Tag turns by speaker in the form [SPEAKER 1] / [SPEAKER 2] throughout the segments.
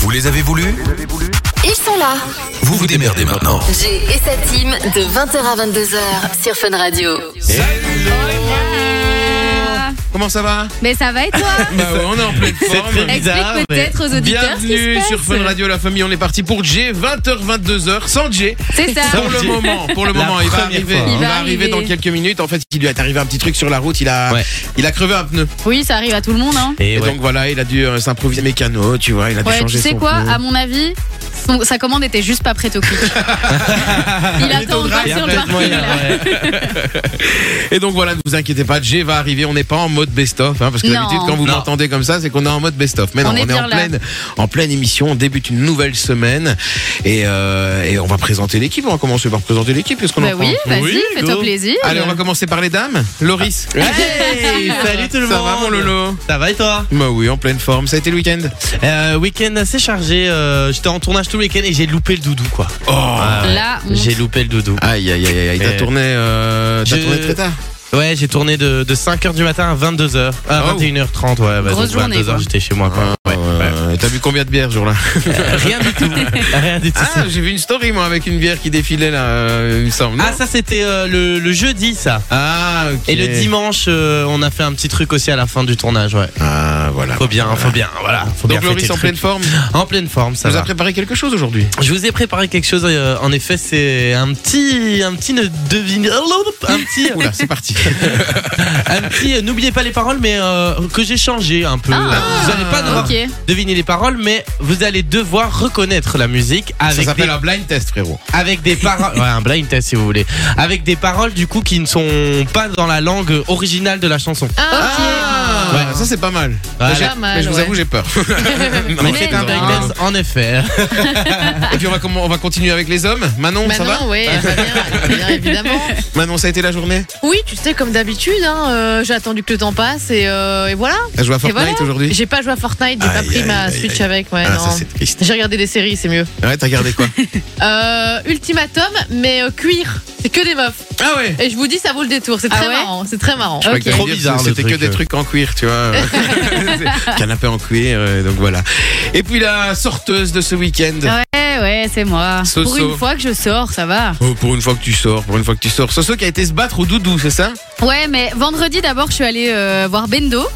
[SPEAKER 1] Vous les avez voulu
[SPEAKER 2] Ils sont là.
[SPEAKER 1] Vous vous démerdez maintenant.
[SPEAKER 2] Jay et sa team de 20h à 22h sur Fun Radio.
[SPEAKER 3] Comment ça va
[SPEAKER 4] Mais ça va et toi
[SPEAKER 3] Bah ouais, on est en pleine forme.
[SPEAKER 4] Explique
[SPEAKER 5] bizarre, mais-
[SPEAKER 4] peut-être aux auditeurs ce qui se
[SPEAKER 3] Bienvenue
[SPEAKER 4] passe.
[SPEAKER 3] sur Fun Radio La Famille, on est parti pour G, 20h, 22h, sans G.
[SPEAKER 4] C'est ça.
[SPEAKER 3] Pour le moment, pour le
[SPEAKER 5] La
[SPEAKER 3] moment, il va
[SPEAKER 5] première
[SPEAKER 3] arriver.
[SPEAKER 5] fois, hein.
[SPEAKER 3] Il
[SPEAKER 4] Il
[SPEAKER 3] va
[SPEAKER 4] va
[SPEAKER 3] arriver dans
[SPEAKER 4] arriver.
[SPEAKER 3] quelques minutes. En fait, il lui est arrivé un petit truc sur la route. Il a,
[SPEAKER 5] Ouais.
[SPEAKER 3] il a crevé un pneu.
[SPEAKER 4] Oui, ça arrive à tout le monde. Hein.
[SPEAKER 3] Et, donc voilà, il a dû euh, s'improviser mécano, tu vois. Il a dû
[SPEAKER 4] Ouais,
[SPEAKER 3] changer
[SPEAKER 4] tu sais
[SPEAKER 3] son
[SPEAKER 4] quoi
[SPEAKER 3] pneu.
[SPEAKER 4] À mon avis, son- sa commande était juste pas prête au clic. Il
[SPEAKER 3] était au
[SPEAKER 4] attend encore
[SPEAKER 3] drive,
[SPEAKER 4] sur le
[SPEAKER 3] peut-être
[SPEAKER 4] parking. là.
[SPEAKER 3] Et donc voilà, ne vous inquiétez pas, Jay va arriver. On n'est pas en mode best-of, hein, parce que
[SPEAKER 4] Non.
[SPEAKER 3] d'habitude quand vous
[SPEAKER 5] Non.
[SPEAKER 3] m'entendez comme ça, c'est qu'on est en mode best-of. Mais non,
[SPEAKER 4] On
[SPEAKER 3] on
[SPEAKER 4] est
[SPEAKER 3] est,
[SPEAKER 4] bien
[SPEAKER 3] en
[SPEAKER 4] là.
[SPEAKER 3] pleine, en pleine émission. On débute une nouvelle semaine et, euh, et on va présenter l'équipe. On va commencer par présenter l'équipe, qu'est-ce qu'on
[SPEAKER 4] Bah
[SPEAKER 3] en
[SPEAKER 4] oui,
[SPEAKER 3] prend
[SPEAKER 4] vas-y,
[SPEAKER 5] Oui,
[SPEAKER 4] fais-toi
[SPEAKER 5] go.
[SPEAKER 4] plaisir.
[SPEAKER 3] Allez, on va commencer par les dames. Loris.
[SPEAKER 5] Ah. Hey, salut tout le
[SPEAKER 3] Ça
[SPEAKER 5] monde.
[SPEAKER 3] va, mon Lolo
[SPEAKER 5] Ça va et toi
[SPEAKER 3] Bah oui, en pleine forme. Ça a été le week-end.
[SPEAKER 5] euh, Week-end assez chargé. euh, J'étais en tournage tout le week-end et j'ai loupé le doudou quoi. Ah Ouais,
[SPEAKER 4] Là, on-
[SPEAKER 5] j'ai loupé le doudou. Eh.
[SPEAKER 3] Oh. Aïe aïe aïe aïe. T'as
[SPEAKER 5] Et-
[SPEAKER 3] tourné, euh, t'as
[SPEAKER 5] Je-
[SPEAKER 3] tourné très tard.
[SPEAKER 5] Ouais, j'ai tourné de, de 5h du matin à 22h. À
[SPEAKER 3] Oh.
[SPEAKER 5] 21h30, ouais. Bah,
[SPEAKER 4] Grosse
[SPEAKER 5] donc
[SPEAKER 4] journée,
[SPEAKER 5] 22h,
[SPEAKER 4] quoi.
[SPEAKER 5] j'étais chez moi quoi. Ouais, ouais.
[SPEAKER 3] Euh, T'as bu combien de bières ce jour-là
[SPEAKER 5] Euh, Rien du tout. Rien du tout.
[SPEAKER 3] Ah, j'ai vu une story moi avec une bière qui défilait là, euh, il me semble. non
[SPEAKER 5] Ah, ça c'était euh, le, le jeudi ça.
[SPEAKER 3] Ah, ok.
[SPEAKER 5] Et le dimanche, euh, on a fait un petit truc aussi à la fin du tournage, ouais.
[SPEAKER 3] Ah, voilà.
[SPEAKER 5] Faut bien, faut bien, voilà. Faut bien
[SPEAKER 3] Donc
[SPEAKER 5] fêter
[SPEAKER 3] Loris
[SPEAKER 5] le
[SPEAKER 3] en
[SPEAKER 5] truc.
[SPEAKER 3] pleine forme.
[SPEAKER 5] En pleine forme, ça
[SPEAKER 3] vous a
[SPEAKER 5] va.
[SPEAKER 3] préparé quelque chose aujourd'hui.
[SPEAKER 5] Je vous ai préparé quelque chose. euh, en effet, c'est un petit, un petit ne devine, un petit,
[SPEAKER 3] Oula, c'est parti.
[SPEAKER 5] un petit. euh, N'oubliez pas les paroles, mais euh, que j'ai changé un peu. vous n'allez pas devoir
[SPEAKER 4] Ah. ok.
[SPEAKER 5] deviner les paroles, mais vous allez devoir reconnaître la musique
[SPEAKER 3] ça
[SPEAKER 5] avec
[SPEAKER 3] s'appelle
[SPEAKER 5] des,
[SPEAKER 3] un blind test, frérot.
[SPEAKER 5] avec des paroles. ouais, un blind test si vous voulez. Avec des paroles du coup qui ne sont pas dans la langue originale de la chanson.
[SPEAKER 4] Ah, ok.
[SPEAKER 3] ouais, ça c'est pas mal.
[SPEAKER 5] Voilà.
[SPEAKER 3] Mais j'ai-
[SPEAKER 4] Pas mal,
[SPEAKER 3] mais je vous
[SPEAKER 4] ouais.
[SPEAKER 3] avoue, j'ai peur. Non,
[SPEAKER 5] Mais
[SPEAKER 3] non,
[SPEAKER 5] c'est un
[SPEAKER 3] non.
[SPEAKER 5] blind test, en effet.
[SPEAKER 3] Et puis on va, comment- on va continuer avec les hommes. Manon, ça va
[SPEAKER 6] Manon, ouais, elle va bien, elle va bien, évidemment.
[SPEAKER 3] Manon, ça a été la journée
[SPEAKER 6] Oui, tu sais, comme d'habitude, hein, euh, j'ai attendu que le temps passe et, euh, et voilà.
[SPEAKER 3] Elle joue à
[SPEAKER 6] Et
[SPEAKER 3] Fortnite
[SPEAKER 6] voilà.
[SPEAKER 3] aujourd'hui
[SPEAKER 6] J'ai pas joué à Fortnite, j'ai pas
[SPEAKER 3] Aïe,
[SPEAKER 6] pris
[SPEAKER 3] aïe,
[SPEAKER 6] ma
[SPEAKER 3] aïe,
[SPEAKER 6] Switch
[SPEAKER 3] aïe.
[SPEAKER 6] avec, ouais,
[SPEAKER 3] Ah, ça
[SPEAKER 6] non.
[SPEAKER 3] c'est triste.
[SPEAKER 6] J'ai regardé des séries, c'est mieux.
[SPEAKER 3] Ouais, t'as regardé quoi
[SPEAKER 6] Euh, ultimatum, mais euh, cuir, c'est que des meufs.
[SPEAKER 3] Ah ouais
[SPEAKER 6] Et je vous dis, ça vaut le détour, c'est
[SPEAKER 4] Ah
[SPEAKER 6] très
[SPEAKER 4] ouais
[SPEAKER 6] marrant, c'est très marrant.
[SPEAKER 3] Je crois que t'allais
[SPEAKER 5] Trop
[SPEAKER 3] dire,
[SPEAKER 5] bizarre, le
[SPEAKER 3] C'était que
[SPEAKER 5] truc,
[SPEAKER 3] des
[SPEAKER 5] euh.
[SPEAKER 3] trucs en cuir, tu vois. C'est- Canapé en cuir, euh, donc voilà. Et puis la sorteuse de ce week-end.
[SPEAKER 4] Ouais, ouais, c'est moi.
[SPEAKER 3] Soso.
[SPEAKER 4] Pour une fois que je sors, ça va.
[SPEAKER 3] Oh, pour une fois que tu sors, pour une fois que tu sors. Soso qui a été se battre au doudou, c'est ça
[SPEAKER 4] Ouais, mais vendredi d'abord, je suis allée euh, voir Bendo.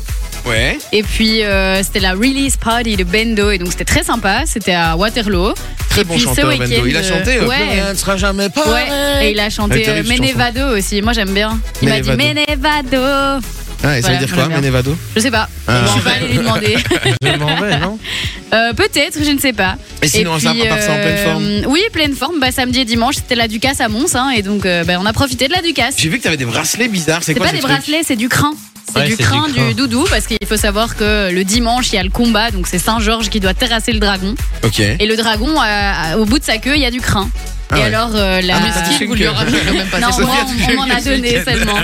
[SPEAKER 3] Ouais.
[SPEAKER 4] Et puis euh, c'était la release party de Bendo. Et donc c'était très sympa. C'était à Waterloo.
[SPEAKER 3] Très
[SPEAKER 4] Et
[SPEAKER 3] bon
[SPEAKER 4] puis ce
[SPEAKER 3] chanteur,
[SPEAKER 4] week-end,
[SPEAKER 3] Bendo. Il a chanté. euh,
[SPEAKER 4] ouais.
[SPEAKER 3] plus rien ne sera jamais pas.
[SPEAKER 4] Ouais, et il a
[SPEAKER 3] Elle est
[SPEAKER 4] chanté euh,
[SPEAKER 3] terrible, cette
[SPEAKER 4] Menevado aussi. Moi j'aime bien. Il m'a dit Menevado.
[SPEAKER 3] Ah, et ça
[SPEAKER 4] Voilà,
[SPEAKER 3] veut dire quoi,
[SPEAKER 4] j'aime bien.
[SPEAKER 3] Menevado
[SPEAKER 4] Je sais pas.
[SPEAKER 3] Ah.
[SPEAKER 4] Je suis pas allée lui demander.
[SPEAKER 5] Je m'en vais, non
[SPEAKER 4] Euh, Peut-être, je ne sais pas.
[SPEAKER 3] Et sinon, ça, à part ça, en pleine forme.
[SPEAKER 4] euh, Oui, pleine forme. Bah, samedi et dimanche, c'était la Ducasse à Mons. hein, et donc, euh, bah, on a profité de la Ducasse.
[SPEAKER 3] J'ai vu que t'avais des bracelets bizarres. C'est
[SPEAKER 4] C'est
[SPEAKER 3] quoi
[SPEAKER 4] pas
[SPEAKER 3] ces
[SPEAKER 4] des
[SPEAKER 3] trucs
[SPEAKER 4] bracelets, c'est du crin. C'est
[SPEAKER 5] Ouais,
[SPEAKER 4] du
[SPEAKER 5] c'est du
[SPEAKER 4] crin
[SPEAKER 5] crin.
[SPEAKER 4] du doudou parce qu'il faut savoir que le dimanche il y a le combat donc c'est Saint Georges qui doit terrasser le dragon
[SPEAKER 3] Ok.
[SPEAKER 4] et le dragon euh, au bout de sa queue il y a du crin
[SPEAKER 3] Ah
[SPEAKER 4] et
[SPEAKER 3] ouais.
[SPEAKER 4] alors euh, la
[SPEAKER 3] Ah, mais c'est
[SPEAKER 6] Vous
[SPEAKER 3] que-
[SPEAKER 6] lui aurez quand même pas
[SPEAKER 4] non
[SPEAKER 6] fait ça.
[SPEAKER 4] moi
[SPEAKER 3] Sophie a
[SPEAKER 4] on, on
[SPEAKER 3] tué
[SPEAKER 4] m'en a
[SPEAKER 3] ce
[SPEAKER 4] donné
[SPEAKER 3] week-end.
[SPEAKER 4] seulement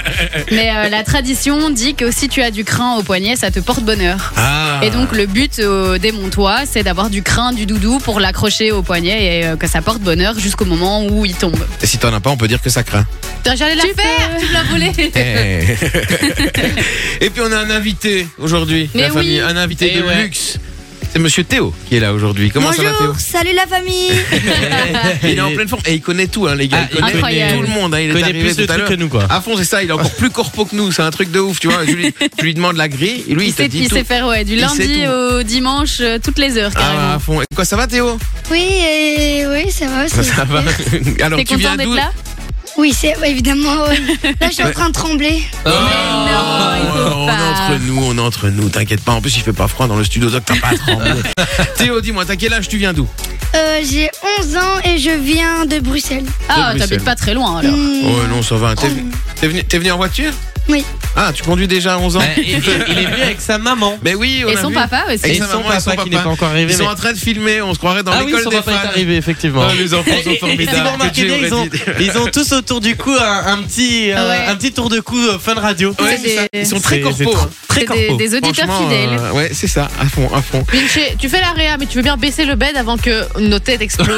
[SPEAKER 4] mais euh, la tradition dit que si tu as du crin au poignet ça te porte bonheur
[SPEAKER 3] Ah.
[SPEAKER 4] et donc le but euh, des Montois, c'est d'avoir du crin du doudou pour l'accrocher au poignet et euh, que ça porte bonheur jusqu'au moment où il tombe.
[SPEAKER 3] Et si t'en as pas, on peut dire que ça craint.
[SPEAKER 6] Putain, J'allais la
[SPEAKER 4] Tu
[SPEAKER 6] faire,
[SPEAKER 4] peux.
[SPEAKER 6] tu me l'as volée.
[SPEAKER 3] Eh. et puis on a un invité aujourd'hui.
[SPEAKER 4] Mais
[SPEAKER 3] La
[SPEAKER 4] oui.
[SPEAKER 3] famille, un invité
[SPEAKER 5] Eh
[SPEAKER 3] de
[SPEAKER 5] ouais.
[SPEAKER 3] luxe. C'est monsieur Théo qui est là aujourd'hui. Comment ça va Théo
[SPEAKER 7] Bonjour, salut la famille
[SPEAKER 3] Il est en pleine forme et il connaît tout, hein, les gars.
[SPEAKER 5] Ah,
[SPEAKER 3] il connaît
[SPEAKER 4] incroyable.
[SPEAKER 3] tout le monde. hein. Il
[SPEAKER 5] Il
[SPEAKER 3] est
[SPEAKER 5] connaît
[SPEAKER 3] arrivé
[SPEAKER 5] plus de
[SPEAKER 3] tout à
[SPEAKER 5] trucs
[SPEAKER 3] l'heure.
[SPEAKER 5] que nous, quoi.
[SPEAKER 3] À fond, c'est ça. Il est encore plus corpo que nous. C'est un truc de ouf, tu vois. Je lui, je lui demande la grille. Lui, il,
[SPEAKER 4] il
[SPEAKER 3] te
[SPEAKER 4] sait,
[SPEAKER 3] dit
[SPEAKER 4] il
[SPEAKER 3] tout.
[SPEAKER 4] sait faire ouais, du
[SPEAKER 3] Il
[SPEAKER 4] lundi
[SPEAKER 3] sait tout.
[SPEAKER 4] au dimanche euh, toutes les heures
[SPEAKER 3] Ah,
[SPEAKER 4] carrément.
[SPEAKER 3] à fond. Et quoi, ça va Théo
[SPEAKER 7] Oui, euh, oui, ça va, c'est-
[SPEAKER 3] Ça va. Alors,
[SPEAKER 4] T'es
[SPEAKER 3] tu viens
[SPEAKER 4] content
[SPEAKER 3] d'où
[SPEAKER 4] d'être là
[SPEAKER 7] Oui, c'est ouais, évidemment. ouais. Là, je suis en train de trembler.
[SPEAKER 3] Ah.
[SPEAKER 4] non, il faut
[SPEAKER 3] Oh, on est
[SPEAKER 4] pas.
[SPEAKER 3] entre nous, on est entre nous, t'inquiète pas. En plus, il fait pas froid dans le studio, donc t'as pas à trembler. Théo, dis-moi, t'as quel âge, tu viens d'où
[SPEAKER 7] Euh, J'ai 11 ans et je viens de Bruxelles.
[SPEAKER 4] Ah,
[SPEAKER 3] Bruxelles.
[SPEAKER 4] t'habites pas très loin alors.
[SPEAKER 7] Hmm,
[SPEAKER 3] Oh non, ça va. T'es venu, t'es venu- t'es venu en voiture
[SPEAKER 7] Oui.
[SPEAKER 3] Ah, tu conduis déjà à 11 ans
[SPEAKER 5] Ouais, Bah, il, il- il est venu avec sa maman.
[SPEAKER 3] Mais oui, on
[SPEAKER 4] Et
[SPEAKER 3] a
[SPEAKER 4] son
[SPEAKER 3] vu.
[SPEAKER 4] papa
[SPEAKER 3] Et
[SPEAKER 4] aussi.
[SPEAKER 5] Et
[SPEAKER 3] sa
[SPEAKER 5] son
[SPEAKER 3] maman et
[SPEAKER 5] papa
[SPEAKER 3] son
[SPEAKER 5] qui n'est
[SPEAKER 3] papa.
[SPEAKER 5] pas encore arrivé.
[SPEAKER 3] Ils sont
[SPEAKER 5] mais-
[SPEAKER 3] en train de filmer, on se croirait dans
[SPEAKER 5] Ah oui,
[SPEAKER 3] l'école
[SPEAKER 5] son
[SPEAKER 3] des
[SPEAKER 5] papa est
[SPEAKER 3] fans.
[SPEAKER 5] arrivé, effectivement.
[SPEAKER 3] Ah, les enfants
[SPEAKER 5] Et-
[SPEAKER 3] sont
[SPEAKER 5] et- et si
[SPEAKER 3] formidables.
[SPEAKER 5] vous remarquez
[SPEAKER 3] Que Dieu
[SPEAKER 5] bien, ils
[SPEAKER 3] aurait
[SPEAKER 5] ont,
[SPEAKER 3] dit.
[SPEAKER 5] ils ont tous autour du cou un, un petit, euh,
[SPEAKER 4] Ah Ouais.
[SPEAKER 5] un petit tour de cou euh, fun radio.
[SPEAKER 3] Ouais,
[SPEAKER 4] C'est
[SPEAKER 3] c'est ça.
[SPEAKER 4] des-
[SPEAKER 3] Ils sont très
[SPEAKER 5] C'est- c'est
[SPEAKER 3] corpo.
[SPEAKER 5] tr-
[SPEAKER 3] hein.
[SPEAKER 5] Très
[SPEAKER 4] C'est des,
[SPEAKER 5] corpo.
[SPEAKER 4] des auditeurs
[SPEAKER 3] Franchement,
[SPEAKER 4] fidèles.
[SPEAKER 3] euh, ouais, c'est ça, à fond, à fond.
[SPEAKER 6] Vinci, tu fais la réa, mais tu veux bien baisser le bed avant que nos têtes explosent.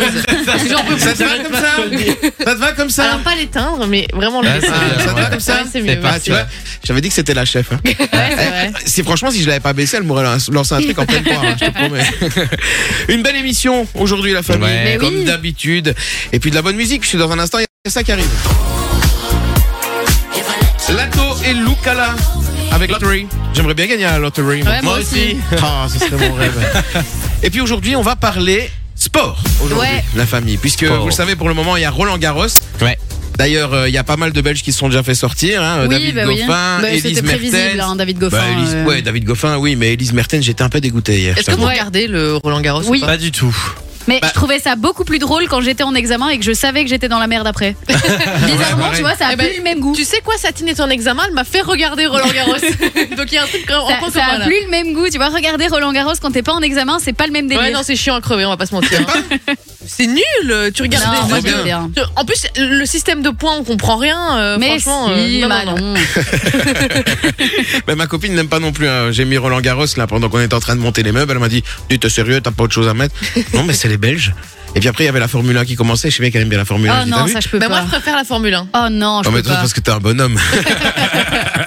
[SPEAKER 6] Parce que j'en peux
[SPEAKER 3] Ça te
[SPEAKER 6] plus.
[SPEAKER 3] va comme ça Ça te va comme ça
[SPEAKER 6] Alors, pas l'éteindre, mais vraiment le
[SPEAKER 5] Ouais,
[SPEAKER 6] baisser.
[SPEAKER 3] Ah,
[SPEAKER 5] c'est-
[SPEAKER 3] Ça te va
[SPEAKER 5] ouais.
[SPEAKER 3] comme ça
[SPEAKER 6] Ouais, c'est
[SPEAKER 3] Ah,
[SPEAKER 6] mieux.
[SPEAKER 3] tu vois, J'avais dit que c'était la chef. hein.
[SPEAKER 4] Ouais, c'est vrai.
[SPEAKER 3] Si franchement, si je l'avais pas baissé, elle m'aurait lancé un truc en pleine poire, hein, je te promets. Une belle émission aujourd'hui, la famille,
[SPEAKER 5] Ouais. Mais
[SPEAKER 3] comme
[SPEAKER 4] oui.
[SPEAKER 3] d'habitude. Et puis de la bonne musique, puisque dans un instant, il y a ça qui arrive. Lato et Lucala avec Lottery. J'aimerais bien gagner à la Lottery.
[SPEAKER 4] Ouais, moi aussi.
[SPEAKER 3] Ah, ce serait mon rêve. Et puis aujourd'hui, on va parler sport. Aujourd'hui,
[SPEAKER 4] Ouais.
[SPEAKER 3] la famille. Puisque
[SPEAKER 5] Sport.
[SPEAKER 3] vous le savez, pour le moment, il y a Roland Garros.
[SPEAKER 5] Ouais.
[SPEAKER 3] D'ailleurs, euh, il y a pas mal de Belges qui se sont déjà fait sortir. hein.
[SPEAKER 4] Oui,
[SPEAKER 3] David
[SPEAKER 4] bah oui.
[SPEAKER 3] Goffin,
[SPEAKER 4] Bah,
[SPEAKER 3] Élise
[SPEAKER 4] C'était
[SPEAKER 3] Mertens.
[SPEAKER 4] prévisible, hein, David Goffin.
[SPEAKER 3] Bah, Élise-
[SPEAKER 4] euh.
[SPEAKER 3] Ouais, David Goffin, oui, mais Elise Mertens, j'étais un peu dégoûté hier.
[SPEAKER 6] Est-ce
[SPEAKER 3] je
[SPEAKER 6] que vous
[SPEAKER 3] t'avoue.
[SPEAKER 6] regardez le Roland Garros
[SPEAKER 4] Oui.
[SPEAKER 6] ou pas
[SPEAKER 5] Pas du tout.
[SPEAKER 4] Mais
[SPEAKER 3] Bah.
[SPEAKER 4] je trouvais ça beaucoup plus drôle quand j'étais en examen et que je savais que j'étais dans la merde après. Bizarrement,
[SPEAKER 3] pareil.
[SPEAKER 4] tu vois, ça a
[SPEAKER 6] Eh
[SPEAKER 4] plus
[SPEAKER 6] ben,
[SPEAKER 4] le même goût.
[SPEAKER 6] Tu sais quoi, Satine est en examen, elle m'a fait regarder Roland Garros. Donc il y a un truc en
[SPEAKER 4] Ça,
[SPEAKER 6] commun,
[SPEAKER 4] ça a
[SPEAKER 6] là.
[SPEAKER 4] plus le même goût, tu vois. Regarder Roland Garros quand t'es pas en examen, c'est pas le même délire.
[SPEAKER 6] Ouais, non, c'est chiant à crever, on va pas se mentir. hein. c'est nul, tu regardes.
[SPEAKER 4] Non,
[SPEAKER 6] des-
[SPEAKER 4] moi,
[SPEAKER 3] bien.
[SPEAKER 4] j'aime bien.
[SPEAKER 6] Tu- Euh, En plus, le système de points, on comprend rien. euh,
[SPEAKER 4] Mais
[SPEAKER 6] franchement,
[SPEAKER 4] si, bah
[SPEAKER 6] euh, non, non, non.
[SPEAKER 4] Manon.
[SPEAKER 3] Mais Bah, ma copine n'aime pas non plus. hein. J'ai mis Roland Garros là pendant qu'on était en train de monter les meubles. Elle m'a dit Tu t'es sérieux, t'as pas autre chose à mettre Non, mais c'est les Belges. Et puis après, il y avait la Formule 1 qui commençait. Je sais bien qu'elle aime bien la Formule 1.
[SPEAKER 4] Oh non, ça je peux
[SPEAKER 6] Bah, moi,
[SPEAKER 4] pas.
[SPEAKER 6] je préfère la Formule 1.
[SPEAKER 4] Oh non, je
[SPEAKER 3] mais
[SPEAKER 4] peux
[SPEAKER 3] toi,
[SPEAKER 4] pas.
[SPEAKER 3] parce que t'es un bonhomme.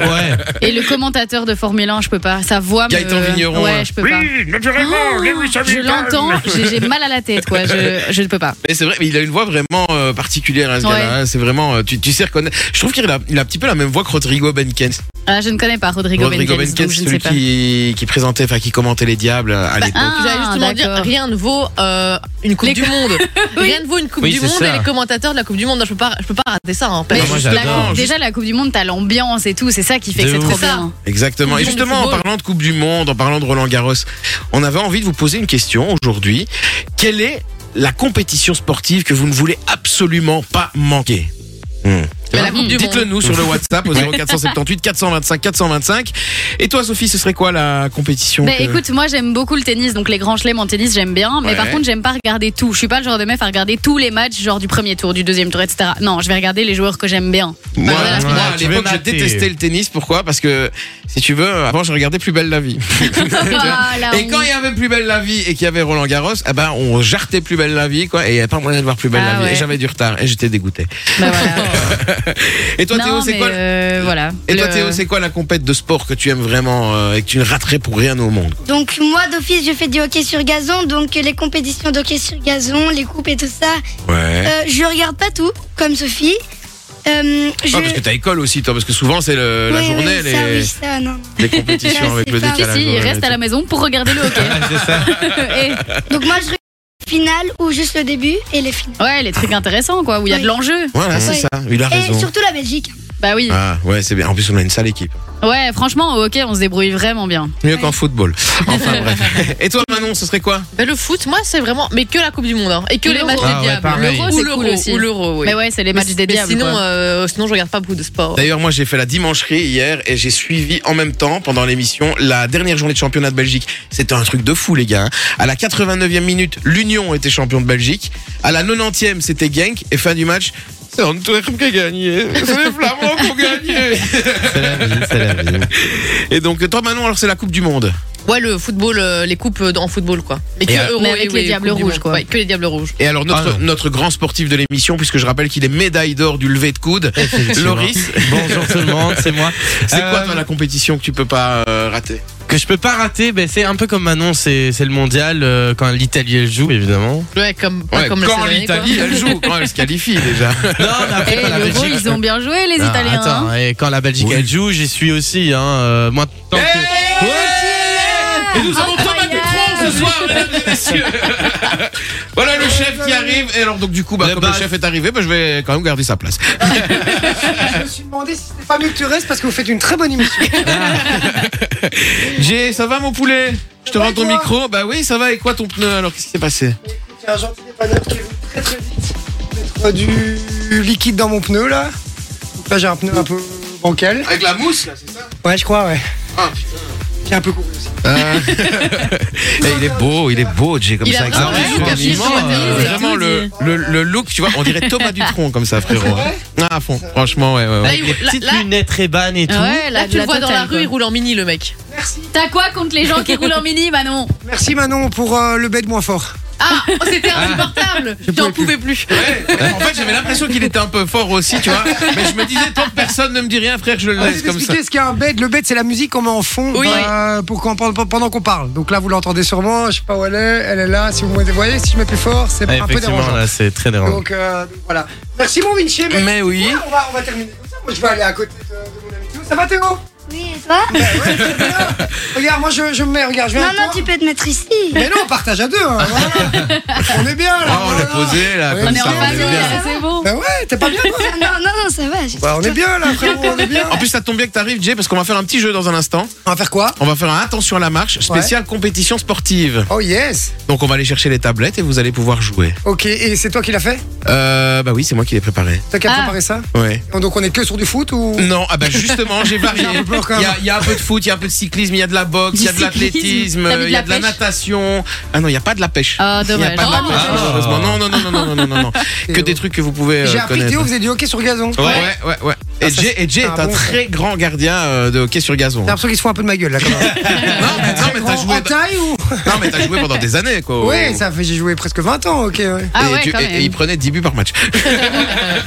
[SPEAKER 5] Ouais.
[SPEAKER 4] Et le commentateur de Formule 1, je peux pas. Sa voix me.
[SPEAKER 3] Gaëtan Vigneron, hein.
[SPEAKER 4] Ouais, je peux pas. Oh, je l'entends, j'ai j'ai mal à la tête, quoi. Je, je ne peux pas.
[SPEAKER 3] Mais c'est vrai, mais il a une voix vraiment euh, particulière, hein, ce
[SPEAKER 4] Ouais.
[SPEAKER 3] gars-là. hein. C'est vraiment, euh, tu, tu sais reconnaître. Je trouve qu'il a, il a un petit peu la même voix que Rodrigo Benkens.
[SPEAKER 4] Ah, je ne connais pas Rodrigo,
[SPEAKER 3] Rodrigo
[SPEAKER 4] Benitez, donc
[SPEAKER 3] Benkens,
[SPEAKER 4] je ne sais
[SPEAKER 3] celui
[SPEAKER 4] pas.
[SPEAKER 3] qui, qui présentait, enfin qui commentait les diables euh, à l'époque.
[SPEAKER 4] Ah,
[SPEAKER 6] bah, J'allais justement dire,
[SPEAKER 4] d'accord.
[SPEAKER 6] rien ne vaut euh, une Coupe
[SPEAKER 4] Les-
[SPEAKER 6] du Monde. Rien ne vaut une Coupe
[SPEAKER 5] Oui,
[SPEAKER 6] du
[SPEAKER 5] c'est
[SPEAKER 6] Monde
[SPEAKER 5] ça.
[SPEAKER 6] et les commentateurs de la Coupe du Monde. Non, je peux pas, je peux pas rater ça. hein.
[SPEAKER 4] Mais
[SPEAKER 5] Non, moi,
[SPEAKER 4] la-
[SPEAKER 5] j'adore.
[SPEAKER 4] déjà, la Coupe du Monde, t'as l'ambiance et tout, c'est ça qui fait
[SPEAKER 5] De
[SPEAKER 4] que c'est
[SPEAKER 5] ouf.
[SPEAKER 4] trop
[SPEAKER 6] C'est ça.
[SPEAKER 4] bien.
[SPEAKER 3] Exactement.
[SPEAKER 6] Coupe
[SPEAKER 3] Et
[SPEAKER 6] du monde de
[SPEAKER 3] justement, en
[SPEAKER 6] football.
[SPEAKER 3] parlant de Coupe du Monde, en parlant de Roland Garros, on avait envie de vous poser une question aujourd'hui. Quelle est la compétition sportive que vous ne voulez absolument pas manquer Hmm.
[SPEAKER 4] Bah,
[SPEAKER 6] Mais la Coupe du
[SPEAKER 3] Dites-le
[SPEAKER 6] Monde.
[SPEAKER 3] nous sur le WhatsApp au 0478 425 425. Et toi, Sophie, ce serait quoi la compétition
[SPEAKER 4] Ben,
[SPEAKER 3] que-
[SPEAKER 4] écoute, moi j'aime beaucoup le tennis, donc les grands chelems en tennis j'aime bien, mais
[SPEAKER 3] Ouais.
[SPEAKER 4] par contre j'aime pas regarder tout. Je suis pas le genre de meuf à regarder tous les matchs, genre du premier tour, du deuxième tour, etc. Non, je vais regarder les joueurs que j'aime bien.
[SPEAKER 3] Moi,
[SPEAKER 4] bah, Voilà, la
[SPEAKER 3] moi,
[SPEAKER 5] finale.
[SPEAKER 3] à
[SPEAKER 5] Tu veux
[SPEAKER 3] l'époque, je
[SPEAKER 5] mater.
[SPEAKER 3] détestais le tennis. Pourquoi Parce que, si tu veux, avant, je regardais Plus Belle la Vie.
[SPEAKER 4] Ah, la
[SPEAKER 3] et quand
[SPEAKER 4] honte.
[SPEAKER 3] il y avait Plus Belle la Vie et qu'il y avait Roland Garros, eh ben, on jartait Plus Belle la Vie, quoi. Et il n'y avait pas moyen de voir Plus Belle
[SPEAKER 4] Ah
[SPEAKER 3] la Vie. Et
[SPEAKER 4] ouais.
[SPEAKER 3] j'avais du retard. Et j'étais dégoûté.
[SPEAKER 4] Ben, voilà.
[SPEAKER 3] Et toi,
[SPEAKER 4] Non,
[SPEAKER 3] Théo, c'est
[SPEAKER 4] mais,
[SPEAKER 3] quoi
[SPEAKER 4] euh, voilà.
[SPEAKER 3] Et toi,
[SPEAKER 4] Le-
[SPEAKER 3] Théo, c'est quoi la compète de sport que tu aimes vraiment euh, et que tu ne raterais pour rien au monde
[SPEAKER 7] Donc moi d'office je fais du hockey sur gazon, donc euh, les compétitions d'hockey sur gazon, les coupes et tout ça.
[SPEAKER 3] Ouais.
[SPEAKER 7] Euh, je regarde pas tout, comme Sophie. Euh, je...
[SPEAKER 3] Ah, parce que t'as école aussi, toi, parce que souvent c'est le- la
[SPEAKER 7] Oui, oui,
[SPEAKER 3] journée,
[SPEAKER 7] ça,
[SPEAKER 3] les,
[SPEAKER 7] oui, ça, non.
[SPEAKER 3] les compétitions
[SPEAKER 7] Ça,
[SPEAKER 3] avec
[SPEAKER 7] c'est
[SPEAKER 3] le
[SPEAKER 7] pas-
[SPEAKER 4] Si,
[SPEAKER 3] décalage.
[SPEAKER 4] si, il
[SPEAKER 3] horaire et
[SPEAKER 4] reste à la
[SPEAKER 3] tout.
[SPEAKER 4] maison pour regarder le hockey.
[SPEAKER 5] c'est ça.
[SPEAKER 4] Et-
[SPEAKER 7] Donc moi je regarde les finales ou juste le début et les finales.
[SPEAKER 4] ouais, les trucs intéressants, quoi, où il y a de
[SPEAKER 7] Oui.
[SPEAKER 4] l'enjeu.
[SPEAKER 3] Voilà, c'est
[SPEAKER 7] Ouais.
[SPEAKER 3] ça. Il a
[SPEAKER 7] Et
[SPEAKER 3] raison.
[SPEAKER 7] surtout la Belgique.
[SPEAKER 4] Bah oui.
[SPEAKER 3] Ah, ouais, c'est bien. En plus, on a une sale équipe.
[SPEAKER 4] Ouais, franchement, au hockey, on se débrouille vraiment bien.
[SPEAKER 3] Mieux qu'en football. Enfin, bref. Et toi, Manon, ce serait quoi
[SPEAKER 6] Mais bah, le foot, moi, c'est vraiment. Mais que la Coupe du Monde. hein. Et que les
[SPEAKER 4] L'Euro.
[SPEAKER 6] matchs
[SPEAKER 5] Ah ouais,
[SPEAKER 6] des diables.
[SPEAKER 5] pareil.
[SPEAKER 4] L'Euro,
[SPEAKER 6] ou
[SPEAKER 4] c'est
[SPEAKER 6] l'euro.
[SPEAKER 4] cool aussi.
[SPEAKER 6] Ou l'euro, oui.
[SPEAKER 4] Mais ouais, c'est les matchs des
[SPEAKER 6] Mais
[SPEAKER 4] diables.
[SPEAKER 6] Sinon,
[SPEAKER 4] quoi.
[SPEAKER 6] euh, sinon, je regarde pas beaucoup de sport.
[SPEAKER 3] D'ailleurs, moi, j'ai fait la dimancherie hier et j'ai suivi en même temps, pendant l'émission, la dernière journée de championnat de Belgique. C'était un truc de fou, les gars. hein. À la 89e minute, l'Union était champion de Belgique. À la 90e, c'était Genk. Et fin du match, c'est Antwerp qui a gagné. C'est les Flamands qui ont gagné.
[SPEAKER 5] C'est la vie, c'est la vie.
[SPEAKER 3] Et donc, toi, Manon, alors c'est la Coupe du Monde.
[SPEAKER 6] Ouais, le football, euh, les coupes euh, en football, quoi. Mais que
[SPEAKER 3] Et, euh,
[SPEAKER 6] l'Euro
[SPEAKER 4] Mais avec
[SPEAKER 6] et-
[SPEAKER 4] les
[SPEAKER 6] ouais,
[SPEAKER 4] Diables
[SPEAKER 6] Coupe du
[SPEAKER 4] Rouges,
[SPEAKER 6] Monde.
[SPEAKER 4] quoi.
[SPEAKER 6] Ouais, que les diables rouges.
[SPEAKER 3] Et alors, notre,
[SPEAKER 5] Ah non.
[SPEAKER 3] notre grand sportif de l'émission, puisque je rappelle qu'il est médaille d'or du lever de coude, Loris.
[SPEAKER 5] Bonjour tout le monde, c'est moi.
[SPEAKER 3] C'est quoi,
[SPEAKER 5] Euh,
[SPEAKER 3] toi, la compétition que tu peux pas euh, rater
[SPEAKER 5] que je peux pas rater ben, C'est un peu comme Manon, c'est c'est le mondial euh, quand l'Italie elle joue, évidemment.
[SPEAKER 6] Ouais, comme, pas
[SPEAKER 3] Ouais,
[SPEAKER 6] comme la
[SPEAKER 3] Quand
[SPEAKER 6] Slovénie, quoi.
[SPEAKER 3] l'Italie, elle joue, quand elle se qualifie déjà.
[SPEAKER 5] Non, mais
[SPEAKER 3] euh,
[SPEAKER 5] après,
[SPEAKER 4] Eh,
[SPEAKER 5] quand la
[SPEAKER 4] l'Euro,
[SPEAKER 5] Belgique-
[SPEAKER 4] ils ont bien joué, les
[SPEAKER 5] Ah,
[SPEAKER 4] Italiens. hein.
[SPEAKER 5] Attends, et quand la Belgique
[SPEAKER 3] Oui.
[SPEAKER 5] elle joue, j'y suis aussi. Hein, euh, moi, tant que- Ouais.
[SPEAKER 3] Et nous avons Thomas
[SPEAKER 4] Incroyable.
[SPEAKER 3] Dutronc ce soir, mesdames et messieurs. voilà le chef qui arrive. Et alors, donc, du coup, bah,
[SPEAKER 5] Le
[SPEAKER 3] comme
[SPEAKER 5] bas-
[SPEAKER 3] le chef est arrivé, bah, je vais quand même garder sa place.
[SPEAKER 8] Je me suis demandé si c'était pas mieux que tu restes parce que vous faites une très bonne émission.
[SPEAKER 3] Jay, ça va, mon poulet Je te
[SPEAKER 8] Ouais,
[SPEAKER 3] rends ton
[SPEAKER 8] toi
[SPEAKER 3] micro. Bah oui, ça va. Et quoi ton pneu Alors, qu'est-ce qui s'est passé
[SPEAKER 8] J'ai un gentil dépanneur qui est venu très très vite mettre du liquide dans mon pneu là. Donc là j'ai un pneu un peu bancal.
[SPEAKER 3] Avec la mousse, là, c'est ça
[SPEAKER 8] Ouais, je crois, ouais.
[SPEAKER 3] Ah,
[SPEAKER 8] Qui est un peu couru aussi.
[SPEAKER 3] Eh, Il est beau, il est beau, Jay, comme
[SPEAKER 6] Il a
[SPEAKER 3] ça. avec sa
[SPEAKER 6] vraiment
[SPEAKER 3] mousse.
[SPEAKER 6] le look à
[SPEAKER 3] Franchement,
[SPEAKER 6] Philippe
[SPEAKER 3] euh,
[SPEAKER 6] Manœuvre, il a
[SPEAKER 3] Vraiment,
[SPEAKER 6] tout
[SPEAKER 3] le,
[SPEAKER 6] dit.
[SPEAKER 3] le, le look, tu vois, on dirait Thomas Dutronc comme ça, frérot. Ah, à fond. Franchement, ouais, ouais, ouais.
[SPEAKER 6] Là, il-
[SPEAKER 5] euh, Les
[SPEAKER 6] là-
[SPEAKER 5] petites
[SPEAKER 6] là-
[SPEAKER 5] lunettes Reban et tout.
[SPEAKER 4] Ouais,
[SPEAKER 6] là,
[SPEAKER 4] la-
[SPEAKER 6] Ah, tu le
[SPEAKER 4] la
[SPEAKER 6] vois dans
[SPEAKER 4] totale,
[SPEAKER 6] la rue, il
[SPEAKER 4] quoi.
[SPEAKER 6] roule en mini, le mec.
[SPEAKER 8] Merci.
[SPEAKER 4] T'as quoi contre les gens qui roulent en mini, Manon
[SPEAKER 8] Merci Manon pour euh, le bête moins fort.
[SPEAKER 6] Ah, oh, c'était insupportable. J'en pouvais plus.
[SPEAKER 3] En fait, j'avais l'impression qu'il était un peu fort aussi, tu vois. Mais je me disais, tant que personne ne me dit rien, frère, je le
[SPEAKER 8] Je vais
[SPEAKER 3] laisse
[SPEAKER 8] vous
[SPEAKER 3] comme ça.
[SPEAKER 8] expliquer ce qu'est un bed. Le bed, c'est la musique qu'on met en fond
[SPEAKER 6] Oui.
[SPEAKER 8] euh, pour qu'on- pendant pendant qu'on parle. Donc là, vous l'entendez sûrement. Je sais pas où elle est. Elle est là. Si vous me voyez, si je mets plus fort, c'est
[SPEAKER 5] Ouais,
[SPEAKER 8] un peu
[SPEAKER 5] effectivement,
[SPEAKER 8] dérangeant.
[SPEAKER 5] là, c'est très dérangeant.
[SPEAKER 8] Donc euh, voilà. Merci mon Vinci. mais-
[SPEAKER 3] Mais oui.
[SPEAKER 8] Ouais, on, va, on va terminer comme ça. Moi, je vais aller à côté de, de mon ami Théo. Ça va, Théo
[SPEAKER 7] Oui, et toi
[SPEAKER 8] Ouais, ouais, c'est bien. Regarde, moi, je, je me mets. Regarde, je viens
[SPEAKER 7] Non,
[SPEAKER 8] avec
[SPEAKER 7] non,
[SPEAKER 8] toi.
[SPEAKER 7] tu peux te mettre ici.
[SPEAKER 8] Mais non, on partage à deux. hein, voilà. on est bien là.
[SPEAKER 3] Ah,
[SPEAKER 7] Oh
[SPEAKER 3] on est
[SPEAKER 8] voilà.
[SPEAKER 3] posé là,
[SPEAKER 8] Ouais,
[SPEAKER 3] comme
[SPEAKER 4] On est
[SPEAKER 3] ça.
[SPEAKER 4] en
[SPEAKER 8] on est
[SPEAKER 4] phase,
[SPEAKER 8] bien.
[SPEAKER 4] là, c'est bon.
[SPEAKER 8] Bah ouais, t'es pas bien toi
[SPEAKER 7] Ah, Non, non, non, ça va. j'ai-
[SPEAKER 8] Bah on est bien là, frérot, on est bien.
[SPEAKER 3] En plus, ça tombe bien que t'arrives, Jay, parce qu'on va faire un petit jeu dans un instant.
[SPEAKER 8] On va faire quoi
[SPEAKER 3] On va faire un attention à la marche spécial compétition sportive.
[SPEAKER 8] Oh yes.
[SPEAKER 3] Donc, on va aller chercher les tablettes et vous allez pouvoir jouer.
[SPEAKER 8] Ok, et c'est toi qui l'as fait
[SPEAKER 3] Euh, bah oui, c'est moi qui l'ai préparé.
[SPEAKER 8] T'as qu'à
[SPEAKER 4] Ah.
[SPEAKER 8] préparer ça
[SPEAKER 3] Ouais.
[SPEAKER 8] Donc on est que sur du foot ou
[SPEAKER 3] Non, ah bah justement, j'ai varié.
[SPEAKER 8] J'ai un peu peur quand
[SPEAKER 3] Il y,
[SPEAKER 8] même.
[SPEAKER 3] a, il y a un peu de foot, il y a un peu de cyclisme, il y a de la boxe,
[SPEAKER 4] Du
[SPEAKER 3] il Oh, y a de l'athlétisme,
[SPEAKER 4] cyclisme. T'as mis de
[SPEAKER 3] il y a
[SPEAKER 4] la
[SPEAKER 3] de la
[SPEAKER 4] pêche
[SPEAKER 3] natation. Ah non, il n'y a pas de la pêche.
[SPEAKER 4] Ah,
[SPEAKER 3] Il y a
[SPEAKER 4] dommage.
[SPEAKER 3] pas de la
[SPEAKER 4] Oh,
[SPEAKER 3] pêche,
[SPEAKER 5] dommage.
[SPEAKER 3] malheureusement. Non, non, non, non, non, non, non, non, non. Que
[SPEAKER 8] Théo.
[SPEAKER 3] des trucs que vous pouvez euh,
[SPEAKER 8] J'ai appris que
[SPEAKER 3] connaître.
[SPEAKER 8] Théo faisait du hockey sur gazon.
[SPEAKER 5] Ouais.
[SPEAKER 8] J'ai
[SPEAKER 3] Ouais, ouais, ouais. Et
[SPEAKER 8] Ah, ça,
[SPEAKER 3] Jay, et Jay est
[SPEAKER 8] c'est un
[SPEAKER 3] un
[SPEAKER 8] bon
[SPEAKER 3] très grand gardien euh, de hockey sur gazon.
[SPEAKER 8] l'impression qu'ils se font un peu de ma gueule là quand même.
[SPEAKER 3] Non, mais, non, mais t'as
[SPEAKER 8] Grand-
[SPEAKER 3] joué,
[SPEAKER 8] en taille ou
[SPEAKER 3] non, mais t'as joué pendant des années, quoi.
[SPEAKER 8] Ouais, ça fait j'ai joué presque 20 ans, ok ouais.
[SPEAKER 4] Ah
[SPEAKER 3] et,
[SPEAKER 4] ouais,
[SPEAKER 3] tu-
[SPEAKER 4] quand
[SPEAKER 3] et- et il
[SPEAKER 4] même.
[SPEAKER 3] prenait 10 buts par match.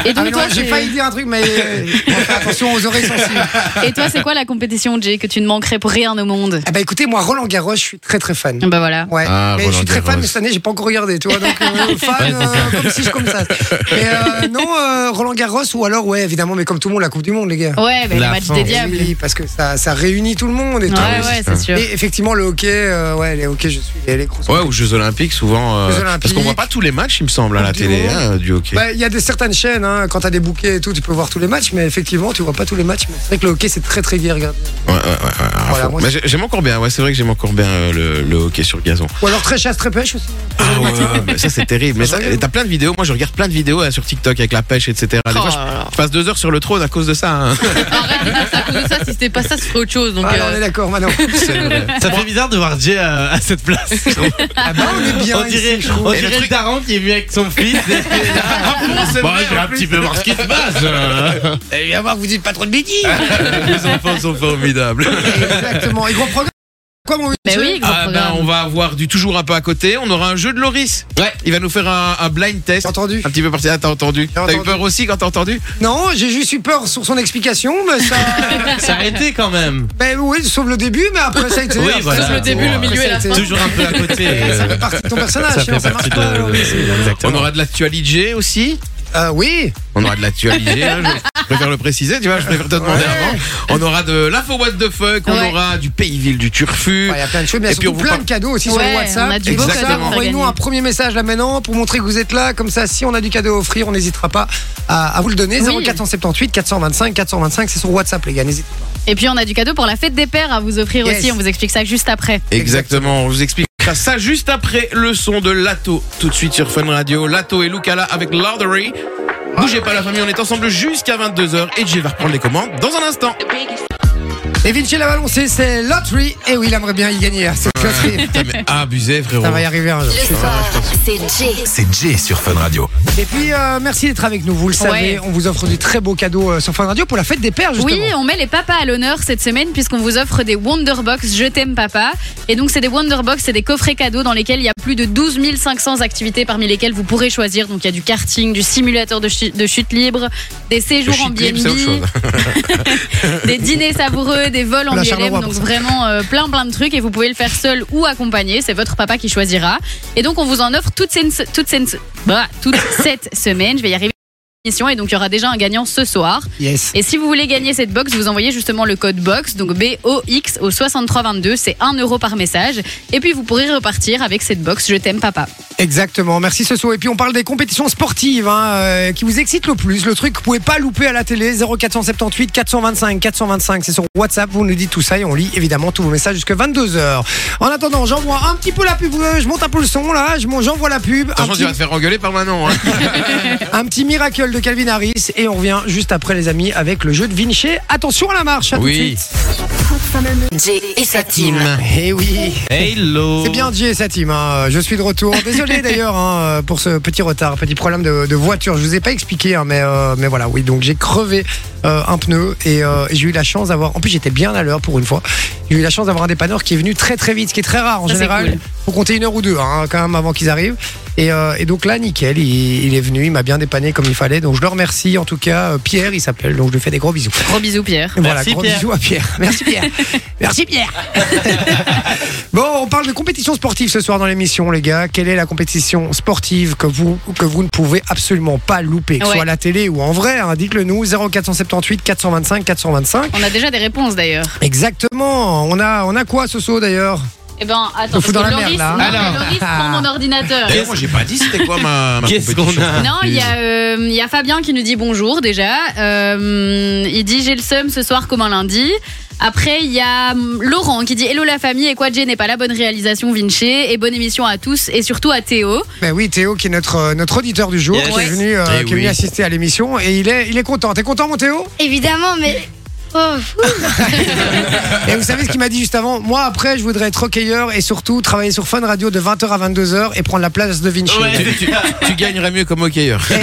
[SPEAKER 4] Et
[SPEAKER 8] Ah,
[SPEAKER 4] donc
[SPEAKER 8] mais non,
[SPEAKER 4] toi,
[SPEAKER 8] j'ai
[SPEAKER 4] c'est-
[SPEAKER 8] failli dire un truc mais euh, on fait attention aux oreilles sensibles.
[SPEAKER 4] et toi, c'est quoi la compétition, Jay, que tu ne manquerais pour rien au monde
[SPEAKER 8] Ah bah écoutez, moi Roland Garros, je suis très très fan.
[SPEAKER 4] Bah voilà.
[SPEAKER 8] Ouais,
[SPEAKER 3] Ah,
[SPEAKER 8] mais je
[SPEAKER 3] Roland
[SPEAKER 8] suis très fan,
[SPEAKER 3] Garros.
[SPEAKER 8] mais cette année, j'ai pas encore regardé, tu vois. Donc, euh, fan,
[SPEAKER 5] Ouais, c'est
[SPEAKER 8] euh, comme si je comme ça. Mais euh, non, euh, Roland Garros, ou alors, ouais, évidemment, mais comme tout le monde, la Coupe du Monde, les gars.
[SPEAKER 4] Ouais, bah, le
[SPEAKER 5] La
[SPEAKER 4] match
[SPEAKER 5] fin.
[SPEAKER 4] des
[SPEAKER 8] Et
[SPEAKER 4] diables.
[SPEAKER 8] Oui, parce que ça, ça réunit tout le monde et tout.
[SPEAKER 4] Ouais, ouais, c'est sûr.
[SPEAKER 8] Et effectivement, le hockey, euh, ouais, les hockey, je suis les, les grosses.
[SPEAKER 3] Ouais, aux Jeux Olympiques, souvent. euh,
[SPEAKER 8] Jeux
[SPEAKER 3] Parce
[SPEAKER 8] Olympiques.
[SPEAKER 3] qu'on voit pas tous les matchs, il me semble, à la
[SPEAKER 8] Coupe du
[SPEAKER 3] télé,
[SPEAKER 8] monde.
[SPEAKER 3] hein, du hockey.
[SPEAKER 8] Bah, Il y a des, certaines chaînes, hein, quand t'as des bouquets et tout, tu peux voir tous les matchs, mais effectivement, tu vois pas tous les matchs. Mais c'est vrai que le hockey, c'est très très gai, regarde.
[SPEAKER 3] Ouais, ouais, ouais, ouais, à
[SPEAKER 8] Voilà,
[SPEAKER 3] fond.
[SPEAKER 8] moi,
[SPEAKER 3] Ah, Mais j'ai- j'aime encore bien, ouais, c'est vrai que j'aime encore bien euh, le, le hockey sur gazon.
[SPEAKER 8] Ou alors très chasse, très pêche aussi.
[SPEAKER 3] Ah ouais, mais ça c'est terrible. Mais
[SPEAKER 8] Ça
[SPEAKER 3] ça,
[SPEAKER 8] rigole.
[SPEAKER 3] t'as plein de vidéos, moi je regarde plein de vidéos euh, sur TikTok avec la pêche, etc. Des fois, je- je passe deux heures sur le trône à cause de ça. hein.
[SPEAKER 6] Arrête de dire ça à cause de Ah, ça. Si c'était pas ça, ce serait autre chose. Donc,
[SPEAKER 8] Ah,
[SPEAKER 6] euh,
[SPEAKER 8] là, on est d'accord, Manon.
[SPEAKER 3] C'est vrai.
[SPEAKER 5] Ça fait bizarre de voir Jay euh, à cette place.
[SPEAKER 8] ah bah, on est bien.
[SPEAKER 5] on dirait,
[SPEAKER 8] ici, je trouve.
[SPEAKER 5] on
[SPEAKER 3] Et le
[SPEAKER 5] dirait
[SPEAKER 3] truc-
[SPEAKER 5] Daron qui est venu avec son fils.
[SPEAKER 8] Ah,
[SPEAKER 5] Bon, je vais un petit peu voir ce qui se passe.
[SPEAKER 3] Et Eh, viens voir, vous dites pas trop de bêtises. euh. Les enfants sont formidables.
[SPEAKER 8] Exactement. Et gros programme. Quoi, mon
[SPEAKER 4] Bah
[SPEAKER 8] monsieur
[SPEAKER 4] oui, gros
[SPEAKER 3] Ah ben,
[SPEAKER 4] programme.
[SPEAKER 3] on va avoir du toujours un peu à côté. On aura un jeu de Loris.
[SPEAKER 5] Ouais.
[SPEAKER 3] Il va nous faire un, un blind test.
[SPEAKER 8] T'as entendu
[SPEAKER 3] Un petit peu parti. Ah, t'as entendu T'as eu
[SPEAKER 8] entendu.
[SPEAKER 3] peur aussi quand t'as entendu
[SPEAKER 8] Non, j'ai juste eu peur sur son explication, mais ça.
[SPEAKER 5] S'arrêter quand même.
[SPEAKER 8] ben oui, sauf le début, mais après ça a été.
[SPEAKER 5] Oui,
[SPEAKER 8] après,
[SPEAKER 5] voilà.
[SPEAKER 8] ça a été-
[SPEAKER 5] Le début, le
[SPEAKER 8] après,
[SPEAKER 6] milieu
[SPEAKER 8] ça
[SPEAKER 6] et
[SPEAKER 8] a
[SPEAKER 6] la
[SPEAKER 8] été-
[SPEAKER 6] fin.
[SPEAKER 5] Toujours un peu à côté.
[SPEAKER 8] Ça
[SPEAKER 5] euh,
[SPEAKER 8] fait partie de ton personnage,
[SPEAKER 5] Ça
[SPEAKER 8] sinon
[SPEAKER 5] fait
[SPEAKER 8] ça marche
[SPEAKER 5] partie
[SPEAKER 8] pas. Laurie.
[SPEAKER 5] de.
[SPEAKER 3] On
[SPEAKER 5] Exactement.
[SPEAKER 3] aura de l'actualité aussi.
[SPEAKER 8] Euh, oui,
[SPEAKER 3] On aura de l'actualité. hein, je préfère le préciser, tu vois. Je préfère te demander
[SPEAKER 8] Ouais.
[SPEAKER 3] avant. On aura de l'info what the fuck. On
[SPEAKER 4] Ouais.
[SPEAKER 3] aura du pays-ville du
[SPEAKER 8] il
[SPEAKER 3] turfu.
[SPEAKER 8] y a plein de choses, mais il y
[SPEAKER 3] Et
[SPEAKER 8] a
[SPEAKER 3] puis,
[SPEAKER 8] surtout
[SPEAKER 3] on vous
[SPEAKER 8] plein
[SPEAKER 3] parle-
[SPEAKER 8] de cadeaux aussi sur
[SPEAKER 4] Ouais,
[SPEAKER 8] le WhatsApp.
[SPEAKER 4] on a du
[SPEAKER 3] beau cadeau à faire
[SPEAKER 8] Envoyez-nous
[SPEAKER 4] gagner.
[SPEAKER 8] un premier message là maintenant pour montrer que vous êtes là. Comme ça, si on a du cadeau à offrir, on n'hésitera pas à, à vous le donner.
[SPEAKER 4] Oui.
[SPEAKER 8] 0478 425 425, c'est sur WhatsApp, les gars. N'hésitez pas.
[SPEAKER 4] Et puis on a du cadeau pour la fête des pères à vous offrir
[SPEAKER 8] Yes.
[SPEAKER 4] aussi. On vous explique ça juste après.
[SPEAKER 3] Exactement. On vous expliquera ça juste après le son de Lato. Tout de suite sur Fun Radio. Lato et Lucala avec Lottery. Bougez pas la famille, on est ensemble jusqu'à 22h et Jay va reprendre les commandes dans un instant.
[SPEAKER 8] Et Vinci l'a balancé, c'est Lottery. Et oui, il aimerait bien y gagner, hein, cette loterie.
[SPEAKER 3] Putain, mais abusé, frérot.
[SPEAKER 8] Ça va y arriver hein. un jour.
[SPEAKER 2] Le soir, c'est Jay.
[SPEAKER 1] C'est Jay sur Fun Radio.
[SPEAKER 8] Et puis, euh, merci d'être avec nous. Vous le savez,
[SPEAKER 4] Ouais.
[SPEAKER 8] on vous offre du très beau cadeau euh, sur Fun Radio pour la fête des pères, justement.
[SPEAKER 4] Oui, on met les papas à l'honneur cette semaine puisqu'on vous offre des Wonderbox Je t'aime papa. Et donc c'est des Wonderbox, c'est des coffrets cadeaux dans lesquels il y a plus de 12 500 activités parmi lesquelles vous pourrez choisir. Donc il y a du karting, du simulateur de, chu- de chute libre, des
[SPEAKER 3] Le
[SPEAKER 4] séjours en
[SPEAKER 3] shit libre, c'est autre chose.
[SPEAKER 4] B&B, des dîners savoureux, des vols en
[SPEAKER 8] La
[SPEAKER 4] BLM.
[SPEAKER 8] Charleroi,
[SPEAKER 4] Donc
[SPEAKER 8] pour ça.
[SPEAKER 4] vraiment euh, plein plein de trucs et vous pouvez le faire seul ou accompagné. C'est votre papa qui choisira. Et donc on vous en offre toutes ces, toutes ces- bah, toute cette semaine. Je vais y arriver. Et donc il y aura déjà un gagnant ce soir.
[SPEAKER 8] Yes.
[SPEAKER 4] Et si vous voulez gagner cette box, vous envoyez justement le code BOX, donc B-O-X au 6322, c'est 1 euro par message. Et puis vous pourrez repartir avec cette box Je t'aime papa.
[SPEAKER 8] Exactement. Merci, Soso. Et puis, on parle des compétitions sportives hein, euh, qui vous excitent le plus. Le truc que vous pouvez pas louper à la télé. 0478 425 425. C'est sur WhatsApp. Vous nous dites tout ça et on lit évidemment tous vos messages jusqu'à 22h. En attendant, j'envoie un petit peu la pub. Euh, Je monte un peu le son là. Je mon- J'envoie la pub. Un
[SPEAKER 3] Attention, tu
[SPEAKER 8] petit,
[SPEAKER 3] vas te faire engueuler par Manon. hein.
[SPEAKER 8] un petit miracle de Calvin Harris. Et on revient juste après, les amis, avec le jeu de Vinci. Attention à la marche. À tout de
[SPEAKER 3] Oui.
[SPEAKER 8] suite.
[SPEAKER 2] Jay et sa team.
[SPEAKER 8] Eh oui.
[SPEAKER 5] Hello.
[SPEAKER 8] C'est bien Jay et sa team, hein. je suis de retour. Désolé d'ailleurs hein, pour ce petit retard, petit problème de, de voiture. Je vous ai pas expliqué, hein, mais, euh, mais voilà, oui, donc j'ai crevé euh, un pneu et euh, j'ai eu la chance d'avoir. En plus, j'étais bien à l'heure pour une fois. J'ai eu la chance d'avoir un dépanneur qui est venu très très vite, ce qui est très rare en
[SPEAKER 4] Ça, c'est
[SPEAKER 8] général.
[SPEAKER 4] cool.
[SPEAKER 8] Faut compter une heure ou deux hein, quand même avant qu'ils arrivent. Et, euh, et donc là, nickel, il, il est venu, il m'a bien dépanné comme il fallait. Donc je le remercie en tout cas. euh, Pierre, il s'appelle, donc je lui fais des gros bisous.
[SPEAKER 4] Gros bisous, Pierre.
[SPEAKER 8] Voilà,
[SPEAKER 5] Merci,
[SPEAKER 8] gros
[SPEAKER 5] Pierre.
[SPEAKER 8] bisous à Pierre. Merci Pierre. Merci Pierre. bon, on parle de compétition sportive ce soir dans l'émission, les gars. Quelle est la compétition sportive que vous, que vous ne pouvez absolument pas louper, que ce
[SPEAKER 4] Ouais.
[SPEAKER 8] soit à la télé ou en vrai hein, Dites-le nous, 0478 425 425.
[SPEAKER 4] On a déjà des réponses d'ailleurs.
[SPEAKER 8] Exactement. On a, on a quoi ce saut d'ailleurs
[SPEAKER 4] Eh ben, attends,
[SPEAKER 8] Me fout
[SPEAKER 4] parce
[SPEAKER 8] dans
[SPEAKER 4] que
[SPEAKER 8] la merde,
[SPEAKER 4] Loris,
[SPEAKER 8] là.
[SPEAKER 4] non,
[SPEAKER 5] Alors.
[SPEAKER 4] mais Loris prend mon ordinateur.
[SPEAKER 3] D'ailleurs, moi, j'ai pas dit c'était quoi ma, ma
[SPEAKER 5] Qu'est-ce qu'on
[SPEAKER 3] compétition.
[SPEAKER 5] a
[SPEAKER 4] Non, il y, a, euh, il y a Fabien qui nous dit bonjour déjà. Euh, il dit j'ai le seum ce soir comme un lundi. Après, il y a hum, Laurent qui dit Hello la famille, et quoi, Jay n'est pas la bonne réalisation, Vinci, et bonne émission à tous, et surtout à Théo.
[SPEAKER 8] Ben oui, Théo qui est notre, euh, notre auditeur du jour,
[SPEAKER 5] Yes.
[SPEAKER 8] qui est venu, euh,
[SPEAKER 5] Eh
[SPEAKER 8] qui est venu
[SPEAKER 5] oui.
[SPEAKER 8] assister à l'émission et il est, il est content. T'es content mon Théo
[SPEAKER 7] Évidemment, mais. Oh, fou.
[SPEAKER 8] Et vous savez ce qu'il m'a dit juste avant Moi, après, je voudrais être hockeyeur et surtout travailler sur Fun Radio de 20h à 22h et prendre la place de Vinci.
[SPEAKER 5] Ouais.
[SPEAKER 3] Tu, tu- tu gagnerais mieux comme hockeyeur.
[SPEAKER 8] Eh.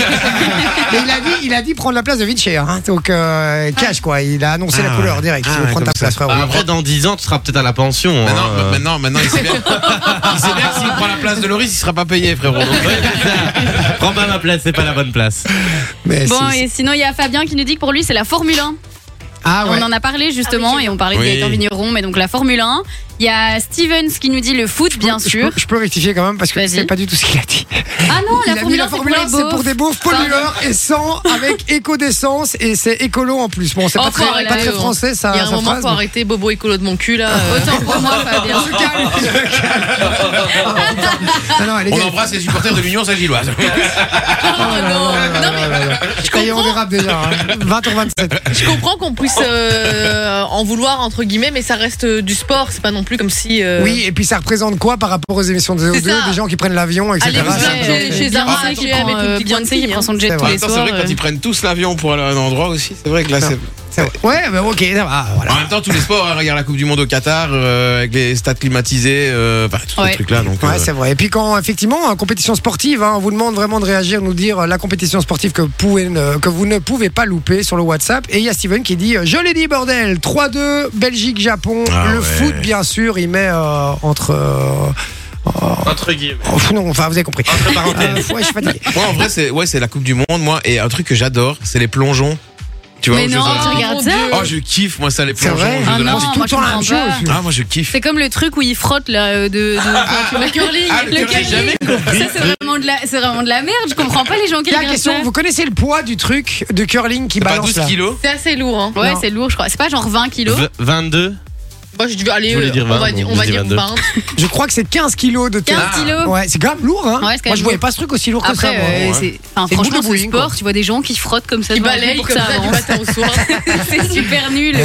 [SPEAKER 8] Mais il a dit, il a dit prendre la place de Vinci. hein. Donc, euh, cash, quoi. Il a annoncé la
[SPEAKER 3] Ah
[SPEAKER 8] couleur
[SPEAKER 3] ouais.
[SPEAKER 8] direct.
[SPEAKER 3] Ah
[SPEAKER 8] tu veux
[SPEAKER 3] ouais,
[SPEAKER 8] prendre ta
[SPEAKER 3] comme ça.
[SPEAKER 8] place, frère.
[SPEAKER 5] Bah, Après, dans 10 ans, tu seras peut-être à la pension.
[SPEAKER 3] Maintenant,
[SPEAKER 5] hein.
[SPEAKER 3] maintenant, maintenant, il sait bien. Il sait bien que s'il prend la place de Loris, il sera pas payé, frérot. Donc,
[SPEAKER 5] Prends pas ma place, c'est pas la bonne place.
[SPEAKER 8] Mais
[SPEAKER 4] Bon,
[SPEAKER 8] si-
[SPEAKER 4] et sinon, il y a Fabien qui nous dit que pour lui, c'est la Formule 1.
[SPEAKER 8] Ah ouais.
[SPEAKER 4] On en a parlé justement,
[SPEAKER 7] Ah oui, j'ai
[SPEAKER 4] et on parlait
[SPEAKER 3] Oui.
[SPEAKER 4] des Gaëtan Vigneron, mais donc la Formule 1. Il y a Stevens qui nous dit le foot, bien
[SPEAKER 8] Je
[SPEAKER 4] sûr.
[SPEAKER 8] peux, je peux rectifier quand même parce que
[SPEAKER 4] Vas-y.
[SPEAKER 8] c'est pas du tout ce qu'il a dit.
[SPEAKER 4] Ah non,
[SPEAKER 8] il
[SPEAKER 4] la
[SPEAKER 8] a mis
[SPEAKER 4] Formule 1,
[SPEAKER 8] la
[SPEAKER 4] c'est pour
[SPEAKER 8] Formule
[SPEAKER 4] les
[SPEAKER 8] 1, c'est pour
[SPEAKER 4] beaufs.
[SPEAKER 8] des beaufs pollueurs et sans avec éco-d'essence et c'est écolo en plus. Bon, c'est pas,
[SPEAKER 6] Enfin,
[SPEAKER 8] très,
[SPEAKER 6] là,
[SPEAKER 8] pas très
[SPEAKER 6] euh,
[SPEAKER 8] français ça.
[SPEAKER 6] Il y a un
[SPEAKER 8] sa
[SPEAKER 6] moment
[SPEAKER 8] phrase,
[SPEAKER 6] pour arrêter Bobo écolo de mon cul là. euh.
[SPEAKER 4] Autant pour moi, Fabien.
[SPEAKER 8] mais- Je calme, je calme. Non, non, les
[SPEAKER 3] on
[SPEAKER 8] gars,
[SPEAKER 3] embrasse les supporters de l'Union Saint-Gilloise.
[SPEAKER 6] non, mais je
[SPEAKER 8] Ça y est, on
[SPEAKER 6] comprends.
[SPEAKER 8] dérape déjà. hein. 20h27.
[SPEAKER 6] Je comprends qu'on puisse euh, en vouloir entre guillemets, mais ça reste euh, du sport. C'est pas non plus comme si. euh,
[SPEAKER 8] Oui, et puis ça représente quoi par rapport aux émissions de
[SPEAKER 6] C'est
[SPEAKER 8] O2,
[SPEAKER 6] ça.
[SPEAKER 8] des gens qui prennent l'avion, etc.
[SPEAKER 6] Allez, vous
[SPEAKER 8] Ça,
[SPEAKER 6] faites
[SPEAKER 8] c'est-
[SPEAKER 6] chez- chez
[SPEAKER 4] Zara,
[SPEAKER 3] Ah,
[SPEAKER 6] Zara,
[SPEAKER 4] qui
[SPEAKER 6] chez
[SPEAKER 4] prend,
[SPEAKER 6] avec
[SPEAKER 4] euh,
[SPEAKER 6] une petite
[SPEAKER 4] Beyoncé, il
[SPEAKER 6] pointille,
[SPEAKER 4] prend son jet
[SPEAKER 8] C'est
[SPEAKER 4] tous
[SPEAKER 8] vrai.
[SPEAKER 4] les
[SPEAKER 3] hein. Attends, c'est
[SPEAKER 4] soirs.
[SPEAKER 3] vrai quand
[SPEAKER 4] euh.
[SPEAKER 3] ils prennent tous l'avion pour aller à un endroit aussi. C'est vrai que là, c'est.
[SPEAKER 8] c'est vrai. Ouais, bah, ok, ça va, voilà.
[SPEAKER 3] En même temps, tous les sports, hein, regarde la Coupe du Monde au Qatar, euh, avec les stades climatisés, euh, enfin, tous
[SPEAKER 4] Ouais.
[SPEAKER 3] ces trucs-là. Donc,
[SPEAKER 8] Ouais,
[SPEAKER 3] euh,
[SPEAKER 8] c'est vrai. Et puis quand effectivement, hein, compétition sportive, hein, on vous demande vraiment de réagir, nous dire euh, la compétition sportive que, vous pouvez ne- que vous ne pouvez pas louper sur le WhatsApp. Et il y a Steven qui dit, euh, je l'ai dit bordel, 3-2, Belgique, Japon,
[SPEAKER 3] Ah
[SPEAKER 8] le
[SPEAKER 3] ouais.
[SPEAKER 8] foot bien sûr, il met euh, entre... euh,
[SPEAKER 5] Entre guillemets.
[SPEAKER 8] oh, non, enfin vous avez compris.
[SPEAKER 5] Entre parenthèses.
[SPEAKER 8] Euh, ouais, je suis fatigué.
[SPEAKER 3] Moi, en vrai, c'est ouais, c'est la Coupe du Monde, moi. Et un truc que j'adore, c'est les plongeons. Tu vois,
[SPEAKER 4] Mais
[SPEAKER 3] aux Jeux
[SPEAKER 4] non, tu
[SPEAKER 3] Olympiques.
[SPEAKER 4] regardes
[SPEAKER 6] Oh,
[SPEAKER 4] ça
[SPEAKER 6] Dieu.
[SPEAKER 3] Oh, je kiffe, moi, ça, les
[SPEAKER 8] C'est
[SPEAKER 3] plongeons.
[SPEAKER 8] vrai,
[SPEAKER 3] aux Jeux
[SPEAKER 4] Ah
[SPEAKER 8] Moi,
[SPEAKER 4] non,
[SPEAKER 3] Olympiques.
[SPEAKER 8] c'est tout
[SPEAKER 4] moi,
[SPEAKER 8] le
[SPEAKER 4] je
[SPEAKER 8] temps la même
[SPEAKER 4] comprends pas.
[SPEAKER 8] chose.
[SPEAKER 3] Ah, moi, je kiffe.
[SPEAKER 4] C'est comme le truc où il frotte là, de, de- le curling.
[SPEAKER 3] Ah, le curling, j'ai jamais
[SPEAKER 4] Ça, c'est vraiment, de la, c'est vraiment de la merde. Je comprends pas les gens qui
[SPEAKER 8] La
[SPEAKER 4] regardent
[SPEAKER 8] question,
[SPEAKER 4] ça.
[SPEAKER 8] vous connaissez le poids du truc de curling qui
[SPEAKER 3] C'est pas
[SPEAKER 8] balance
[SPEAKER 3] 12
[SPEAKER 8] là
[SPEAKER 3] kilos
[SPEAKER 6] C'est assez lourd. Hein.
[SPEAKER 4] Ouais,
[SPEAKER 8] Non.
[SPEAKER 4] c'est lourd, je crois. C'est pas genre 20 kilos.
[SPEAKER 5] V- 22
[SPEAKER 6] Moi, je dis, allez,
[SPEAKER 5] Je voulais
[SPEAKER 6] euh,
[SPEAKER 5] dire
[SPEAKER 6] on
[SPEAKER 5] 20,
[SPEAKER 6] va, dire-
[SPEAKER 5] donc
[SPEAKER 6] on va
[SPEAKER 5] je dis
[SPEAKER 6] dire
[SPEAKER 5] 22.
[SPEAKER 6] 20.
[SPEAKER 8] Je crois que c'est 15 kilos de
[SPEAKER 4] 15
[SPEAKER 8] terre.
[SPEAKER 4] kilos.
[SPEAKER 8] Ouais, c'est grave lourd, hein.
[SPEAKER 4] Ouais, c'est quand
[SPEAKER 8] moi,
[SPEAKER 4] même
[SPEAKER 8] je voyais
[SPEAKER 4] lourd.
[SPEAKER 8] pas ce truc aussi lourd que ça.
[SPEAKER 4] Après,
[SPEAKER 8] moi. hein.
[SPEAKER 4] euh, c'est, enfin,
[SPEAKER 8] C'est une boule
[SPEAKER 4] franchement,
[SPEAKER 8] de
[SPEAKER 4] sur le
[SPEAKER 8] bowling, quoi.
[SPEAKER 4] sport, tu vois des gens qui frottent comme ça.
[SPEAKER 6] Qui
[SPEAKER 4] devant eux
[SPEAKER 6] balaye
[SPEAKER 4] pour
[SPEAKER 6] comme
[SPEAKER 4] que ça
[SPEAKER 6] ça du
[SPEAKER 4] avance.
[SPEAKER 6] matin au soir.
[SPEAKER 4] c'est super nul.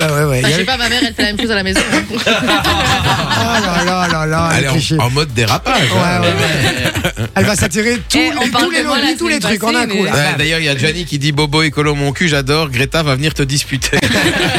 [SPEAKER 8] Bah ouais, ouais. Il
[SPEAKER 6] Enfin,
[SPEAKER 8] y
[SPEAKER 6] je
[SPEAKER 8] a-
[SPEAKER 6] sais pas, ma mère, elle fait la même chose à la maison.
[SPEAKER 8] Oh là là là là,
[SPEAKER 3] Elle
[SPEAKER 8] le
[SPEAKER 3] est
[SPEAKER 8] cliché.
[SPEAKER 3] en- en mode dérapage. hein.
[SPEAKER 8] Ouais, ouais, Elle va s'attirer tous,
[SPEAKER 4] Eh, on
[SPEAKER 8] les-
[SPEAKER 4] parle
[SPEAKER 8] tous les
[SPEAKER 4] de moi
[SPEAKER 8] lobbies,
[SPEAKER 4] la
[SPEAKER 8] tous les
[SPEAKER 4] semaine
[SPEAKER 8] trucs hein. en un
[SPEAKER 4] passée,
[SPEAKER 8] coup. là.
[SPEAKER 4] mais-
[SPEAKER 8] Bah,
[SPEAKER 3] Ouais, D'ailleurs, il y a Gianni qui dit Bobo écolo, mon cul, j'adore. Greta va venir te disputer.
[SPEAKER 8] Ah,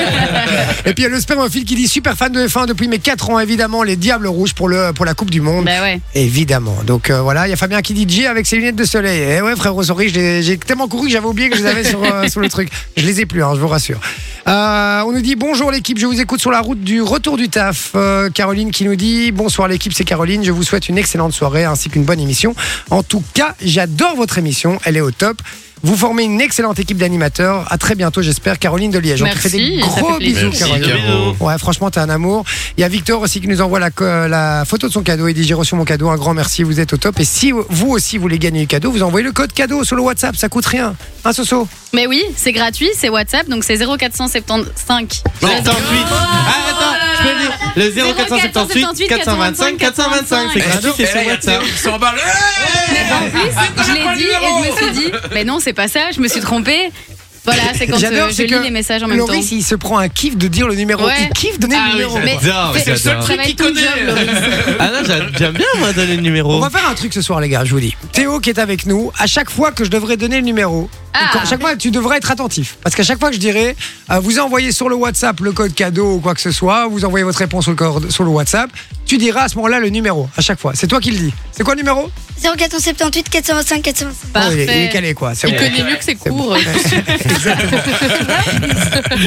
[SPEAKER 8] Et puis il y a le spermophile qui dit super fan de F1 depuis mes 4 ans, évidemment, les Diables Rouges pour, le, pour la Coupe du Monde.
[SPEAKER 4] bah ouais.
[SPEAKER 8] Évidemment. Donc euh, voilà, il y a Fabien qui dit J avec ses lunettes de soleil. Et ouais, frère Rossori, j'ai tellement couru que j'avais oublié que je les avais sur, euh, sur le truc. Je les ai plus, hein, je vous rassure. Euh, on nous dit bonjour l'équipe, je vous écoute sur la route du retour du taf. Euh, Caroline qui nous dit bonsoir l'équipe, c'est Caroline, je vous souhaite une excellente soirée ainsi qu'une bonne émission. En tout cas, j'adore votre émission, elle est au top. Vous formez une excellente équipe d'animateurs. À très bientôt, j'espère. Caroline de Liège. On te
[SPEAKER 4] Merci,
[SPEAKER 8] fait des
[SPEAKER 4] ça fait
[SPEAKER 8] gros
[SPEAKER 4] plaisir.
[SPEAKER 8] bisous,
[SPEAKER 4] Merci,
[SPEAKER 8] Caroline.
[SPEAKER 5] Caro.
[SPEAKER 8] Ouais, franchement, t'es un amour. Il y a Victor aussi qui nous envoie la, co- la photo de son cadeau. Il dit J'ai reçu mon cadeau, un grand merci, vous êtes au top. Et si vous aussi vous voulez gagner du cadeau, vous envoyez le code cadeau sur le WhatsApp, ça coûte rien. Un Ah, Soso
[SPEAKER 4] Mais oui, c'est gratuit, c'est WhatsApp, donc c'est 0475.
[SPEAKER 5] Non, 78. Ah, attends, je peux le dire. Le 0478 425 425. C'est gratuit, Eh, c'est sur WhatsApp.
[SPEAKER 3] Ils sont en balle. Hey
[SPEAKER 6] Ah,
[SPEAKER 4] En plus, je l'ai dit et je me suis dit, mais non, c'est pas ça, je me suis trompée. Voilà, c'est quand
[SPEAKER 8] J'adore,
[SPEAKER 4] euh, je
[SPEAKER 8] c'est que
[SPEAKER 4] lis les messages en même temps.
[SPEAKER 8] Loris, il se prend un kiff de dire le numéro.
[SPEAKER 4] Ouais.
[SPEAKER 8] Il kiffe donner
[SPEAKER 4] Ah
[SPEAKER 8] le
[SPEAKER 4] oui,
[SPEAKER 8] numéro.
[SPEAKER 4] mais
[SPEAKER 5] J'adore,
[SPEAKER 4] c'est le seul
[SPEAKER 5] j'adore.
[SPEAKER 4] travail
[SPEAKER 3] Qui
[SPEAKER 4] tout
[SPEAKER 3] connaît,
[SPEAKER 4] job, Loris.
[SPEAKER 5] Ah non, j'a- j'aime bien, moi, donner le
[SPEAKER 8] On
[SPEAKER 5] numéro.
[SPEAKER 8] va faire un truc ce soir, les gars, je vous dis. Théo qui est avec nous, à chaque fois que je devrais donner le numéro,
[SPEAKER 4] Ah.
[SPEAKER 8] quand- à chaque fois, tu devrais être attentif. Parce qu'à chaque fois que je dirais, euh, vous envoyez sur le WhatsApp le code cadeau ou quoi que ce soit, vous envoyez votre réponse sur le, corde- sur le WhatsApp, tu diras à ce moment-là le numéro, à chaque fois. C'est toi qui le dis. C'est quoi le numéro
[SPEAKER 7] 0478 425 425.
[SPEAKER 8] Oh, il, est, il est
[SPEAKER 4] Parfait.
[SPEAKER 8] calé, quoi. C'est
[SPEAKER 7] Euh,
[SPEAKER 6] Il
[SPEAKER 8] bon.
[SPEAKER 6] connaît mieux que ses cours.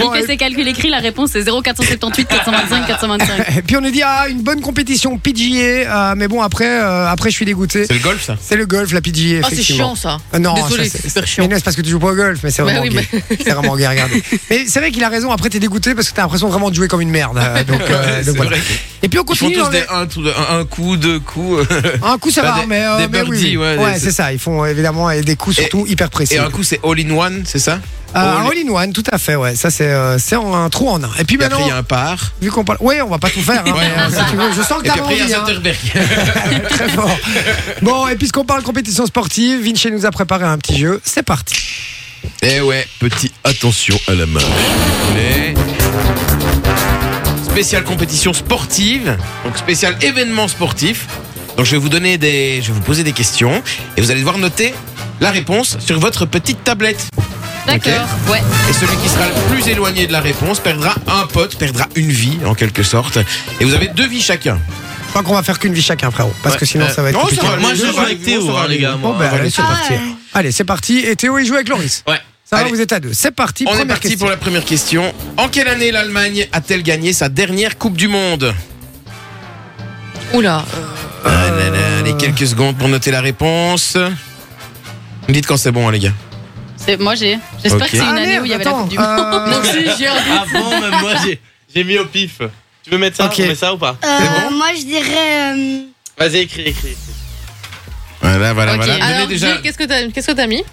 [SPEAKER 8] Bon,
[SPEAKER 4] Il fait
[SPEAKER 8] et,
[SPEAKER 4] ses calculs écrits, la réponse c'est 0478 425 425.
[SPEAKER 8] et puis on nous dit, ah, une bonne compétition PGA, euh, mais bon, après, euh, après je suis dégoûté.
[SPEAKER 3] C'est le golf, ça
[SPEAKER 8] C'est le golf, la PGA,
[SPEAKER 6] Ah, c'est
[SPEAKER 8] effectivement.
[SPEAKER 6] chiant ça.
[SPEAKER 8] Ah Non,
[SPEAKER 6] Désolé,
[SPEAKER 8] ça,
[SPEAKER 6] c'est super chiant.
[SPEAKER 8] Mais non, c'est parce que tu joues pas au golf, mais c'est
[SPEAKER 6] Bah
[SPEAKER 8] vraiment
[SPEAKER 6] oui,
[SPEAKER 8] gay. C'est vraiment gay, regarde. Mais c'est vrai qu'il a raison, après t'es dégoûté parce que t'as l'impression vraiment de jouer comme une merde. euh, donc, euh,
[SPEAKER 3] Ouais,
[SPEAKER 8] donc
[SPEAKER 3] c'est
[SPEAKER 8] voilà.
[SPEAKER 3] vrai.
[SPEAKER 8] Et puis on
[SPEAKER 3] Ils font
[SPEAKER 8] continue. dans
[SPEAKER 3] tous
[SPEAKER 8] les-
[SPEAKER 3] des un, tout- un, un coup, deux coups.
[SPEAKER 8] Un coup ça
[SPEAKER 3] bah,
[SPEAKER 8] va,
[SPEAKER 3] des-
[SPEAKER 8] mais, euh,
[SPEAKER 3] des
[SPEAKER 8] mais oui, oui.
[SPEAKER 3] birdies, ouais, des-
[SPEAKER 8] Ouais, c'est ça. Ils font euh, évidemment et des coups surtout hyper précis.
[SPEAKER 3] Et un coup, oh, c'est all in one, c'est ça
[SPEAKER 8] Euh, un all-in-one, tout à fait, ouais. Ça c'est euh, c'est en- un trou en un. Et puis
[SPEAKER 3] Et après,
[SPEAKER 8] maintenant,
[SPEAKER 3] il y a un par.
[SPEAKER 8] vu qu'on parle. Ouais, on va pas tout faire. hein,
[SPEAKER 3] Ouais.
[SPEAKER 8] mais, euh, si tu veux, je sens que
[SPEAKER 3] Et puis
[SPEAKER 8] t'as
[SPEAKER 3] après, il y
[SPEAKER 8] envie.
[SPEAKER 3] a
[SPEAKER 8] hein.
[SPEAKER 3] Zuckerberg.
[SPEAKER 8] Très fort. Bon, et puisqu'on parle compétition sportive, Vinci nous a préparé un petit jeu. C'est parti.
[SPEAKER 3] Eh ouais, petit attention à la main. Mais... Spéciale compétition sportive, donc spécial événement sportif. Donc je vais vous donner des, je vais vous poser des questions et vous allez devoir noter la réponse sur votre petite tablette.
[SPEAKER 4] D'accord, ouais.
[SPEAKER 3] Et celui qui sera le plus éloigné de la réponse perdra un pote, perdra une vie en quelque sorte. Et vous avez deux vies chacun.
[SPEAKER 8] Je crois qu'on va faire qu'une vie chacun, frérot. Parce que sinon,
[SPEAKER 5] euh,
[SPEAKER 8] ça va être.
[SPEAKER 3] non, ça
[SPEAKER 8] compliqué.
[SPEAKER 3] va,
[SPEAKER 5] Moi,
[SPEAKER 3] les
[SPEAKER 5] je
[SPEAKER 3] deux,
[SPEAKER 5] joue avec
[SPEAKER 3] ça va,
[SPEAKER 5] Théo, hein, les gars.
[SPEAKER 8] Bon,
[SPEAKER 5] moi.
[SPEAKER 8] ben,
[SPEAKER 5] Voilà.
[SPEAKER 8] allez,
[SPEAKER 4] Ah,
[SPEAKER 8] c'est parti. Allez, c'est parti. Et Théo, il joue avec Loris.
[SPEAKER 5] Ouais.
[SPEAKER 8] Ça
[SPEAKER 3] Allez.
[SPEAKER 8] va, vous êtes à deux. C'est parti.
[SPEAKER 3] On est
[SPEAKER 8] première
[SPEAKER 3] parti
[SPEAKER 8] question.
[SPEAKER 3] pour la première question. En quelle année l'Allemagne a-t-elle gagné sa dernière Coupe du Monde
[SPEAKER 8] Euh.
[SPEAKER 6] Oula.
[SPEAKER 3] Ah là là, les quelques secondes pour noter la réponse. Me dites quand c'est bon, hein, les gars.
[SPEAKER 4] C'est- Moi j'ai. J'espère
[SPEAKER 3] Ok.
[SPEAKER 4] que c'est une
[SPEAKER 8] Ah,
[SPEAKER 4] année
[SPEAKER 8] merde,
[SPEAKER 4] où il y avait la
[SPEAKER 8] attends,
[SPEAKER 4] Coupe du Monde.
[SPEAKER 8] euh,
[SPEAKER 6] Non, si, j'ai un doute.
[SPEAKER 5] Avant, Ah. même moi, j'ai- j'ai mis au pif. Tu veux mettre ça
[SPEAKER 8] Ok.
[SPEAKER 5] On met ça ou pas
[SPEAKER 7] Euh, Moi, je dirais. euh,
[SPEAKER 5] Vas-y, écris, écris.
[SPEAKER 3] Voilà, voilà,
[SPEAKER 4] Ok.
[SPEAKER 3] voilà. Donnez
[SPEAKER 6] Alors,
[SPEAKER 3] déjà.
[SPEAKER 6] Jay, qu'est-ce que t'as qu'est-ce que t'as mis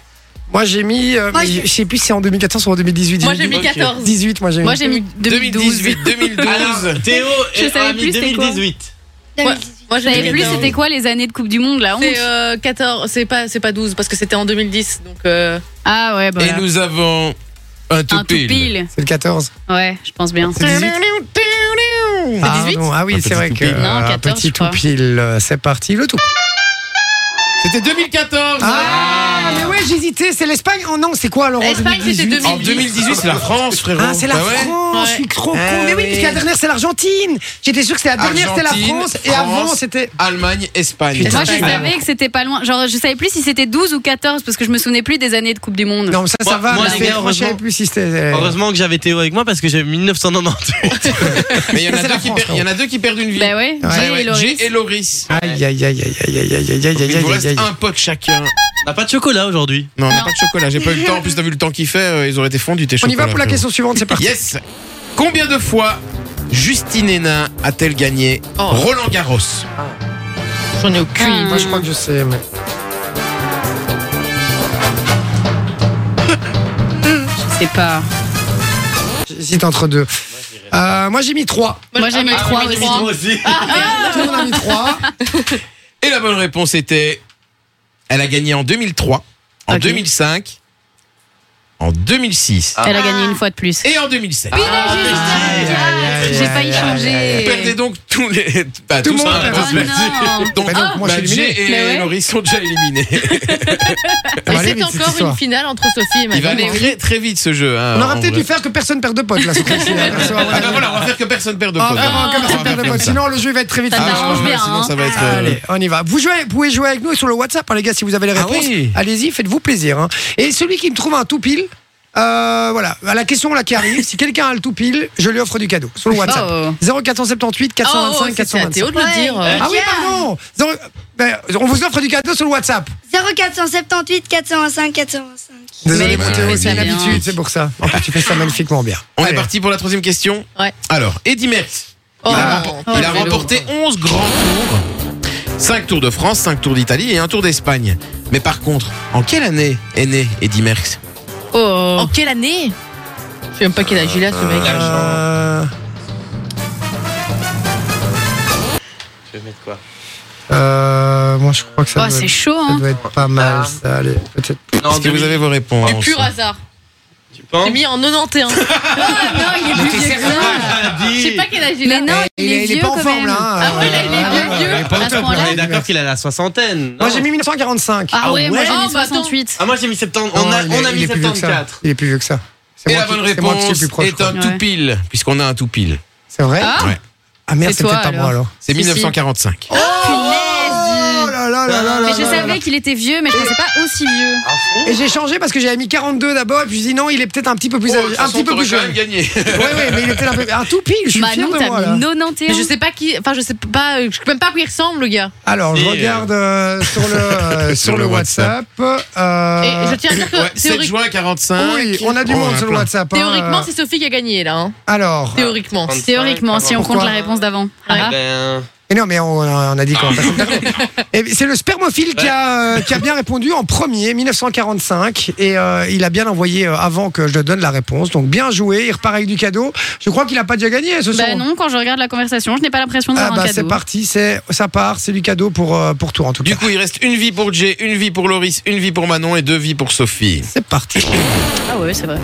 [SPEAKER 8] moi, j'ai mis. euh,
[SPEAKER 7] Moi,
[SPEAKER 8] mais
[SPEAKER 7] j'ai-
[SPEAKER 8] je sais plus si c'est en 2014 ou en 2018.
[SPEAKER 6] Moi, j'ai
[SPEAKER 5] Ok.
[SPEAKER 6] mis 14.
[SPEAKER 8] 18, moi, j'ai mis.
[SPEAKER 4] Moi j'ai mis 2012.
[SPEAKER 3] 2018, 2012.
[SPEAKER 5] Alors, Théo
[SPEAKER 4] Je
[SPEAKER 5] est-
[SPEAKER 4] savais
[SPEAKER 5] a mis
[SPEAKER 4] plus, c'est quoi
[SPEAKER 5] 2018.
[SPEAKER 6] Ouais.
[SPEAKER 7] 2018.
[SPEAKER 6] Moi,
[SPEAKER 4] Je savais
[SPEAKER 6] mis
[SPEAKER 4] plus
[SPEAKER 6] 14.
[SPEAKER 4] c'était quoi les années de Coupe du Monde là honte.
[SPEAKER 6] C'est euh, 14, c'est pas, c'est pas 12 parce que c'était en 2010. Donc, euh,
[SPEAKER 4] Ah ouais, bah.
[SPEAKER 3] Et nous avons un tout
[SPEAKER 4] Un tout pile.
[SPEAKER 8] C'est le 14.
[SPEAKER 4] Ouais, je pense bien.
[SPEAKER 8] C'est 18. Ah,
[SPEAKER 6] 18?
[SPEAKER 8] non, ah oui,
[SPEAKER 3] Un
[SPEAKER 8] c'est
[SPEAKER 3] petit
[SPEAKER 8] vrai
[SPEAKER 3] tout
[SPEAKER 8] que.
[SPEAKER 3] pile.
[SPEAKER 4] Non,
[SPEAKER 8] un
[SPEAKER 4] 14,
[SPEAKER 8] petit
[SPEAKER 4] je
[SPEAKER 8] tout
[SPEAKER 4] crois.
[SPEAKER 8] pile. euh, C'est parti, le tout.
[SPEAKER 3] C'était 2014.
[SPEAKER 8] Ah, mais ouais, j'hésitais. C'est l'Espagne. Oh non, c'est quoi alors en
[SPEAKER 6] L'Espagne, c'était
[SPEAKER 8] 2018?
[SPEAKER 6] 2000.
[SPEAKER 3] en 2018, c'est la France, frérot.
[SPEAKER 8] Ah, c'est la
[SPEAKER 3] Bah ouais. Eh
[SPEAKER 8] France, je suis trop con. Mais oui,
[SPEAKER 3] oui.
[SPEAKER 8] parce que la dernière, c'est l'Argentine. J'étais sûr que c'était la dernière, c'était la
[SPEAKER 3] Argentine,
[SPEAKER 8] France. Et avant,
[SPEAKER 3] France.
[SPEAKER 8] c'était.
[SPEAKER 3] Allemagne, Espagne.
[SPEAKER 8] Putain,
[SPEAKER 4] Moi je
[SPEAKER 8] Ouais.
[SPEAKER 4] savais que c'était pas loin. Genre je savais plus si c'était 12 ou 14 parce que je me souvenais plus des années de Coupe du Monde.
[SPEAKER 8] Non, mais ça, ça
[SPEAKER 5] Moi-
[SPEAKER 8] va.
[SPEAKER 5] moi,
[SPEAKER 8] mais
[SPEAKER 5] les
[SPEAKER 8] c'est-
[SPEAKER 5] gars,
[SPEAKER 8] moi, je savais
[SPEAKER 5] heureusement-
[SPEAKER 8] plus si c'était.
[SPEAKER 5] Heureusement que j'avais Théo avec moi parce que j'avais 1990.
[SPEAKER 3] Mais il y en
[SPEAKER 8] Ça,
[SPEAKER 3] a
[SPEAKER 8] c'est
[SPEAKER 3] deux
[SPEAKER 8] la
[SPEAKER 3] qui
[SPEAKER 8] France,
[SPEAKER 3] per- il y en a deux qui perdent une vie.
[SPEAKER 4] Bah ouais,
[SPEAKER 8] Ouais,
[SPEAKER 4] j'ai
[SPEAKER 3] Ouais, ouais,
[SPEAKER 4] et Loris.
[SPEAKER 3] Jay et Loris.
[SPEAKER 8] Aïe, aïe, aïe, aïe, aïe, aïe, aïe, aïe, aïe,
[SPEAKER 3] Il vous
[SPEAKER 8] aïe, aïe,
[SPEAKER 3] reste
[SPEAKER 8] aïe.
[SPEAKER 3] un pote chacun.
[SPEAKER 5] On n'a pas de chocolat aujourd'hui.
[SPEAKER 3] Non, on n'a pas de chocolat, j'ai pas eu le temps. En plus, t'as vu le temps qu'il fait, euh, ils auraient été fondus tes
[SPEAKER 8] On
[SPEAKER 3] chocolats.
[SPEAKER 8] y va pour la
[SPEAKER 3] frérot.
[SPEAKER 8] question suivante, c'est parti.
[SPEAKER 3] Yes. Combien de fois Justine Hénin a-t-elle gagné
[SPEAKER 6] Oh.
[SPEAKER 3] Roland Garros
[SPEAKER 6] J'en ai aucune.
[SPEAKER 4] Ah.
[SPEAKER 8] Moi, je crois que je sais, mais.
[SPEAKER 4] Je sais pas.
[SPEAKER 8] J'hésite entre deux. Euh, moi, j'ai mis trois.
[SPEAKER 4] Moi j'ai mis
[SPEAKER 5] Ah,
[SPEAKER 4] 3
[SPEAKER 8] Ah,
[SPEAKER 6] j'ai mis
[SPEAKER 4] aussi.
[SPEAKER 5] aussi.
[SPEAKER 4] Ah.
[SPEAKER 8] Tout le monde a mis trois.
[SPEAKER 3] Et la bonne réponse était elle a gagné en 2003, en
[SPEAKER 4] Ok.
[SPEAKER 3] 2005, en 2006
[SPEAKER 5] Ah.
[SPEAKER 4] Elle a gagné une fois de plus.
[SPEAKER 3] et en 2007.
[SPEAKER 8] Ah,
[SPEAKER 4] J'ai failli
[SPEAKER 3] Vous perdez
[SPEAKER 4] changer.
[SPEAKER 3] donc tous les bah,
[SPEAKER 8] Tout le
[SPEAKER 3] tous,
[SPEAKER 8] monde
[SPEAKER 3] hein,
[SPEAKER 8] perd.
[SPEAKER 3] parce
[SPEAKER 4] Oh
[SPEAKER 3] que-
[SPEAKER 4] non.
[SPEAKER 3] Donc,
[SPEAKER 8] Bah donc, moi, je
[SPEAKER 3] bah,
[SPEAKER 8] suis éliminé.
[SPEAKER 3] Jay et
[SPEAKER 4] Mais ouais.
[SPEAKER 3] Laurie sont déjà éliminés.
[SPEAKER 8] Ça va
[SPEAKER 6] Et
[SPEAKER 8] aller
[SPEAKER 6] c'est
[SPEAKER 8] vite, cette
[SPEAKER 6] encore
[SPEAKER 8] histoire.
[SPEAKER 6] une finale entre Sophie et
[SPEAKER 3] Il va
[SPEAKER 6] Manon.
[SPEAKER 3] aller très très vite ce jeu. hein,
[SPEAKER 8] On
[SPEAKER 5] Ah,
[SPEAKER 8] aurait
[SPEAKER 3] en
[SPEAKER 8] peut-être
[SPEAKER 3] vrai.
[SPEAKER 8] dû faire que personne perde de potes, là, sur celle-ci, là. Ça va,
[SPEAKER 3] Ah bah
[SPEAKER 8] voilà.
[SPEAKER 3] voilà, on va faire que personne perde de
[SPEAKER 8] Ah,
[SPEAKER 3] points.
[SPEAKER 8] vraiment, que personne perde de potes. Sinon, le jeu il va être très vite.
[SPEAKER 4] Ça
[SPEAKER 8] fait.
[SPEAKER 4] marche.
[SPEAKER 3] ouais,
[SPEAKER 4] bien,
[SPEAKER 3] Ah, sinon
[SPEAKER 4] hein.
[SPEAKER 3] ça va être. euh,
[SPEAKER 8] Allez, on y va. Vous jouez, pouvez jouer avec nous sur le WhatsApp, hein, les gars, si vous avez les
[SPEAKER 3] Ah
[SPEAKER 8] réponses.
[SPEAKER 3] oui.
[SPEAKER 8] Allez-y, faites-vous plaisir. hein. Et celui qui me trouve un tout pile, euh, voilà, à la question là qui arrive, si quelqu'un a le tout pile, je lui offre du cadeau sur le WhatsApp.
[SPEAKER 4] Oh.
[SPEAKER 8] 0478
[SPEAKER 6] Oh,
[SPEAKER 8] 425
[SPEAKER 6] oh, c'est à
[SPEAKER 8] 425.
[SPEAKER 6] Théo de le
[SPEAKER 7] Ouais.
[SPEAKER 6] dire. euh.
[SPEAKER 7] Ouais.
[SPEAKER 8] Ah oui, pardon Zéro- ben, On vous offre du cadeau sur le WhatsApp.
[SPEAKER 7] 0478 425 425.
[SPEAKER 8] Désolé,
[SPEAKER 4] Mais
[SPEAKER 8] mon
[SPEAKER 4] vous
[SPEAKER 8] Théo,
[SPEAKER 4] faites
[SPEAKER 8] c'est
[SPEAKER 4] bien.
[SPEAKER 8] l'habitude, c'est pour ça. En plus, tu fais ça magnifiquement bien.
[SPEAKER 3] On est
[SPEAKER 8] Allez.
[SPEAKER 3] parti pour la troisième question.
[SPEAKER 6] Ouais.
[SPEAKER 3] Alors, Eddy Merckx,
[SPEAKER 6] Oh,
[SPEAKER 3] il a,
[SPEAKER 6] non.
[SPEAKER 3] rempo- il a
[SPEAKER 4] vélo.
[SPEAKER 3] remporté 11 grands tours. 5 tours de France, 5 tours d'Italie et un tour d'Espagne. Mais par contre, en quelle année est né Eddy Merckx
[SPEAKER 6] En
[SPEAKER 4] Oh.
[SPEAKER 6] quelle année Je sais même pas quel âge il a ce mec.
[SPEAKER 8] Euh,
[SPEAKER 5] Je vais mettre quoi
[SPEAKER 8] euh, moi, je crois que ça,
[SPEAKER 4] Oh,
[SPEAKER 8] doit,
[SPEAKER 4] c'est
[SPEAKER 8] être,
[SPEAKER 4] chaud
[SPEAKER 8] ça
[SPEAKER 4] hein.
[SPEAKER 8] doit être pas mal. Ça, allez, peut-être.
[SPEAKER 5] Bah. Non,
[SPEAKER 3] Est-ce que vous avez vos réponses
[SPEAKER 6] Du pur hasard.
[SPEAKER 5] Du
[SPEAKER 6] J'ai mis en 91.
[SPEAKER 4] Ah non, il est plus vieux que ça. Je sais pas quel âge il a.
[SPEAKER 8] non, Eh, il, est, il est pas en forme là. hein.
[SPEAKER 4] Ah ouais, là, il est
[SPEAKER 8] Ah ouais,
[SPEAKER 4] bien
[SPEAKER 8] ouais,
[SPEAKER 4] vieux.
[SPEAKER 8] ouais.
[SPEAKER 5] Il est pas au
[SPEAKER 4] À ce
[SPEAKER 5] top, hein.
[SPEAKER 4] point-là.
[SPEAKER 5] on est d'accord qu'il a la soixantaine.
[SPEAKER 8] Moi
[SPEAKER 5] non
[SPEAKER 8] j'ai mis 1945.
[SPEAKER 4] Ah ouais, moi
[SPEAKER 5] ouais.
[SPEAKER 4] j'ai
[SPEAKER 6] Ah,
[SPEAKER 4] mis
[SPEAKER 6] bah, attends.
[SPEAKER 4] 68.
[SPEAKER 5] Ah, moi j'ai mis 70.
[SPEAKER 8] Non,
[SPEAKER 5] On a,
[SPEAKER 8] il est-
[SPEAKER 5] on a
[SPEAKER 8] il
[SPEAKER 5] mis
[SPEAKER 8] est plus vieux que ça.
[SPEAKER 5] 74.
[SPEAKER 8] Il est plus vieux que ça. C'est
[SPEAKER 3] Et
[SPEAKER 8] moi
[SPEAKER 3] Euh, la
[SPEAKER 8] qui-
[SPEAKER 3] bonne
[SPEAKER 8] c'est moi qui suis
[SPEAKER 3] réponse
[SPEAKER 8] plus proche,
[SPEAKER 3] est
[SPEAKER 8] quoi.
[SPEAKER 3] un
[SPEAKER 4] crois.
[SPEAKER 3] tout pile, puisqu'on a un tout pile.
[SPEAKER 8] C'est vrai
[SPEAKER 4] Ah,
[SPEAKER 3] Ouais.
[SPEAKER 8] Ah merde,
[SPEAKER 4] C'est
[SPEAKER 8] c'est
[SPEAKER 4] toi,
[SPEAKER 8] peut-être pas moi alors.
[SPEAKER 3] C'est
[SPEAKER 4] Si,
[SPEAKER 3] 1945.
[SPEAKER 8] Oh là là là là là
[SPEAKER 4] Mais je
[SPEAKER 8] là là. Ah,
[SPEAKER 4] savais qu'il était vieux, mais je pensais pas aussi vieux.
[SPEAKER 5] Ah,
[SPEAKER 8] Et j'ai changé parce que j'avais mis 42 d'abord et puis je dis non, il est peut-être un petit peu plus âgé- un petit peu plus jeune.
[SPEAKER 3] gagné.
[SPEAKER 8] Ouais ouais, mais il était un peu un tout pile, je suis fier
[SPEAKER 4] Manon,
[SPEAKER 8] de moi
[SPEAKER 4] Bah, t'as
[SPEAKER 8] là.
[SPEAKER 4] mis
[SPEAKER 6] Mais je
[SPEAKER 4] 91.
[SPEAKER 6] sais pas qui. Enfin, je sais pas. euh, Je sais même pas à quoi il ressemble, le gars.
[SPEAKER 8] Alors, je
[SPEAKER 5] Si, euh.
[SPEAKER 8] regarde euh, sur le euh, sur
[SPEAKER 3] Sur
[SPEAKER 8] le
[SPEAKER 3] le
[SPEAKER 8] WhatsApp.
[SPEAKER 6] Et
[SPEAKER 8] euh,
[SPEAKER 6] je tiens à dire que
[SPEAKER 3] Ouais, 7
[SPEAKER 6] théorique-
[SPEAKER 3] juin 45.
[SPEAKER 8] Oui, on a du
[SPEAKER 3] Oh,
[SPEAKER 8] monde
[SPEAKER 3] un
[SPEAKER 8] sur le
[SPEAKER 3] plein.
[SPEAKER 8] WhatsApp. hein.
[SPEAKER 6] théoriquement, c'est Sophie qui a gagné, là. hein.
[SPEAKER 8] Alors,
[SPEAKER 6] Théoriquement.
[SPEAKER 4] Théoriquement, si on compte
[SPEAKER 8] Pourquoi
[SPEAKER 4] la réponse d'avant. Ah.
[SPEAKER 5] Ben,
[SPEAKER 8] Mais non, mais on, on a dit qu'on passait Et bien, C'est le spermophile qui a, euh, qui a bien répondu en premier, 1945. Et euh, il a bien envoyé euh, avant que je le donne la réponse. Donc bien joué, il repart avec du cadeau. Je crois qu'il a pas déjà gagné ce
[SPEAKER 6] Ben
[SPEAKER 8] soir.
[SPEAKER 4] Bah non, quand je regarde la conversation, je n'ai pas l'impression
[SPEAKER 8] Ah
[SPEAKER 4] d'avoir
[SPEAKER 8] bah
[SPEAKER 4] un
[SPEAKER 8] c'est
[SPEAKER 4] cadeau.
[SPEAKER 8] parti, c'est ça part, c'est du cadeau pour, euh, pour toi en tout cas.
[SPEAKER 3] Du coup, il reste une vie pour Jay, une vie pour Loris, une vie pour Manon et deux vies pour Sophie.
[SPEAKER 8] C'est parti.
[SPEAKER 4] Ah ouais, c'est vrai.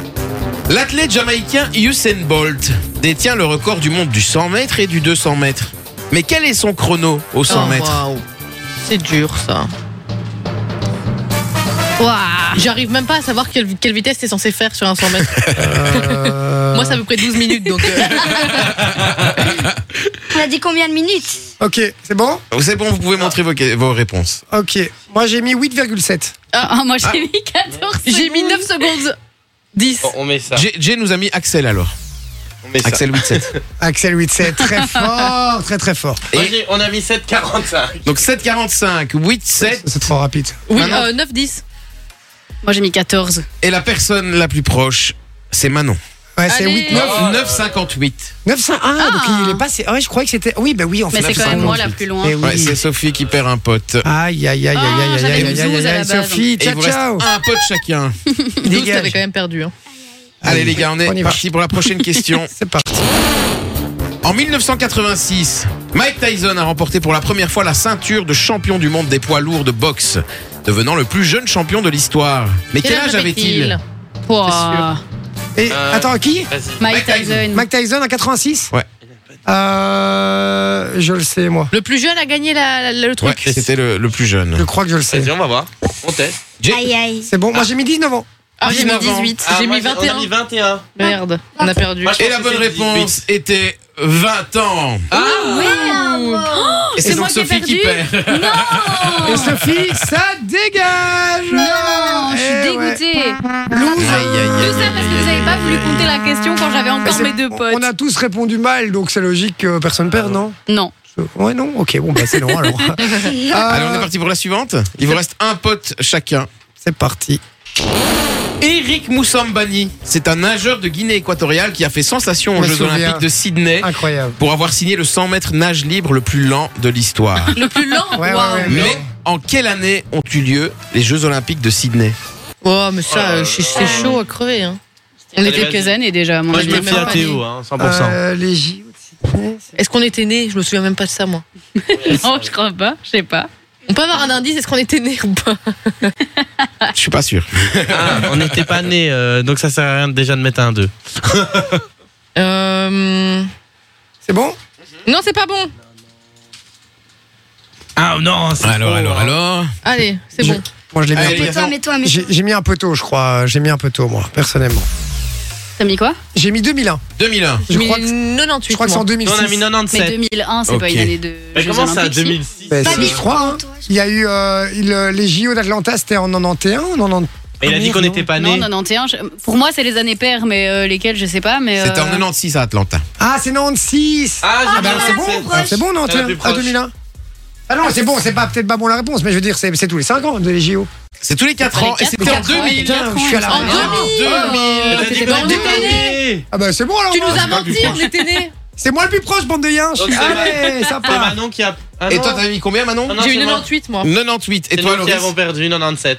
[SPEAKER 3] L'athlète jamaïcain Usain Bolt détient le record du monde du 100 mètres et du 200 mètres. Mais quel est son chrono au 100
[SPEAKER 6] Oh,
[SPEAKER 3] mètres
[SPEAKER 6] waouh. C'est dur, ça.
[SPEAKER 4] Ouah.
[SPEAKER 6] J'arrive même pas à savoir quelle, quelle vitesse t'es censé faire sur un 100 mètres.
[SPEAKER 8] Euh,
[SPEAKER 6] Moi, c'est à peu près 12 minutes, donc. euh,
[SPEAKER 7] On a dit combien de minutes
[SPEAKER 8] Ok, c'est bon
[SPEAKER 3] C'est bon, vous pouvez montrer vos, vos réponses.
[SPEAKER 8] Ok. Moi j'ai mis 8,7.
[SPEAKER 4] Ah, ah, moi j'ai mis 14.
[SPEAKER 6] J'ai mis
[SPEAKER 4] secondes.
[SPEAKER 6] 9 secondes 10.
[SPEAKER 5] on met ça.
[SPEAKER 3] Jay, Jay nous a mis Axel alors.
[SPEAKER 5] On met ça.
[SPEAKER 3] Axel 87.
[SPEAKER 8] Axel 8,7. Très fort, très très fort.
[SPEAKER 5] Moi, j'ai- on a mis 7,45.
[SPEAKER 3] Donc 7,45, 8,7.
[SPEAKER 8] C'est trop rapide.
[SPEAKER 6] Oui,
[SPEAKER 3] Manon.
[SPEAKER 6] 9, 10.
[SPEAKER 4] Moi j'ai mis 14.
[SPEAKER 3] Et la personne la plus proche, c'est Manon.
[SPEAKER 8] Ouais, c'est
[SPEAKER 6] Allez.
[SPEAKER 8] 8, 9,
[SPEAKER 3] 9, 9,58.
[SPEAKER 8] 901. donc il est passé. Ah ouais, je croyais que c'était. Oui, bah oui, en fait.
[SPEAKER 4] Mais c'est quand même moi la plus loin.
[SPEAKER 8] Eh oui.
[SPEAKER 3] Ouais, c'est Sophie qui perd un pote.
[SPEAKER 8] Aïe, aïe, aïe, aïe,
[SPEAKER 4] Ah,
[SPEAKER 8] aïe, aïe,
[SPEAKER 4] j'avais
[SPEAKER 8] aïe,
[SPEAKER 4] une
[SPEAKER 8] aïe,
[SPEAKER 4] douze
[SPEAKER 8] aïe,
[SPEAKER 4] à la
[SPEAKER 8] aïe,
[SPEAKER 4] base.
[SPEAKER 8] Sophie,
[SPEAKER 3] Et il
[SPEAKER 8] ciao,
[SPEAKER 3] vous reste
[SPEAKER 8] ciao.
[SPEAKER 3] un pote chacun.
[SPEAKER 6] 12,
[SPEAKER 8] Dégage.
[SPEAKER 6] t'avais quand même perdu. hein.
[SPEAKER 3] Allez les gars, on
[SPEAKER 8] On y
[SPEAKER 3] est
[SPEAKER 8] va.
[SPEAKER 3] parti pour la prochaine question.
[SPEAKER 8] C'est parti.
[SPEAKER 3] En 1986, Mike Tyson a remporté pour la première fois la ceinture de champion du monde des poids lourds de boxe, devenant le plus jeune champion de l'histoire. Mais quel âge avait-il
[SPEAKER 4] Ouah.
[SPEAKER 8] Et
[SPEAKER 5] Euh,
[SPEAKER 8] attends, qui
[SPEAKER 5] Vas-y.
[SPEAKER 4] Mike Tyson.
[SPEAKER 8] Mike Tyson en 86
[SPEAKER 3] Ouais.
[SPEAKER 8] Euh. Je le sais, moi.
[SPEAKER 6] Le plus jeune a gagné la- la- le
[SPEAKER 3] Ouais,
[SPEAKER 6] truc.
[SPEAKER 3] c'était le, le plus
[SPEAKER 8] Je
[SPEAKER 3] jeune.
[SPEAKER 8] crois que je le sais.
[SPEAKER 5] Vas-y, on va voir. On teste.
[SPEAKER 7] Aïe aïe.
[SPEAKER 8] C'est bon, moi j'ai mis 19 ans.
[SPEAKER 6] Ah, j'ai mis
[SPEAKER 3] 19 ans.
[SPEAKER 6] 18.
[SPEAKER 5] Ah,
[SPEAKER 6] j'ai
[SPEAKER 5] moi,
[SPEAKER 6] mis
[SPEAKER 5] On a
[SPEAKER 6] 21.
[SPEAKER 5] mis 21.
[SPEAKER 6] Merde,
[SPEAKER 8] Ah,
[SPEAKER 6] on a perdu.
[SPEAKER 5] Moi, je
[SPEAKER 3] Et
[SPEAKER 5] pense
[SPEAKER 3] la
[SPEAKER 5] que
[SPEAKER 3] bonne
[SPEAKER 5] c'est 18.
[SPEAKER 3] réponse était 20 ans.
[SPEAKER 4] Ah,
[SPEAKER 8] Ah,
[SPEAKER 6] Ah,
[SPEAKER 3] Et
[SPEAKER 4] C'est
[SPEAKER 3] donc
[SPEAKER 4] moi qui ai
[SPEAKER 3] Sophie qui
[SPEAKER 4] perdu.
[SPEAKER 3] perd.
[SPEAKER 8] Et Sophie, ça Ah, dégage
[SPEAKER 4] Non, je
[SPEAKER 8] Eh
[SPEAKER 4] suis dégoûtée.
[SPEAKER 8] ouais. Loser.
[SPEAKER 3] Aïe, aïe, aïe.
[SPEAKER 4] Tout ça parce que vous avez pas voulu compter la question quand j'avais encore mes deux potes.
[SPEAKER 8] On a tous répondu mal, donc c'est logique que personne perde, non
[SPEAKER 4] Non.
[SPEAKER 8] Ouais, non Ok, bon, bah c'est non alors.
[SPEAKER 3] Euh, Allez,
[SPEAKER 4] Ah.
[SPEAKER 3] on est
[SPEAKER 8] Euh,
[SPEAKER 3] parti pour la suivante. Il vous reste un pote chacun.
[SPEAKER 8] C'est parti.
[SPEAKER 3] Eric Moussambani, c'est un nageur de Guinée équatoriale qui a fait sensation
[SPEAKER 8] Je
[SPEAKER 3] aux
[SPEAKER 8] me
[SPEAKER 3] Jeux
[SPEAKER 8] souviens.
[SPEAKER 3] Olympiques de Sydney
[SPEAKER 8] Incroyable.
[SPEAKER 3] pour avoir signé le 100 mètres nage libre le plus lent de l'histoire.
[SPEAKER 6] Le plus lent
[SPEAKER 8] Ouais,
[SPEAKER 6] Waouh.
[SPEAKER 8] ouais, ouais.
[SPEAKER 3] Mais en quelle année ont eu lieu les Jeux Olympiques de Sydney
[SPEAKER 6] Oh, mais ça,
[SPEAKER 5] Oh là
[SPEAKER 6] euh, c'est
[SPEAKER 5] là.
[SPEAKER 6] c'est chaud à crever. Hein.
[SPEAKER 4] On est
[SPEAKER 5] Allez,
[SPEAKER 4] quelques
[SPEAKER 5] vas-y.
[SPEAKER 4] années déjà, à mon
[SPEAKER 5] Moi, je
[SPEAKER 4] avis.
[SPEAKER 5] me
[SPEAKER 6] l'ai
[SPEAKER 5] fie à
[SPEAKER 6] même pas
[SPEAKER 5] Théo,
[SPEAKER 6] dit.
[SPEAKER 5] hein, 100%.
[SPEAKER 8] Euh, les JO de Sydney, c'est-
[SPEAKER 6] Est-ce qu'on était nés Je me souviens même pas de ça, moi.
[SPEAKER 4] Oh, je crois pas, je sais pas.
[SPEAKER 6] On peut avoir un indice Est-ce qu'on était nés ou pas
[SPEAKER 3] Je suis pas sûr.
[SPEAKER 5] Ah, on n'était pas nés, euh, donc ça sert à rien déjà de mettre un 2.
[SPEAKER 6] euh...
[SPEAKER 8] C'est bon
[SPEAKER 6] Non, c'est pas bon.
[SPEAKER 5] Ah non, c'est
[SPEAKER 3] Alors,
[SPEAKER 5] trop,
[SPEAKER 3] alors,
[SPEAKER 5] hein.
[SPEAKER 3] alors.
[SPEAKER 6] Allais, c'est
[SPEAKER 8] Je-
[SPEAKER 6] bon.
[SPEAKER 8] Moi, je l'ai mis
[SPEAKER 3] Allez,
[SPEAKER 8] un peu.
[SPEAKER 3] les
[SPEAKER 7] Toi,
[SPEAKER 3] raisons.
[SPEAKER 7] mais toi, mais
[SPEAKER 8] J'ai j'ai mis un peu tôt, je crois. J'ai mis un peu tôt, moi, personnellement.
[SPEAKER 4] T'as mis quoi
[SPEAKER 8] J'ai mis 2001.
[SPEAKER 3] 2001.
[SPEAKER 8] Je
[SPEAKER 6] Mais
[SPEAKER 8] crois que,
[SPEAKER 6] 98.
[SPEAKER 8] je crois que c'est en
[SPEAKER 6] moi.
[SPEAKER 5] Nous, on
[SPEAKER 8] 2006.
[SPEAKER 5] a mis
[SPEAKER 4] Mais
[SPEAKER 5] 97.
[SPEAKER 4] 2001, c'est pas
[SPEAKER 3] Ok.
[SPEAKER 4] une année de.
[SPEAKER 5] Mais
[SPEAKER 4] Jeux
[SPEAKER 5] comment ça,
[SPEAKER 4] Olympiques, si
[SPEAKER 5] 2006
[SPEAKER 8] Ben, si,
[SPEAKER 7] Pas
[SPEAKER 8] je crois. hein. Il y a eu euh, le- les JO d'Atlanta, c'était en 91, 90.
[SPEAKER 5] Mais Il a dit qu'on n'était pas
[SPEAKER 4] Non,
[SPEAKER 5] nés.
[SPEAKER 4] 91. je- Pour moi, c'est les années paires, mais euh, lesquelles, je sais pas. Mais
[SPEAKER 3] C'était en
[SPEAKER 4] euh,
[SPEAKER 3] 96 à Atlanta.
[SPEAKER 8] Ah, c'est 96.
[SPEAKER 5] Ah, j'ai
[SPEAKER 8] Ah, ben,
[SPEAKER 5] mis
[SPEAKER 8] c'est
[SPEAKER 5] 97.
[SPEAKER 8] bon. Ah, C'est bon, non
[SPEAKER 5] Elle est la plus
[SPEAKER 8] À
[SPEAKER 5] proche.
[SPEAKER 8] 2001. Ah non, c'est bon, c'est pas peut-être pas bon la réponse, mais je veux dire, c'est c'est tous les 5 ans de les JO.
[SPEAKER 3] C'est tous les 4
[SPEAKER 4] les
[SPEAKER 3] ans et
[SPEAKER 4] quatre
[SPEAKER 3] c'était en
[SPEAKER 4] ans, ouais.
[SPEAKER 3] 2000.
[SPEAKER 8] Putain, je suis à la.
[SPEAKER 6] En
[SPEAKER 8] ramasse.
[SPEAKER 6] 2000
[SPEAKER 5] Elle a
[SPEAKER 6] Oh,
[SPEAKER 5] dit
[SPEAKER 6] c'était
[SPEAKER 5] qu'on
[SPEAKER 6] dans
[SPEAKER 5] n'était pas
[SPEAKER 6] le
[SPEAKER 5] nés.
[SPEAKER 8] Ah bah c'est bon alors.
[SPEAKER 6] Tu nous
[SPEAKER 8] moi.
[SPEAKER 6] as menti, on était nés.
[SPEAKER 8] C'est moi le plus proche, bande de yens. Je
[SPEAKER 5] Donc,
[SPEAKER 8] suis-
[SPEAKER 5] c'est vrai.
[SPEAKER 8] Allez,
[SPEAKER 5] C'est
[SPEAKER 8] sympa.
[SPEAKER 5] Manon qui a. Ah,
[SPEAKER 3] Et
[SPEAKER 5] non.
[SPEAKER 3] toi, t'as mis combien, Manon
[SPEAKER 5] Ah, non,
[SPEAKER 6] J'ai eu
[SPEAKER 5] c'est moi.
[SPEAKER 6] 98, moi.
[SPEAKER 3] 98. Et
[SPEAKER 5] C'est
[SPEAKER 3] toi,
[SPEAKER 5] nous qui
[SPEAKER 3] Loris
[SPEAKER 5] avons perdu 97.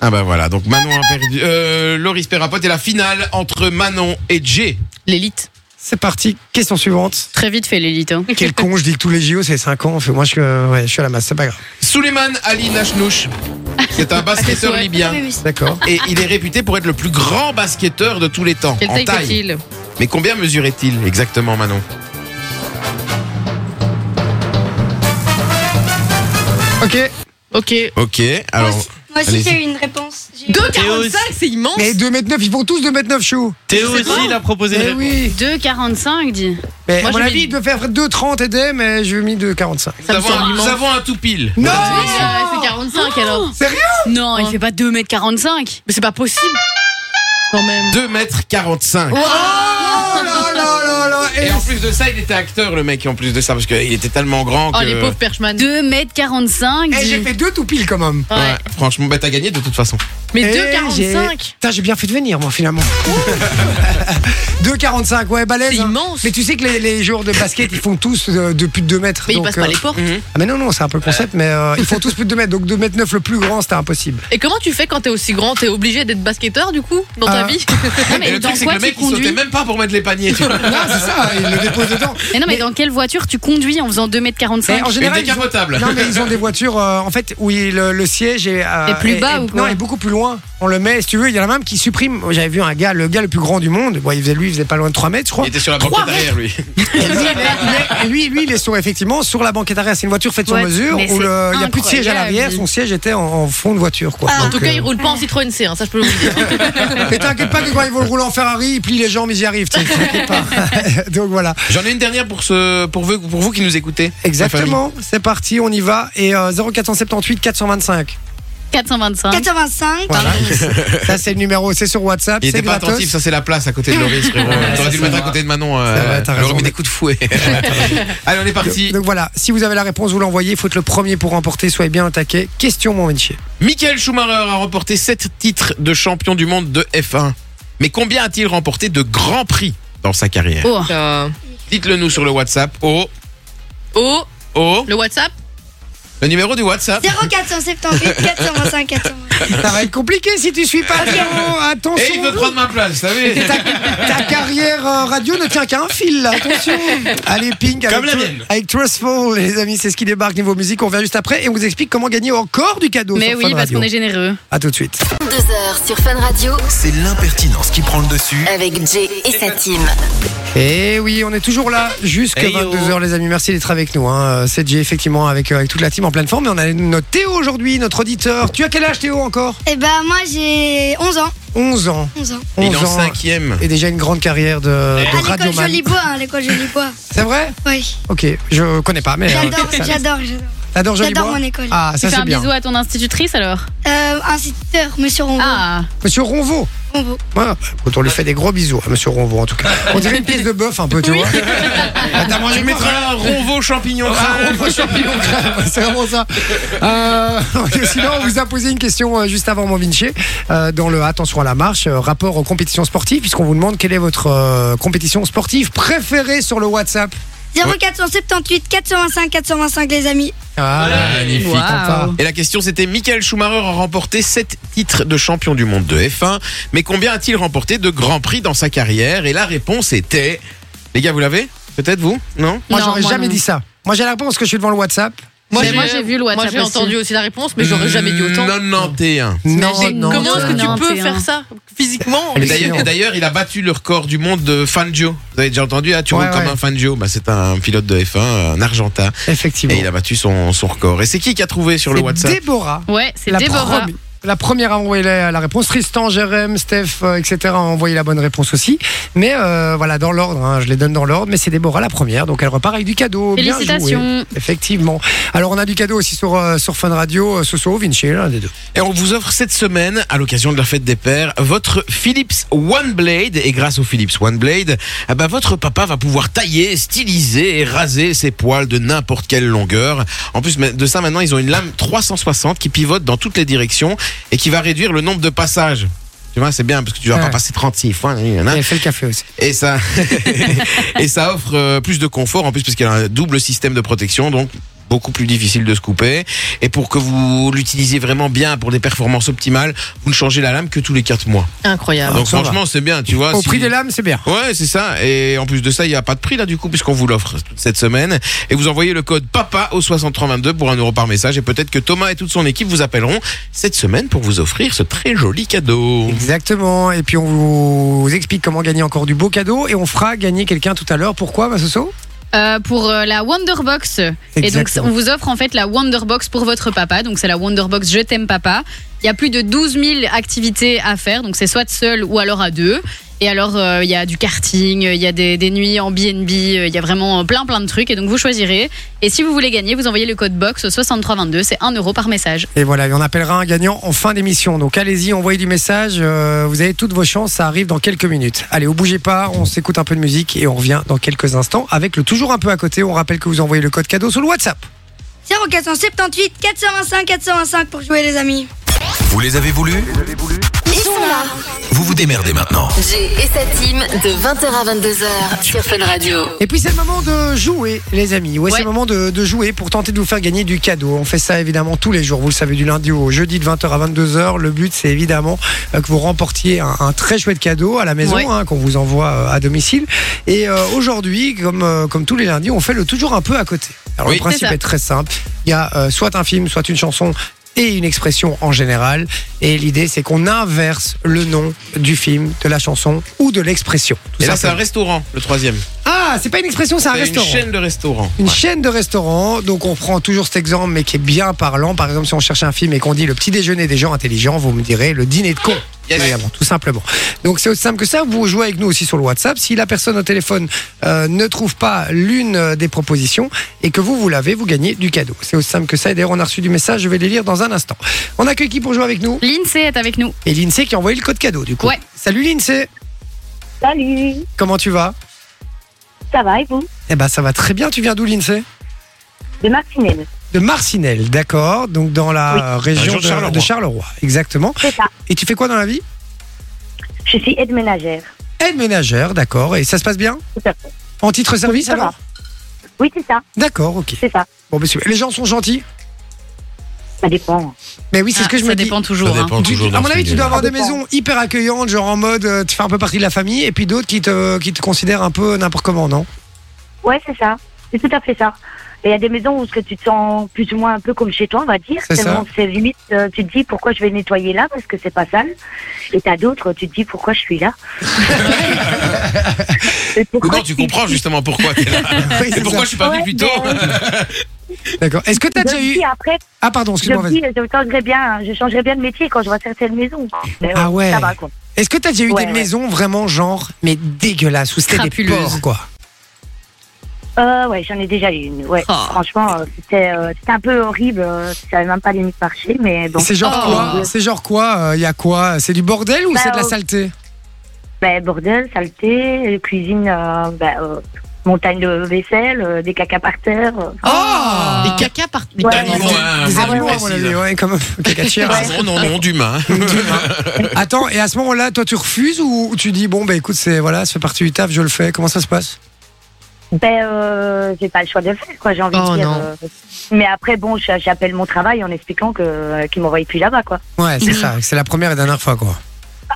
[SPEAKER 3] Ah bah voilà, donc Manon a perdu. Euh, Loris Perrapote et la finale entre Manon et Jay.
[SPEAKER 6] L'élite.
[SPEAKER 8] C'est parti. Question suivante.
[SPEAKER 4] Très vite fait l'élite. hein.
[SPEAKER 8] Quel con, je dis que tous les JO c'est 5 ans. Fait, Moi je, suis, euh, ouais, je suis à la masse, c'est pas grave.
[SPEAKER 3] Souleymane Ali Nashnouch C'est un basketteur
[SPEAKER 6] Ouais.
[SPEAKER 3] libyen.
[SPEAKER 7] Oui, mais c'est-
[SPEAKER 8] D'accord.
[SPEAKER 3] Et il est réputé pour être le plus grand basketteur de tous les temps.
[SPEAKER 6] Quelle
[SPEAKER 3] en
[SPEAKER 6] taille
[SPEAKER 3] taille.
[SPEAKER 6] fait-il
[SPEAKER 3] Mais combien mesurait-il exactement, Manon
[SPEAKER 8] Ok.
[SPEAKER 6] Ok.
[SPEAKER 3] Ok, alors.
[SPEAKER 7] moi aussi, moi aussi,
[SPEAKER 3] allez-y.
[SPEAKER 7] j'ai eu une réponse. J'ai eu-
[SPEAKER 6] 2,45, c'est immense.
[SPEAKER 8] Mais 2m9, ils font tous 2m9 chez vous.
[SPEAKER 5] Théo aussi, il a proposé une
[SPEAKER 8] Eh
[SPEAKER 5] réponse.
[SPEAKER 8] oui.
[SPEAKER 4] 2,45 dit.
[SPEAKER 8] Mais
[SPEAKER 6] Moi,
[SPEAKER 8] à mon
[SPEAKER 6] j'ai
[SPEAKER 8] avis,
[SPEAKER 6] mis-
[SPEAKER 8] il devait faire 2,30 et des, mais j'ai mis 2,45.
[SPEAKER 3] Nous
[SPEAKER 6] Ça me
[SPEAKER 3] avons,
[SPEAKER 6] semble
[SPEAKER 3] un, nous
[SPEAKER 6] immense.
[SPEAKER 3] avons un tout pile.
[SPEAKER 8] Non
[SPEAKER 6] Ouais,
[SPEAKER 3] Ah.
[SPEAKER 6] c'est 45 alors.
[SPEAKER 4] Non, il
[SPEAKER 6] Oh.
[SPEAKER 4] fait pas 2m45.
[SPEAKER 6] Mais c'est pas possible. Quand même.
[SPEAKER 3] 2 mètres 45.
[SPEAKER 8] Oh là là là là
[SPEAKER 3] Et
[SPEAKER 8] Et
[SPEAKER 3] en plus de ça, il était acteur, le mec, en plus de ça, parce qu'il était tellement grand que.
[SPEAKER 6] Oh, les pauvres Perchman.
[SPEAKER 4] 2m45
[SPEAKER 8] euh, Eh, j'ai
[SPEAKER 4] dit.
[SPEAKER 8] fait deux tout pile quand même.
[SPEAKER 3] Ouais, franchement, bah t'as gagné de toute façon.
[SPEAKER 6] Mais
[SPEAKER 8] Eh,
[SPEAKER 6] 2,45.
[SPEAKER 8] j'ai- Putain, j'ai bien fait de venir moi finalement. 2,45, ouais, balèze.
[SPEAKER 6] C'est
[SPEAKER 8] hein.
[SPEAKER 6] immense.
[SPEAKER 8] Mais tu sais que les, les joueurs de basket, ils font tous euh, de plus de 2 mètres.
[SPEAKER 6] Mais ils
[SPEAKER 8] donc,
[SPEAKER 6] passent pas
[SPEAKER 8] euh,
[SPEAKER 6] les portes.
[SPEAKER 8] Ah, mais non, non, c'est un peu le concept, mais euh, ils font tous plus de 2 mètres. Donc 2 mètres 9, le plus grand, c'était impossible.
[SPEAKER 6] Et comment tu fais quand t'es aussi grand T'es obligé d'être basketteur du coup dans ta
[SPEAKER 8] Euh,
[SPEAKER 6] vie
[SPEAKER 4] Non, mais
[SPEAKER 3] Et le
[SPEAKER 4] dans
[SPEAKER 3] truc, c'est que
[SPEAKER 4] quoi
[SPEAKER 3] le
[SPEAKER 4] tu
[SPEAKER 3] mec, il
[SPEAKER 4] conduis
[SPEAKER 3] sautait même pas pour mettre les paniers, tu vois.
[SPEAKER 8] Non, c'est ça, ils le déposent dedans.
[SPEAKER 4] Mais non, mais, dans quelle voiture tu conduis en faisant 2m45
[SPEAKER 8] Mais Eh, en
[SPEAKER 3] Et
[SPEAKER 8] général, ils ont-
[SPEAKER 3] décapotable.
[SPEAKER 8] Non, mais ils ont des voitures euh, en fait où il- le, le siège est, euh,
[SPEAKER 4] Est plus bas ou quoi
[SPEAKER 8] Non, est beaucoup plus loin. On le met, si tu veux, il y en a même qui suppriment. Moi, J'avais vu un gars, le gars le plus grand du monde. Bon, il faisait lui, il faisait pas loin de 3 mètres, je crois.
[SPEAKER 3] Il était sur la
[SPEAKER 8] Trois
[SPEAKER 3] banquette arrière, lui.
[SPEAKER 8] Et lui, il est- il est- et lui, lui, il est sur effectivement sur la banquette arrière. C'est une voiture faite sur
[SPEAKER 4] Ouais,
[SPEAKER 8] mesure
[SPEAKER 4] mais
[SPEAKER 8] où
[SPEAKER 4] c'est
[SPEAKER 8] le- il n'y a plus de siège à l'arrière.
[SPEAKER 4] incroyable. Ah.
[SPEAKER 8] Son siège était en, en fond de voiture, quoi.
[SPEAKER 6] En
[SPEAKER 8] Donc,
[SPEAKER 6] tout cas,
[SPEAKER 8] euh,
[SPEAKER 6] ils roulent pas en Citroën C1, ça je peux le vous dire.
[SPEAKER 8] Mais t'inquiète pas que quand ils vont le rouler en Ferrari, ils plient les jambes, ils y arrivent. t'inquiète pas. Donc voilà.
[SPEAKER 3] J'en ai une dernière pour, ce, pour, vous, pour vous qui nous écoutez. la famille.
[SPEAKER 8] Exactement. C'est parti, on y va. Et euh, 0478 425.
[SPEAKER 4] 425.
[SPEAKER 7] 425.
[SPEAKER 8] Voilà. Ça c'est le numéro. C'est sur WhatsApp.
[SPEAKER 3] Il
[SPEAKER 8] C'est
[SPEAKER 3] était pas
[SPEAKER 8] gratos.
[SPEAKER 3] attentif, ça c'est la place à côté de Loris, frérot. T'aurais dû le mettre à côté de Manon. euh,
[SPEAKER 8] C'est vrai, t'as
[SPEAKER 3] elle aurait
[SPEAKER 8] raison,
[SPEAKER 3] mis des
[SPEAKER 8] mec.
[SPEAKER 3] coups de fouet. Allez, on est parti.
[SPEAKER 8] Donc voilà, si vous avez la réponse, vous l'envoyez. Il faut être le premier pour remporter. Soyez bien au taquet. Question, mon Vinci.
[SPEAKER 3] Michael Schumacher a remporté 7 titres de champion du monde de F1. Mais combien a-t-il remporté de grands prix dans sa carrière
[SPEAKER 4] Oh,
[SPEAKER 6] Euh,
[SPEAKER 3] Dites-le nous sur le WhatsApp. Oh,
[SPEAKER 6] Oh,
[SPEAKER 3] oh,
[SPEAKER 6] le WhatsApp
[SPEAKER 3] le numéro du WhatsApp.
[SPEAKER 7] 0478 425 425.
[SPEAKER 8] Ça va être compliqué si tu suis pas Pierrot. Attention.
[SPEAKER 3] Et il veut prendre ma place, vous savez
[SPEAKER 8] Ta, ta carrière euh, radio ne tient qu'à un fil, là. attention. Allez, Pink, avec,
[SPEAKER 3] Comme la
[SPEAKER 8] Tru-
[SPEAKER 3] mienne.
[SPEAKER 8] avec Trustful, les amis, c'est ce qui débarque niveau musique. On revient juste après et on vous explique comment gagner encore du cadeau.
[SPEAKER 4] mais
[SPEAKER 8] sur
[SPEAKER 4] oui,
[SPEAKER 8] Fun
[SPEAKER 4] parce
[SPEAKER 8] Radio.
[SPEAKER 4] qu'on est généreux.
[SPEAKER 8] À tout de suite.
[SPEAKER 2] 22h sur Fun Radio
[SPEAKER 1] C'est l'impertinence qui prend le dessus.
[SPEAKER 2] avec Jay et sa team.
[SPEAKER 8] Et Eh oui, on est toujours là jusqu'à
[SPEAKER 5] Hey, yo.
[SPEAKER 8] 22h, les amis. Merci d'être avec nous. Hein. C'est Jay, effectivement, avec, euh, avec toute la team en pleine forme. Et on a notre Théo aujourd'hui, notre auditeur. Tu as quel âge, Théo, encore
[SPEAKER 7] Et ben moi j'ai 11 ans.
[SPEAKER 8] 11 ans.
[SPEAKER 7] 11 ans.
[SPEAKER 8] 11
[SPEAKER 3] Il est en
[SPEAKER 8] ans.
[SPEAKER 3] cinquième.
[SPEAKER 8] Et déjà une grande carrière de,
[SPEAKER 7] À
[SPEAKER 4] Euh,
[SPEAKER 8] de
[SPEAKER 7] l'école
[SPEAKER 8] radioman.
[SPEAKER 7] Jolibois, hein, l'école Jolibois.
[SPEAKER 8] C'est vrai
[SPEAKER 7] Oui.
[SPEAKER 8] Ok, je connais pas, mais. euh,
[SPEAKER 7] J'adore,
[SPEAKER 8] ça-
[SPEAKER 7] j'adore, j'adore.
[SPEAKER 8] T'adores Jolibois
[SPEAKER 7] J'adore mon école.
[SPEAKER 8] Ah,
[SPEAKER 4] Tu
[SPEAKER 8] ça
[SPEAKER 4] fais
[SPEAKER 8] c'est
[SPEAKER 4] un
[SPEAKER 8] bien.
[SPEAKER 4] bisou à ton institutrice alors
[SPEAKER 7] Euh, instituteur, monsieur Rongo.
[SPEAKER 4] Ah,
[SPEAKER 8] Monsieur Ronvaux.
[SPEAKER 7] Rongo.
[SPEAKER 8] Voilà. Écoute, on lui fait des gros bisous à Monsieur Ronvaux en tout cas. On dirait une pièce de bœuf un peu, tu vois. Ah, T'as mangé
[SPEAKER 3] Tu
[SPEAKER 8] quoi
[SPEAKER 3] mettras là un ronveau champignon.
[SPEAKER 8] Ah, Ronvaux champignon crème, c'est vraiment ça. Euh, sinon, on vous a posé une question euh, juste avant mon Vinci euh, dans le Attention à la marche, euh, rapport aux compétitions sportives, puisqu'on vous demande quelle est votre euh, compétition sportive préférée sur le WhatsApp.
[SPEAKER 7] 0478 425 425 les amis.
[SPEAKER 8] Ah,
[SPEAKER 3] Magnifique.
[SPEAKER 8] sympa.
[SPEAKER 3] Et la question c'était Michael Schumacher a remporté 7 titres de champion du monde de F1, mais combien a-t-il remporté de grands prix dans sa carrière Et la réponse était Les gars, vous l'avez Peut-être vous Non
[SPEAKER 8] Moi,
[SPEAKER 4] Non,
[SPEAKER 8] j'aurais
[SPEAKER 4] moi,
[SPEAKER 8] jamais
[SPEAKER 4] non.
[SPEAKER 8] dit ça. Moi, j'ai la réponse que je suis devant le WhatsApp.
[SPEAKER 4] Mais moi, j'ai vu le
[SPEAKER 6] Moi
[SPEAKER 4] WhatsApp
[SPEAKER 6] j'ai
[SPEAKER 4] aussi.
[SPEAKER 6] entendu aussi la réponse, mais j'aurais jamais dit autant.
[SPEAKER 3] 91.
[SPEAKER 8] Non, non.
[SPEAKER 6] Comment est-ce que tu
[SPEAKER 4] non,
[SPEAKER 6] peux
[SPEAKER 4] t'es un-
[SPEAKER 6] faire ça physiquement
[SPEAKER 8] Elle
[SPEAKER 3] Et d'ailleurs,
[SPEAKER 8] Hallucinant.
[SPEAKER 3] et d'ailleurs, il a battu le record du monde de Fangio. Vous avez déjà entendu, ah, tu
[SPEAKER 8] Ouais,
[SPEAKER 3] roules comme
[SPEAKER 8] ouais.
[SPEAKER 3] un Fangio. Bah, c'est un pilote de F1, un Argentin.
[SPEAKER 8] Effectivement.
[SPEAKER 3] Et il a battu son, son record. Et c'est qui qui a trouvé sur le
[SPEAKER 8] C'est
[SPEAKER 3] WhatsApp
[SPEAKER 8] Déborah.
[SPEAKER 4] ouais, c'est
[SPEAKER 8] la
[SPEAKER 4] Déborah.
[SPEAKER 8] premi- La première à envoyer la, la réponse, Tristan, Jérém, Steph, euh, etc. a envoyé la bonne réponse aussi. Mais euh, voilà, dans l'ordre, hein, je les donne dans l'ordre, mais c'est Déborah la première, donc elle repart avec du cadeau. Bien joué.
[SPEAKER 4] Félicitations.
[SPEAKER 8] Effectivement. Alors on a du cadeau aussi sur, euh, sur Fun Radio, euh, Soso, Vinci, l'un des deux.
[SPEAKER 3] Et on vous offre cette semaine, à l'occasion de la fête des pères, votre Philips OneBlade. Et grâce au Philips OneBlade, eh ben, votre papa va pouvoir tailler, styliser et raser ses poils de n'importe quelle longueur. En plus mais de ça, maintenant, ils ont une lame 360 qui pivote dans toutes les directions et qui va réduire le nombre de passages. Tu vois, c'est bien parce que tu vas pas
[SPEAKER 8] Ouais.
[SPEAKER 3] passer 36 fois. hein, il y en a.
[SPEAKER 8] Et elle fait le café aussi.
[SPEAKER 3] Et ça, et ça offre euh, plus de confort en plus parce qu'il y a un double système de protection. Donc beaucoup plus difficile de se couper. Et pour que vous l'utilisiez vraiment bien pour des performances optimales, vous ne changez la lame que tous les 4 mois.
[SPEAKER 6] Incroyable.
[SPEAKER 3] Donc
[SPEAKER 8] Ah, ça va.
[SPEAKER 3] franchement, c'est bien, tu vois.
[SPEAKER 8] Au
[SPEAKER 3] si-
[SPEAKER 8] prix des lames, c'est bien.
[SPEAKER 3] Ouais, c'est ça. Et en plus de ça, il n'y a pas de prix là du coup, puisqu'on vous l'offre toute cette semaine. Et vous envoyez le code PAPA au 6322 pour un euro par message. Et peut-être que Thomas et toute son équipe vous appelleront cette semaine pour vous offrir ce très joli cadeau.
[SPEAKER 8] Exactement. Et puis on vous explique comment gagner encore du beau cadeau et on fera gagner quelqu'un tout à l'heure. Pourquoi, Massoso
[SPEAKER 4] Euh, pour euh, la Wonderbox. Et donc,
[SPEAKER 8] Exactement.
[SPEAKER 4] on vous offre en fait la Wonderbox pour votre papa. Donc, c'est la Wonderbox Je t'aime papa. Il y a plus de 12 000 activités à faire. Donc, c'est soit seul ou alors à deux. Et alors, euh, il y a du karting, euh, il y a des, des nuits en BNB, euh, il y a vraiment euh, plein plein de trucs. Et donc, vous choisirez. Et si vous voulez gagner, vous envoyez le code BOX au 6322. C'est 1 euro par message.
[SPEAKER 8] Et voilà, et on appellera un gagnant en fin d'émission. Donc allez-y, envoyez du message. euh, vous avez toutes vos chances. Ça arrive dans quelques minutes. Allez, vous bougez pas. On s'écoute un peu de musique et on revient dans quelques instants avec le toujours un peu à côté. On rappelle que vous envoyez le code cadeau sur le WhatsApp.
[SPEAKER 7] 0478 425 425 pour jouer les amis.
[SPEAKER 1] Vous les avez voulu
[SPEAKER 7] Ils sont là.
[SPEAKER 1] Vous vous démerdez maintenant.
[SPEAKER 2] Jay et sa team de 20h à 22h sur Fun Radio.
[SPEAKER 8] Et puis c'est le moment de jouer, les amis. Ouais, c'est
[SPEAKER 4] Ouais.
[SPEAKER 8] le moment de, de jouer pour tenter de vous faire gagner du cadeau. On fait ça évidemment tous les jours. Vous le savez, du lundi au jeudi de 20h à 22h. Le but, c'est évidemment euh, que vous remportiez un, un très chouette cadeau à la maison,
[SPEAKER 4] Ouais.
[SPEAKER 8] hein, qu'on vous envoie euh, à domicile. Et euh, aujourd'hui, comme, euh, comme tous les lundis, on fait le toujours un peu à côté. Alors
[SPEAKER 3] Oui.
[SPEAKER 8] le principe
[SPEAKER 4] C'est
[SPEAKER 8] est,
[SPEAKER 4] ça.
[SPEAKER 8] très simple. Il y a euh, soit un film, soit une chanson et une expression en général. Et l'idée, c'est qu'on inverse le nom du film, de la chanson ou de l'expression. Tout
[SPEAKER 3] Et là, c'est un
[SPEAKER 8] simplement.
[SPEAKER 3] restaurant, le troisième.
[SPEAKER 8] Ah, c'est pas une expression, c'est un
[SPEAKER 3] C'est une
[SPEAKER 8] restaurant.
[SPEAKER 3] chaîne de restaurants.
[SPEAKER 8] Une
[SPEAKER 3] Ouais.
[SPEAKER 8] chaîne de restaurants, donc on prend toujours cet exemple, mais qui est bien parlant. Par exemple, si on cherche un film et qu'on dit le petit déjeuner des gens intelligents, vous me direz le dîner de con.
[SPEAKER 3] Yes.
[SPEAKER 8] tout simplement. Donc c'est aussi simple que ça. Vous jouez avec nous aussi sur le WhatsApp. Si la personne au téléphone euh, ne trouve pas l'une euh, des propositions et que vous, vous l'avez, vous gagnez du cadeau. C'est aussi simple que ça. Et d'ailleurs, on a reçu du message. Je vais les lire dans un instant. On accueille qui pour jouer avec nous
[SPEAKER 4] L'INSEE est avec nous.
[SPEAKER 8] Et l'INSEE qui a envoyé le code cadeau, du coup.
[SPEAKER 4] Ouais.
[SPEAKER 8] Salut l'INSEE.
[SPEAKER 9] Salut,
[SPEAKER 8] Comment tu vas
[SPEAKER 9] ça va et vous
[SPEAKER 8] Eh ben, ça va très bien. Tu viens d'où l'INSEE
[SPEAKER 9] De Martinelle,
[SPEAKER 8] De Marcinelle, d'accord, donc dans la euh, région
[SPEAKER 3] Région
[SPEAKER 8] de,
[SPEAKER 3] de Charleroi.
[SPEAKER 8] de Charleroi, exactement.
[SPEAKER 9] c'est ça.
[SPEAKER 8] Et tu fais quoi dans la vie
[SPEAKER 9] Je suis aide ménagère.
[SPEAKER 8] Aide ménagère, d'accord, et ça se passe bien
[SPEAKER 9] Tout à fait.
[SPEAKER 8] En titre service
[SPEAKER 9] Ça va.
[SPEAKER 8] alors
[SPEAKER 9] Oui, c'est ça,
[SPEAKER 8] D'accord, ok.
[SPEAKER 9] c'est ça.
[SPEAKER 8] Bon, bah, super. les gens sont gentils
[SPEAKER 9] Ça dépend.
[SPEAKER 8] Mais oui, c'est ce
[SPEAKER 4] Ah,
[SPEAKER 8] que je
[SPEAKER 4] ça
[SPEAKER 8] me dis.
[SPEAKER 4] dépend toujours.
[SPEAKER 3] Ça
[SPEAKER 4] hein.
[SPEAKER 3] dépend.
[SPEAKER 8] Tu-
[SPEAKER 3] toujours
[SPEAKER 8] à
[SPEAKER 3] dans
[SPEAKER 8] mon
[SPEAKER 3] ce
[SPEAKER 8] avis, tu
[SPEAKER 3] milieu-là.
[SPEAKER 8] dois avoir des
[SPEAKER 9] Ça dépend.
[SPEAKER 8] maisons hyper accueillantes, genre en mode euh, tu fais un peu partie de la famille, et puis d'autres qui te, qui te considèrent un peu n'importe comment, non
[SPEAKER 9] Ouais, c'est ça, c'est tout à fait ça. Et Il y a des maisons où ce que tu te sens plus ou moins un peu comme chez toi, on va dire.
[SPEAKER 8] C'est ça.
[SPEAKER 9] Tellement que C'est limite, euh, tu te dis pourquoi je vais nettoyer là parce que c'est pas sale. Et t'as d'autres, tu te dis pourquoi je suis là. Et pourquoi
[SPEAKER 3] Comment tu comprends justement pourquoi t'es là
[SPEAKER 8] bah, Oui,
[SPEAKER 3] Et
[SPEAKER 8] c'est ça. ben,
[SPEAKER 3] pourquoi je suis pas venu plus tôt
[SPEAKER 8] D'accord. Est-ce que tu as
[SPEAKER 9] je
[SPEAKER 8] déjà
[SPEAKER 9] me
[SPEAKER 8] eu.
[SPEAKER 9] dis après,
[SPEAKER 8] Ah, pardon,
[SPEAKER 9] je
[SPEAKER 8] excuse-moi,
[SPEAKER 9] me
[SPEAKER 8] vas-y.
[SPEAKER 9] dis, je changerais bien, je changerais bien de métier quand je vois certaines maisons. Mais
[SPEAKER 8] Ah
[SPEAKER 9] bon,
[SPEAKER 8] ouais.
[SPEAKER 9] Ça va, quoi.
[SPEAKER 8] Est-ce que tu as déjà eu
[SPEAKER 9] Ouais,
[SPEAKER 8] des
[SPEAKER 9] ouais.
[SPEAKER 8] maisons vraiment genre, mais dégueulasses, où c'était des
[SPEAKER 4] Crapuleuse.
[SPEAKER 8] porcs, quoi
[SPEAKER 9] Euh, ouais, j'en ai déjà eu une. Ouais,
[SPEAKER 4] Oh.
[SPEAKER 8] Ah.
[SPEAKER 9] franchement, euh, c'était euh, c'était un peu horrible. euh, Je savais même pas limite marcher, mais bon. Ah.
[SPEAKER 8] C'est genre
[SPEAKER 4] Oh.
[SPEAKER 8] quoi C'est genre quoi Il y a quoi C'est du bordel ou
[SPEAKER 9] Bah,
[SPEAKER 8] c'est de la
[SPEAKER 9] euh,
[SPEAKER 8] saleté
[SPEAKER 9] Ben, bordel, saleté, cuisine, euh, ben, euh, montagne de vaisselle, euh, des caca par terre. euh.
[SPEAKER 8] Ah
[SPEAKER 4] Des caca par des
[SPEAKER 9] Ouais,
[SPEAKER 4] caca-
[SPEAKER 9] ouais.
[SPEAKER 8] Des
[SPEAKER 9] Ah,
[SPEAKER 8] animaux,
[SPEAKER 9] ouais,
[SPEAKER 8] à mon avis, ouais, comme euh, caca de chien.
[SPEAKER 9] Ouais.
[SPEAKER 3] Ah Non, non, non, d'humain.
[SPEAKER 8] Attends, et à ce moment-là, toi, tu refuses ou ou tu dis, bon, bah écoute, c'est voilà, ça fait partie du taf, je le fais, comment ça se passe
[SPEAKER 9] Ben, euh, j'ai pas le choix de le faire, quoi, j'ai envie
[SPEAKER 4] Oh,
[SPEAKER 9] de dire.
[SPEAKER 4] non.
[SPEAKER 9] euh. Mais après, bon, j'a- j'appelle mon travail en expliquant que euh, qu'ils m'envoient plus là-bas, quoi.
[SPEAKER 8] Ouais, c'est ça, c'est la première et dernière fois, quoi.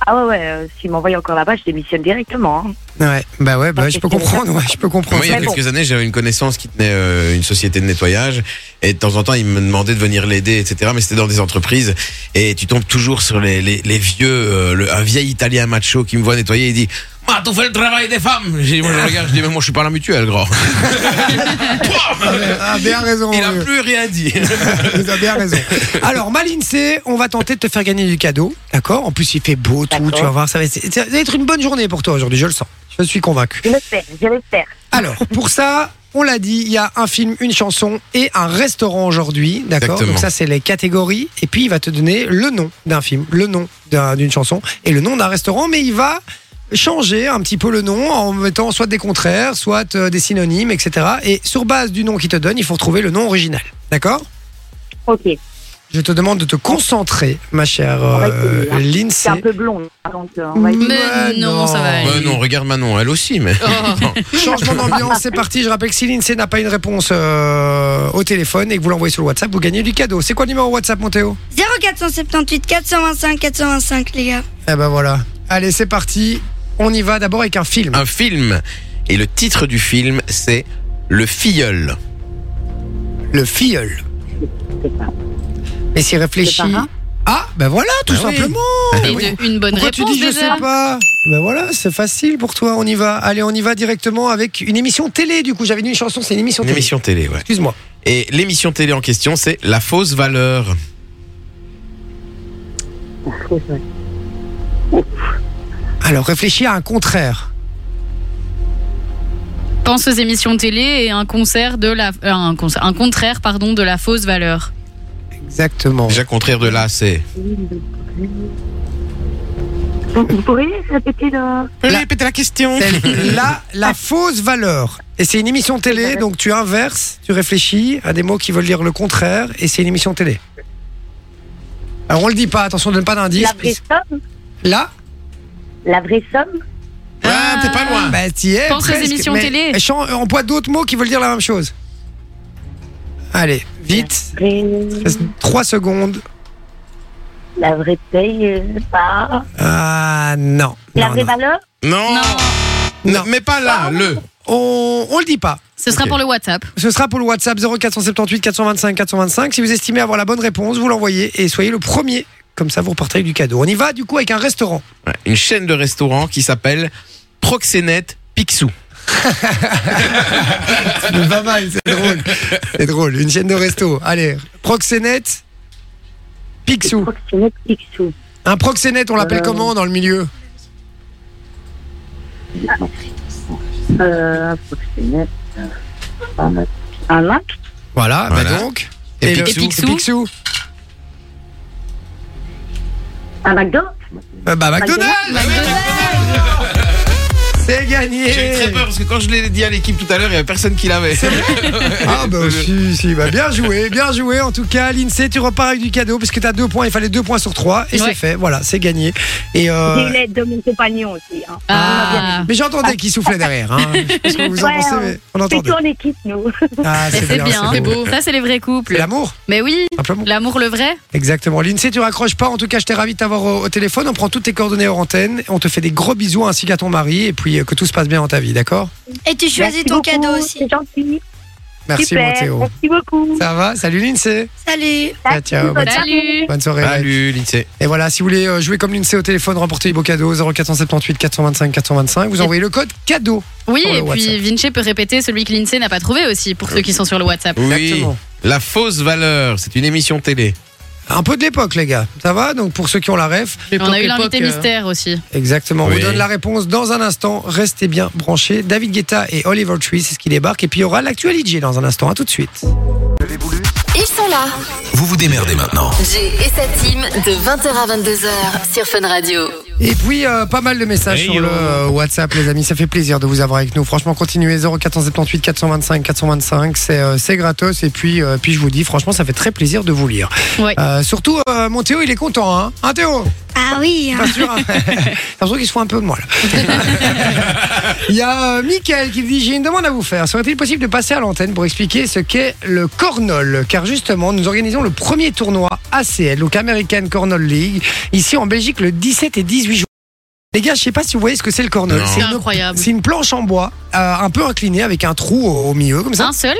[SPEAKER 9] Ah ouais, ouais, euh, s'ils m'envoient encore là-bas, je démissionne directement. hein.
[SPEAKER 8] Ouais, bah ouais, bah
[SPEAKER 9] Parce
[SPEAKER 8] je
[SPEAKER 9] que
[SPEAKER 8] peux
[SPEAKER 9] c'est le
[SPEAKER 8] comprendre, ouais, je peux comprendre.
[SPEAKER 3] Moi, il y a
[SPEAKER 9] Mais bon.
[SPEAKER 3] quelques années, j'avais une connaissance qui tenait euh, une société de nettoyage et de temps en temps, il me demandait de venir l'aider, etc. Mais c'était dans des entreprises et tu tombes toujours sur les, les, les vieux, euh, le- un vieil Italien macho qui me voit nettoyer et dit Ma, tu fais Ah, le travail des femmes J'ai dit, Moi,
[SPEAKER 4] Ah.
[SPEAKER 3] je regarde, je dis Mais moi, je suis pas à la mutuelle, grand.
[SPEAKER 8] Ah, bien raison,
[SPEAKER 3] il a
[SPEAKER 8] oui.
[SPEAKER 3] plus rien dit.
[SPEAKER 8] Vous avez bien raison. Alors, Malinsé, on va tenter de te faire gagner du cadeau, d'accord En plus, il fait beau, tout,
[SPEAKER 9] D'accord.
[SPEAKER 8] tu vas voir, ça va, c'est- ça va être une bonne journée pour toi aujourd'hui, je le sens. Je suis convaincu.
[SPEAKER 9] Je l'espère, je l'espère.
[SPEAKER 8] Alors, pour ça, on l'a dit, il y a un film, une chanson et un restaurant aujourd'hui, d'accord
[SPEAKER 3] Exactement.
[SPEAKER 8] Donc ça, c'est les catégories. Et puis, il va te donner le nom d'un film, le nom d'un- d'une chanson et le nom d'un restaurant, mais il va changer un petit peu le nom en mettant soit des contraires, soit euh, des synonymes, etc. Et sur base du nom qu'il te donne, il faut retrouver le nom original, d'accord
[SPEAKER 9] Ok.
[SPEAKER 8] Je te demande de te concentrer, ma chère euh,
[SPEAKER 9] Ouais, c'est- C'est
[SPEAKER 8] Lindsay.
[SPEAKER 9] un peu blond, donc euh, on va essayer.
[SPEAKER 4] Mais non,
[SPEAKER 8] non.
[SPEAKER 4] ça va aller.
[SPEAKER 3] Bah non, regarde Manon, elle aussi, mais. Non.
[SPEAKER 8] Oh. Changement d'ambiance, c'est parti. Je rappelle que si Lindsay n'a pas une réponse euh, au téléphone et que vous l'envoyez sur le WhatsApp, vous gagnez du cadeau. C'est quoi le numéro WhatsApp, Montéo
[SPEAKER 7] 0478 425 425, les gars.
[SPEAKER 8] Eh ben voilà. Allez, c'est parti. On y va d'abord avec un film.
[SPEAKER 3] Un film. Et le titre du film, c'est Le Filleul.
[SPEAKER 8] Le filleul.
[SPEAKER 9] sais pas.
[SPEAKER 8] Mais s'il réfléchit.
[SPEAKER 9] parrain
[SPEAKER 8] Ah, ben voilà, tout
[SPEAKER 3] Ben oui.
[SPEAKER 8] simplement.
[SPEAKER 4] Et
[SPEAKER 8] oui.
[SPEAKER 4] de- une bonne
[SPEAKER 8] Pourquoi tu
[SPEAKER 4] réponse
[SPEAKER 8] dis je
[SPEAKER 4] déjà.
[SPEAKER 8] sais pas Ben voilà, c'est facile pour toi, on y va. Allez, on y va directement avec une émission télé. Du coup, j'avais dit une chanson, c'est une émission
[SPEAKER 3] Une
[SPEAKER 8] télé.
[SPEAKER 3] émission télé, ouais.
[SPEAKER 8] Excuse-moi.
[SPEAKER 3] Et l'émission télé en question, c'est La fausse valeur.
[SPEAKER 8] Alors, réfléchis à un contraire.
[SPEAKER 4] Pense aux émissions télé et un concert de la euh, un, concert- un contraire pardon de la fausse valeur.
[SPEAKER 8] Exactement.
[SPEAKER 3] Déjà, contraire de là, c'est.
[SPEAKER 9] Vous, vous pourriez répéter le.
[SPEAKER 3] Allez, répétez la question.
[SPEAKER 8] C'est la, la fausse valeur. Et c'est une émission télé, donc tu inverses, tu réfléchis à des mots qui veulent dire le contraire, et c'est une émission télé. Alors, on le dit pas, attention, ne donne pas d'indice.
[SPEAKER 9] La vraie somme
[SPEAKER 8] Là,
[SPEAKER 9] La vraie somme
[SPEAKER 3] Ah, t'es pas loin.
[SPEAKER 8] bah, t'y es.
[SPEAKER 4] Pense aux
[SPEAKER 8] presque,
[SPEAKER 4] émissions
[SPEAKER 8] mais
[SPEAKER 4] télé.
[SPEAKER 8] chan- Emploie d'autres mots qui veulent dire la même chose. Allez, vite.
[SPEAKER 9] vraie-
[SPEAKER 8] 3 secondes.
[SPEAKER 9] La vraie paye euh, pas.
[SPEAKER 8] Ah, non.
[SPEAKER 9] La
[SPEAKER 8] non,
[SPEAKER 9] vraie
[SPEAKER 8] non.
[SPEAKER 9] valeur Ah.
[SPEAKER 3] Non.
[SPEAKER 4] Non,
[SPEAKER 8] Non.
[SPEAKER 3] Mais pas là, le.
[SPEAKER 8] On, on le dit pas.
[SPEAKER 4] ce sera
[SPEAKER 3] Ok.
[SPEAKER 4] pour le WhatsApp.
[SPEAKER 8] Ce sera pour le WhatsApp 0478 425 425. Si vous estimez avoir la bonne réponse, vous l'envoyez et soyez le premier. Comme ça, vous repartez avec du cadeau. On y va du coup avec un restaurant.
[SPEAKER 3] Ouais, Une chaîne de restaurants qui s'appelle Proxénète Picsou.
[SPEAKER 8] C'est pas mal, c'est drôle. C'est drôle, une chaîne de resto. Allez, proxénète, Picsou.
[SPEAKER 9] Proxénète Picsou.
[SPEAKER 8] Un proxénète, on l'appelle
[SPEAKER 9] Euh.
[SPEAKER 8] comment dans le milieu
[SPEAKER 9] Euh, proxénète. euh, Un lac
[SPEAKER 8] Voilà, bah
[SPEAKER 3] Voilà.
[SPEAKER 8] donc.
[SPEAKER 3] Et
[SPEAKER 8] le-
[SPEAKER 3] Picsou
[SPEAKER 8] et Picsou.
[SPEAKER 9] Un McDo
[SPEAKER 8] Euh, Bah, McDonald's
[SPEAKER 9] Ah, McDonald's.
[SPEAKER 8] C'est gagné
[SPEAKER 3] J'ai eu très peur parce que quand je l'ai dit à l'équipe tout à l'heure, il n'y avait personne qui l'avait.
[SPEAKER 8] Ah bah si, si, bah bien joué, bien joué en tout cas, l'INSEE, tu repars avec du cadeau parce que t'as deux points, il fallait deux points sur trois et c'est
[SPEAKER 4] Ouais.
[SPEAKER 8] fait, voilà, c'est gagné. Et
[SPEAKER 9] J'ai
[SPEAKER 8] euh,
[SPEAKER 9] l'aide de mon compagnon aussi. Hein.
[SPEAKER 4] Ah,
[SPEAKER 8] mais j'entendais qu'il soufflait derrière, hein. je sais pas ce que vous en
[SPEAKER 9] Ouais, hein.
[SPEAKER 8] pensez,
[SPEAKER 9] on-
[SPEAKER 8] mais on
[SPEAKER 9] On est
[SPEAKER 8] entendait.
[SPEAKER 9] tout en équipe, nous.
[SPEAKER 8] Ah,
[SPEAKER 4] Mais c'est bien.
[SPEAKER 8] c'est beau.
[SPEAKER 4] Ça c'est les vrais
[SPEAKER 8] C'est
[SPEAKER 4] couples.
[SPEAKER 8] l'amour,
[SPEAKER 4] Mais oui,
[SPEAKER 8] simplement.
[SPEAKER 4] l'amour le vrai.
[SPEAKER 8] Exactement. L'INSEE, tu raccroches pas. En tout cas, j'étais ravi de t'avoir au, au téléphone. On prend toutes tes coordonnées hors antenne. On te fait des gros bisous ainsi qu'à ton mari. Et puis, euh, que tout se passe bien dans ta vie, d'accord
[SPEAKER 7] Et tu choisis
[SPEAKER 9] Merci
[SPEAKER 7] ton
[SPEAKER 9] beaucoup,
[SPEAKER 7] cadeau aussi.
[SPEAKER 9] C'est gentil.
[SPEAKER 8] Merci,
[SPEAKER 9] Super.
[SPEAKER 8] mon Théo.
[SPEAKER 9] Merci beaucoup.
[SPEAKER 8] Ça va Salut, l'INSEE.
[SPEAKER 7] Salut.
[SPEAKER 8] Ciao, ciao. Bonne,
[SPEAKER 4] Salut.
[SPEAKER 8] bonne soirée.
[SPEAKER 3] Salut, Lindsay.
[SPEAKER 8] Et voilà, si vous voulez euh, jouer comme l'INSEE au téléphone, remporter les beaux cadeaux 0478 425 425, vous envoyez le code cadeau.
[SPEAKER 4] Oui,
[SPEAKER 8] Sur le
[SPEAKER 4] et puis
[SPEAKER 8] WhatsApp.
[SPEAKER 4] Vinci peut répéter celui que l'INSEE n'a pas trouvé aussi pour ceux qui sont sur le WhatsApp.
[SPEAKER 3] Oui.
[SPEAKER 8] Exactement.
[SPEAKER 3] La fausse valeur, c'est une émission télé.
[SPEAKER 8] Un peu de l'époque, les gars. Ça va Donc, pour ceux qui ont la ref,
[SPEAKER 4] On a eu
[SPEAKER 6] Époque,
[SPEAKER 4] l'invité
[SPEAKER 6] euh,
[SPEAKER 4] mystère aussi.
[SPEAKER 8] exactement. On
[SPEAKER 3] Oui.
[SPEAKER 8] vous donne la réponse dans un instant. Restez bien branchés. David Guetta et Oliver Tree, c'est ce qui débarque. Et puis, il y aura l'actualité dans un instant. À tout de suite.
[SPEAKER 2] Ils sont là.
[SPEAKER 1] Vous vous démerdez maintenant.
[SPEAKER 2] J'ai et sa team de 20h à 22h sur Fun Radio.
[SPEAKER 8] Et puis, euh, pas mal de messages
[SPEAKER 5] Hey
[SPEAKER 8] sur
[SPEAKER 5] yo.
[SPEAKER 8] le euh, WhatsApp, les amis. Ça fait plaisir de vous avoir avec nous. Franchement, continuez. 0478 425 425. C'est euh, c'est gratos. Et puis, euh, puis, je vous dis, franchement, ça fait très plaisir de vous lire.
[SPEAKER 4] Ouais.
[SPEAKER 8] Euh, surtout, euh, mon Théo, il est content. Hein, hein Théo
[SPEAKER 7] Ah oui, hein.
[SPEAKER 8] Pas sûr. hein J'ai l'impression qu'il se fout un peu de moi, là. il y a euh, Mickaël qui dit J'ai une demande à vous faire. Serait-il possible de passer à l'antenne pour expliquer ce qu'est le Cornol Car justement, nous organisons le premier tournoi ACL, donc American Cornol League, ici en Belgique le 17 et 18 juin. Les gars, je sais pas si vous voyez ce que c'est le Cornol.
[SPEAKER 3] Non.
[SPEAKER 4] C'est
[SPEAKER 8] C'est une-
[SPEAKER 4] incroyable.
[SPEAKER 8] C'est une planche en bois, euh, un peu inclinée, avec un trou au, au milieu, comme ça.
[SPEAKER 4] Un seul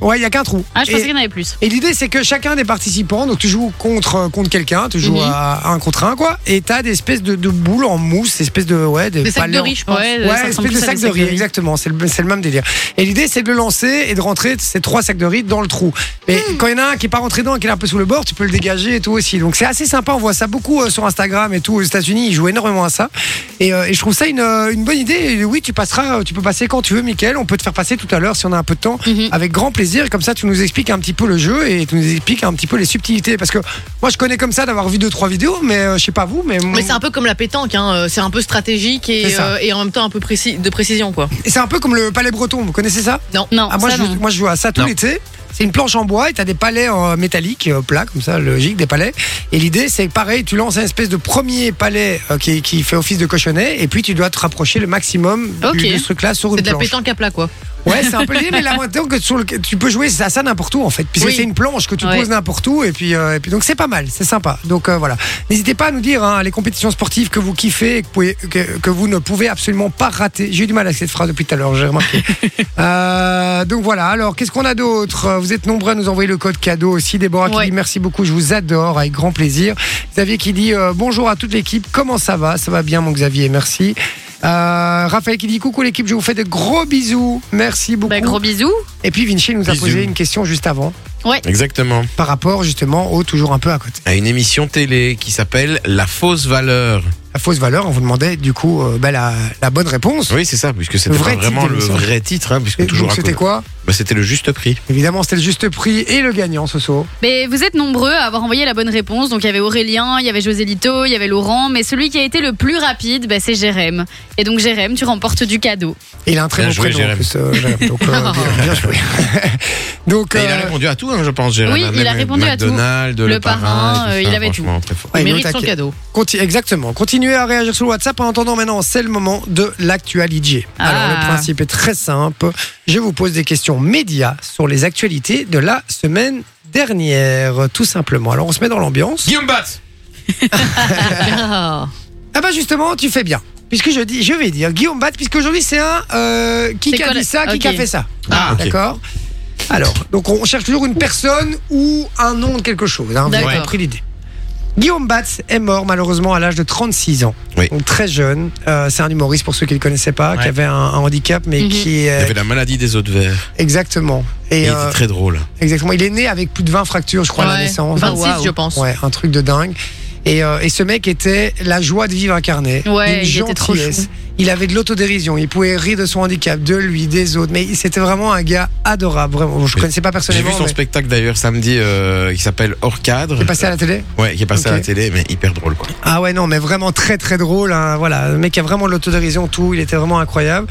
[SPEAKER 8] Ouais, il y a qu'un trou.
[SPEAKER 4] Ah, je
[SPEAKER 8] Et-
[SPEAKER 4] pensais qu'il y en avait plus.
[SPEAKER 8] et l'idée, c'est que chacun des participants, donc tu joues contre, euh, contre quelqu'un, tu joues
[SPEAKER 4] Mhm.
[SPEAKER 8] à un contre un, quoi, et t'as des espèces de, de boules en mousse, espèces de. Ouais, des,
[SPEAKER 6] Des sacs de
[SPEAKER 8] palais en-
[SPEAKER 6] riz, je pense.
[SPEAKER 4] Ouais,
[SPEAKER 8] Ouais,
[SPEAKER 4] ça ressemble
[SPEAKER 8] espèces
[SPEAKER 4] plus
[SPEAKER 8] de
[SPEAKER 4] à
[SPEAKER 8] sacs
[SPEAKER 4] des
[SPEAKER 8] de riz,
[SPEAKER 4] riz.
[SPEAKER 8] exactement, c'est le, c'est le même délire. Et l'idée, c'est de le lancer et de rentrer ces trois sacs de riz dans le trou. Mais quand il y en a un qui est pas rentré dedans, qui est un peu sous le bord, tu peux le dégager et tout aussi. Donc c'est assez sympa, on voit ça beaucoup euh, sur Instagram et tout. Aux États-Unis, ils jouent énormément à ça. Et, euh, et je trouve ça une, euh, une bonne idée. Et oui, tu passeras, euh, tu peux passer quand tu veux, Mickaël. On peut te faire passer tout à l'heure si on a un peu de temps
[SPEAKER 4] Mhm.
[SPEAKER 8] avec grand plaisir. Comme ça, tu nous expliques un petit peu le jeu et tu nous expliques un petit peu les subtilités. Parce que moi, je connais comme ça d'avoir vu deux trois vidéos, mais euh, je sais pas vous, mais,
[SPEAKER 6] Mais c'est un peu comme la pétanque, hein. euh, c'est un peu stratégique
[SPEAKER 8] C'est
[SPEAKER 6] et,
[SPEAKER 8] ça.
[SPEAKER 6] euh, et en même temps un peu précis, de précision quoi.
[SPEAKER 8] c'est un peu comme le Palais Breton. Vous connaissez ça
[SPEAKER 4] Non,
[SPEAKER 8] Ah, moi,
[SPEAKER 4] ça
[SPEAKER 8] je,
[SPEAKER 4] non.
[SPEAKER 8] moi, je joue à ça tout
[SPEAKER 5] Non.
[SPEAKER 8] l'été. C'est une planche en bois et t'as des palais en métallique, euh, plats comme ça, logique, des palais. Et l'idée, c'est pareil, tu lances un espèce de premier palais euh, qui, qui fait office de cochonnet et puis tu dois te rapprocher le maximum du-
[SPEAKER 4] Ok.
[SPEAKER 8] de ce truc-là sur
[SPEAKER 6] C'est
[SPEAKER 8] une
[SPEAKER 6] de la
[SPEAKER 8] planche.
[SPEAKER 6] pétanque à plat, quoi.
[SPEAKER 8] Ouais, c'est un peu l'idée, mais l'avantage que sur le- tu peux jouer à ça n'importe où en fait, puisque
[SPEAKER 6] Oui.
[SPEAKER 8] c'est une planche que tu
[SPEAKER 4] Ouais.
[SPEAKER 8] poses n'importe où et puis euh, et puis donc c'est pas mal, c'est sympa. Donc euh, voilà, n'hésitez pas à nous dire hein, les compétitions sportives que vous kiffez, et que, vous pouvez- que, que vous ne pouvez absolument pas rater. J'ai eu du mal avec cette phrase depuis tout à l'heure, j'ai remarqué. Euh, donc voilà. Alors qu'est-ce qu'on a d'autre Euh, Vous êtes nombreux à nous envoyer le code cadeau aussi. Déborah qui
[SPEAKER 4] Ouais.
[SPEAKER 8] dit merci beaucoup, je vous adore, avec grand plaisir. Xavier qui dit euh, bonjour à toute l'équipe, comment ça va Ça va bien mon Xavier, merci. Euh, Raphaël qui dit coucou l'équipe, je vous fais de gros bisous, merci beaucoup.
[SPEAKER 4] Bah, gros bisous.
[SPEAKER 8] Et puis Vinci nous a
[SPEAKER 3] Bisous.
[SPEAKER 8] posé une question juste avant
[SPEAKER 3] Exactement.
[SPEAKER 8] par rapport justement au toujours un peu à côté.
[SPEAKER 3] À une émission télé qui s'appelle La fausse valeur.
[SPEAKER 8] La fausse valeur, on vous demandait du coup euh, bah, la, la bonne réponse.
[SPEAKER 3] Oui, c'est ça, puisque c'était
[SPEAKER 8] Vrai
[SPEAKER 3] pas vraiment
[SPEAKER 8] titre
[SPEAKER 3] le
[SPEAKER 8] d'émission.
[SPEAKER 3] vrai titre, hein, puisque
[SPEAKER 8] Et
[SPEAKER 3] toujours
[SPEAKER 8] donc,
[SPEAKER 3] à
[SPEAKER 8] c'était
[SPEAKER 3] côté.
[SPEAKER 8] quoi
[SPEAKER 3] Bah, C'était le juste prix.
[SPEAKER 8] Évidemment, c'était le juste prix et le gagnant, Soso.
[SPEAKER 4] Mais vous êtes nombreux à avoir envoyé la bonne réponse. Donc il y avait Aurélien, il y avait José Lito, il y avait Laurent. Mais celui qui a été le plus rapide, bah, c'est Jérém. Et donc Jérém, tu remportes du cadeau.
[SPEAKER 8] Et il a un très
[SPEAKER 3] Bien
[SPEAKER 8] bon
[SPEAKER 3] joué,
[SPEAKER 8] prénom en
[SPEAKER 3] Jérém.
[SPEAKER 8] plus. euh, Jérém. donc, euh, bien, bien joué. donc,
[SPEAKER 3] Et il a
[SPEAKER 8] euh,
[SPEAKER 3] répondu à tout, hein, je pense, Jérôme.
[SPEAKER 4] Oui,
[SPEAKER 3] Hein,
[SPEAKER 4] il a
[SPEAKER 3] même
[SPEAKER 4] répondu à tout.
[SPEAKER 3] McDonald's, le,
[SPEAKER 4] Le parrain,
[SPEAKER 3] et
[SPEAKER 4] euh,
[SPEAKER 3] ça,
[SPEAKER 4] il avait tout.
[SPEAKER 3] franchement, très fort.
[SPEAKER 8] ouais,
[SPEAKER 6] Il
[SPEAKER 8] il est au
[SPEAKER 6] mérite son
[SPEAKER 8] taquet.
[SPEAKER 6] cadeau.
[SPEAKER 8] Conti- exactement. Continuez à réagir sur le WhatsApp. En attendant, maintenant, c'est le moment de l'actualité. Alors,
[SPEAKER 4] Ah.
[SPEAKER 8] le principe est très simple. Je vous pose des questions médias sur les actualités de la semaine dernière, tout simplement. Alors, on se met dans l'ambiance.
[SPEAKER 5] Guillaume Batz
[SPEAKER 6] Ah.
[SPEAKER 8] Ah bah justement, tu fais bien. Puisque je dis, je vais dire Guillaume Bat, puisque aujourd'hui c'est un euh, qui
[SPEAKER 4] C'est
[SPEAKER 8] qui a
[SPEAKER 4] quoi
[SPEAKER 8] dit
[SPEAKER 4] la-
[SPEAKER 8] ça, qui
[SPEAKER 4] ok.
[SPEAKER 8] qui a fait ça.
[SPEAKER 5] Ah, ok.
[SPEAKER 8] d'accord. Alors, donc on cherche toujours une personne ou un nom de quelque chose. Hein, vous avez
[SPEAKER 4] D'accord.
[SPEAKER 8] compris l'idée. Guillaume Batz est mort malheureusement à l'âge de 36 ans.
[SPEAKER 3] Oui.
[SPEAKER 8] Donc très jeune. Euh, c'est un humoriste pour ceux qui ne le connaissaient pas, qui
[SPEAKER 5] Ouais.
[SPEAKER 8] avait un, un handicap, mais
[SPEAKER 4] Mhm.
[SPEAKER 8] qui
[SPEAKER 3] Il
[SPEAKER 8] est.
[SPEAKER 3] avait la maladie des autres verts.
[SPEAKER 8] Exactement.
[SPEAKER 3] Et
[SPEAKER 8] Et,
[SPEAKER 3] il
[SPEAKER 8] euh,
[SPEAKER 3] était très drôle.
[SPEAKER 8] exactement. Il est né avec plus de 20 fractures, je crois, à la
[SPEAKER 6] Ouais.
[SPEAKER 8] naissance. Ah,
[SPEAKER 6] 26, je pense.
[SPEAKER 8] Ouais, un truc de dingue. Et, euh, et ce mec était la joie de vivre incarnée.
[SPEAKER 4] Ouais,
[SPEAKER 8] une
[SPEAKER 4] il était trop
[SPEAKER 8] gentillesse.
[SPEAKER 4] chou.
[SPEAKER 8] Il avait de l'autodérision. Il pouvait rire de son handicap, de lui, des autres. Mais c'était vraiment un gars adorable. Vraiment, je
[SPEAKER 3] Mais
[SPEAKER 8] connaissais pas
[SPEAKER 3] J'ai
[SPEAKER 8] personnellement.
[SPEAKER 3] vu son
[SPEAKER 8] mais
[SPEAKER 3] spectacle d'ailleurs samedi euh, qui s'appelle Hors cadre.
[SPEAKER 8] il est passé à la télé.
[SPEAKER 3] Ouais, qui est passé à la
[SPEAKER 8] Ok.
[SPEAKER 3] télé, mais hyper drôle quoi.
[SPEAKER 8] Ah ouais, non, mais vraiment très très drôle. hein. Voilà, le mec a vraiment de l'autodérision, tout. Il était vraiment incroyable.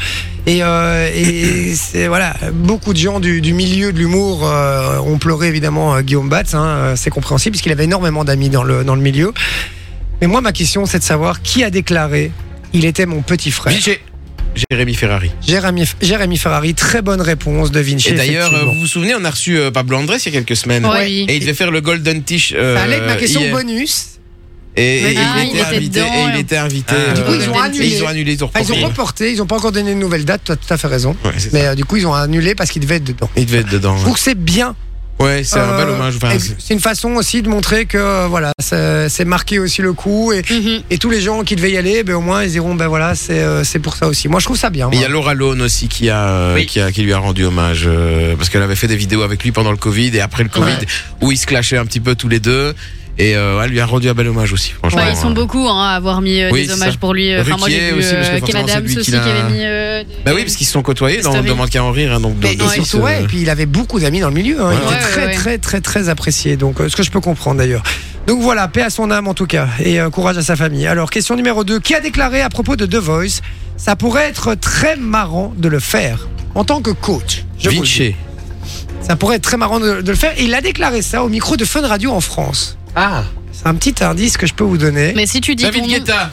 [SPEAKER 8] Et, euh, et c'est voilà, beaucoup de gens du, du milieu de l'humour euh, ont pleuré évidemment euh, Guillaume Batz. hein. Euh, c'est compréhensible puisqu'il avait énormément d'amis dans le dans le milieu. Mais moi, ma question, c'est de savoir qui a déclaré. Il était mon petit frère.
[SPEAKER 3] Vinci. Jérémy Ferrari.
[SPEAKER 8] Jérémy, Jérémy Ferrari, très bonne réponse de Vinci.
[SPEAKER 3] Et d'ailleurs, euh,
[SPEAKER 8] effectivement.
[SPEAKER 3] vous vous souvenez, on a reçu euh, Pablo Andrés il y a quelques semaines.
[SPEAKER 4] Ouais. Oui.
[SPEAKER 3] Et il devait faire le Golden Tish. euh,
[SPEAKER 8] ça allait avec ma question
[SPEAKER 3] hier.
[SPEAKER 8] bonus.
[SPEAKER 3] Et, et
[SPEAKER 4] Ah,
[SPEAKER 3] il,
[SPEAKER 4] il
[SPEAKER 3] était
[SPEAKER 4] était
[SPEAKER 3] invité,
[SPEAKER 4] dedans,
[SPEAKER 3] et il
[SPEAKER 4] ouais.
[SPEAKER 3] était invité. euh,
[SPEAKER 5] Ah,
[SPEAKER 8] Du coup, ils ont
[SPEAKER 3] et
[SPEAKER 8] annulé.
[SPEAKER 3] Ils ont annulé, ils ont
[SPEAKER 8] Ah, ils ont
[SPEAKER 3] reporté.
[SPEAKER 8] reporté, ils n'ont pas encore donné une nouvelle date. Tu as tout à fait raison.
[SPEAKER 3] Ouais, c'est ça.
[SPEAKER 8] Mais euh, du coup, ils ont annulé parce qu'il devait être dedans.
[SPEAKER 3] Il devait être dedans.
[SPEAKER 8] Je
[SPEAKER 3] ouais.
[SPEAKER 8] trouve que c'est bien.
[SPEAKER 3] Ouais, c'est un
[SPEAKER 8] Euh,
[SPEAKER 3] bel hommage. enfin,
[SPEAKER 8] et
[SPEAKER 3] c'est-
[SPEAKER 8] c'est une façon aussi de montrer que euh, voilà, ça- c'est marqué aussi le coup et, et tous les gens qui devaient y aller, ben au moins ils diront ben voilà, c'est euh, c'est pour ça aussi. Moi, je trouve ça bien.
[SPEAKER 3] Mais Il y
[SPEAKER 8] moi.
[SPEAKER 3] a Laura Lone aussi qui a, euh,
[SPEAKER 5] Oui.
[SPEAKER 3] qui a- qui lui a rendu hommage euh, parce qu'elle avait fait des vidéos avec lui pendant le Covid et après le Covid où ils se clashaient un petit peu tous les deux et euh, elle lui a rendu un bel hommage aussi franchement.
[SPEAKER 4] Ouais, ils sont
[SPEAKER 3] Euh,
[SPEAKER 4] beaucoup hein, à avoir mis euh,
[SPEAKER 3] Oui,
[SPEAKER 4] des
[SPEAKER 3] c'est
[SPEAKER 4] hommages
[SPEAKER 3] ça.
[SPEAKER 4] pour lui. Enfin, moi,
[SPEAKER 3] Ruquier
[SPEAKER 4] j'ai vu
[SPEAKER 3] aussi, parce que
[SPEAKER 4] euh, Kev
[SPEAKER 3] forcément, c'est
[SPEAKER 4] Adams
[SPEAKER 3] lui qui
[SPEAKER 4] aussi qui
[SPEAKER 3] l'a-
[SPEAKER 4] avait mis. euh, des-
[SPEAKER 3] Bah oui parce qu'ils se sont côtoyés dans On ne
[SPEAKER 4] Story.
[SPEAKER 3] demande qu'à en rire hein, donc
[SPEAKER 8] Mais-
[SPEAKER 3] donc,
[SPEAKER 8] et
[SPEAKER 3] aussi,
[SPEAKER 8] surtout,
[SPEAKER 3] ce-
[SPEAKER 8] ouais, et puis il avait beaucoup d'amis dans le milieu. hein. il était
[SPEAKER 3] Ouais.
[SPEAKER 4] Ouais,
[SPEAKER 8] très,
[SPEAKER 4] ouais.
[SPEAKER 8] très, très, très apprécié. Donc, euh, ce que je peux comprendre d'ailleurs. Donc voilà, paix à son âme en tout cas. Et euh, courage à sa famille. Alors, question numéro 2. Qui a déclaré à propos de The Voice Ça pourrait être très marrant de le faire en tant que coach. Je vous le dis.
[SPEAKER 3] Vinci.
[SPEAKER 8] Ça pourrait être très marrant de, de le faire. Et il a déclaré ça au micro de Fun Radio en France.
[SPEAKER 5] Ah
[SPEAKER 8] C'est un petit indice que je peux vous donner.
[SPEAKER 4] Mais si tu dis
[SPEAKER 5] David
[SPEAKER 4] ton nom-
[SPEAKER 5] Guetta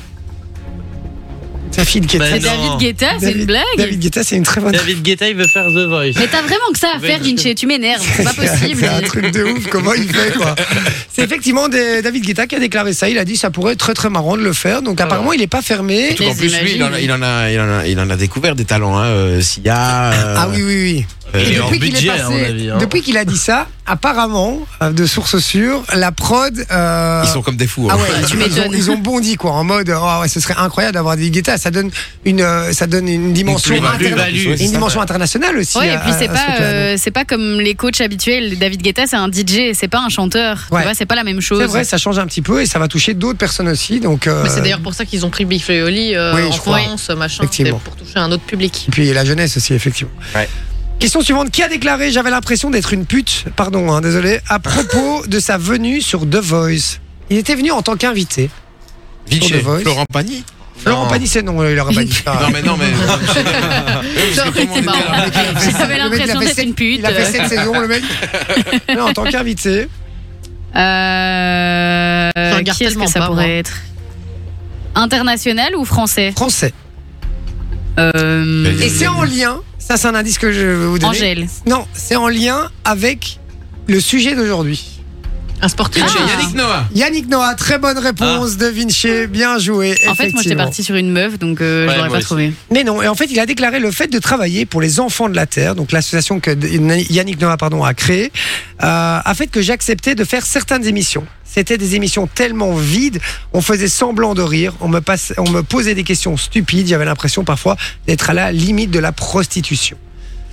[SPEAKER 8] Ça file qui
[SPEAKER 5] Ben
[SPEAKER 4] Mais
[SPEAKER 5] non.
[SPEAKER 4] David Guetta, c'est
[SPEAKER 8] David-
[SPEAKER 4] une blague.
[SPEAKER 8] David Guetta, c'est une très bonne.
[SPEAKER 5] David Guetta, il veut faire The Voice.
[SPEAKER 4] Mais t'as vraiment que ça à faire,
[SPEAKER 5] David-
[SPEAKER 4] Vinci. Tu m'énerves, c'est pas
[SPEAKER 8] C'est
[SPEAKER 4] possible.
[SPEAKER 8] un truc de ouf, comment il fait quoi C'est effectivement des- David Guetta qui a déclaré ça, il a dit ça pourrait être très très marrant de le faire, donc apparemment il est pas fermé.
[SPEAKER 3] Surtout qu'en
[SPEAKER 4] Les
[SPEAKER 3] plus lui il en, a, il en a il en a il en a découvert des talents hein euh, Sia. euh,
[SPEAKER 8] Ah oui, oui, oui.
[SPEAKER 3] euh,
[SPEAKER 5] Et hors
[SPEAKER 8] qu'il est
[SPEAKER 5] budget, à mon avis, hein.
[SPEAKER 8] depuis qu'il a dit ça, apparemment, euh, de sources sûres, la prod. euh,
[SPEAKER 3] ils sont comme des fous.
[SPEAKER 8] Ah
[SPEAKER 3] hein.
[SPEAKER 8] ouais, ils, ont-
[SPEAKER 4] m'étonnes.
[SPEAKER 8] ils ont bondi quoi, en mode oh ouais, ce serait incroyable d'avoir David Guetta. Ça donne une, euh, ça donne une dimension,
[SPEAKER 5] plus-value,
[SPEAKER 8] interna-
[SPEAKER 5] plus-value,
[SPEAKER 8] une
[SPEAKER 5] c'est ça.
[SPEAKER 8] dimension internationale aussi.
[SPEAKER 4] Ouais,
[SPEAKER 8] à-
[SPEAKER 4] et puis c'est
[SPEAKER 8] à- à ce
[SPEAKER 4] pas,
[SPEAKER 8] truc-là, donc.
[SPEAKER 4] euh, c'est pas comme les coachs habituels. David Guetta, c'est un DJ, c'est pas un chanteur.
[SPEAKER 8] Ouais.
[SPEAKER 4] Tu vois, c'est pas la même chose.
[SPEAKER 8] C'est vrai, ça change un petit peu et ça va toucher d'autres personnes aussi. Donc, euh,
[SPEAKER 6] Mais c'est d'ailleurs pour ça qu'ils ont pris Big Flo et Oli, euh,
[SPEAKER 8] Oui,
[SPEAKER 6] en
[SPEAKER 8] je crois.
[SPEAKER 6] France, machin,
[SPEAKER 8] Effectivement.
[SPEAKER 6] c'est pour toucher un autre public.
[SPEAKER 8] Et puis la jeunesse aussi, effectivement.
[SPEAKER 5] Ouais.
[SPEAKER 8] Question suivante. Qui a déclaré J'avais l'impression d'être une pute, pardon, hein, désolé, à propos de sa venue sur The Voice. Il était venu en tant qu'invité.
[SPEAKER 3] Vinci.
[SPEAKER 8] Sur The Voice.
[SPEAKER 3] Florent Pagny.
[SPEAKER 8] Laurent Pagny, c'est non, il aura pas dit ça.
[SPEAKER 3] Non, mais non, mais. Parce que tout le monde était là.
[SPEAKER 4] J'avais
[SPEAKER 8] Le mec, il a
[SPEAKER 4] l'impression
[SPEAKER 8] fait
[SPEAKER 4] d'être
[SPEAKER 8] sept-
[SPEAKER 4] une pute.
[SPEAKER 8] Il a fait 7 saisons, le mec. Non, en tant qu'invité.
[SPEAKER 4] Euh,
[SPEAKER 6] Je regarde
[SPEAKER 4] qui est-ce que
[SPEAKER 6] tellement
[SPEAKER 4] ça
[SPEAKER 6] pas,
[SPEAKER 4] pourrait
[SPEAKER 6] moi.
[SPEAKER 4] être International ou français
[SPEAKER 8] Français.
[SPEAKER 4] Euh,
[SPEAKER 8] Et c'est en lien, ça c'est un indice que je vais vous donner.
[SPEAKER 4] Angèle.
[SPEAKER 8] Non, c'est en lien avec le sujet d'aujourd'hui.
[SPEAKER 6] Un sportif.
[SPEAKER 3] Chez Yannick Noah.
[SPEAKER 8] Yannick Noah, très bonne réponse
[SPEAKER 5] Ah.
[SPEAKER 8] de Vinci, bien joué.
[SPEAKER 4] En fait, moi j'étais
[SPEAKER 8] effectivement.
[SPEAKER 4] partie sur une meuf, donc euh,
[SPEAKER 5] Ouais,
[SPEAKER 4] je l'aurais
[SPEAKER 5] moi
[SPEAKER 4] pas
[SPEAKER 5] aussi.
[SPEAKER 4] trouvé.
[SPEAKER 8] Mais non, et en fait, il a déclaré le fait de travailler pour les enfants de la Terre, donc l'association que Yannick Noah pardon, a créée, euh, a fait que j'acceptais de faire certaines émissions. C'était des émissions tellement vides, on faisait semblant de rire, on me, passait, on me posait des questions stupides, j'avais l'impression parfois d'être à la limite de la prostitution.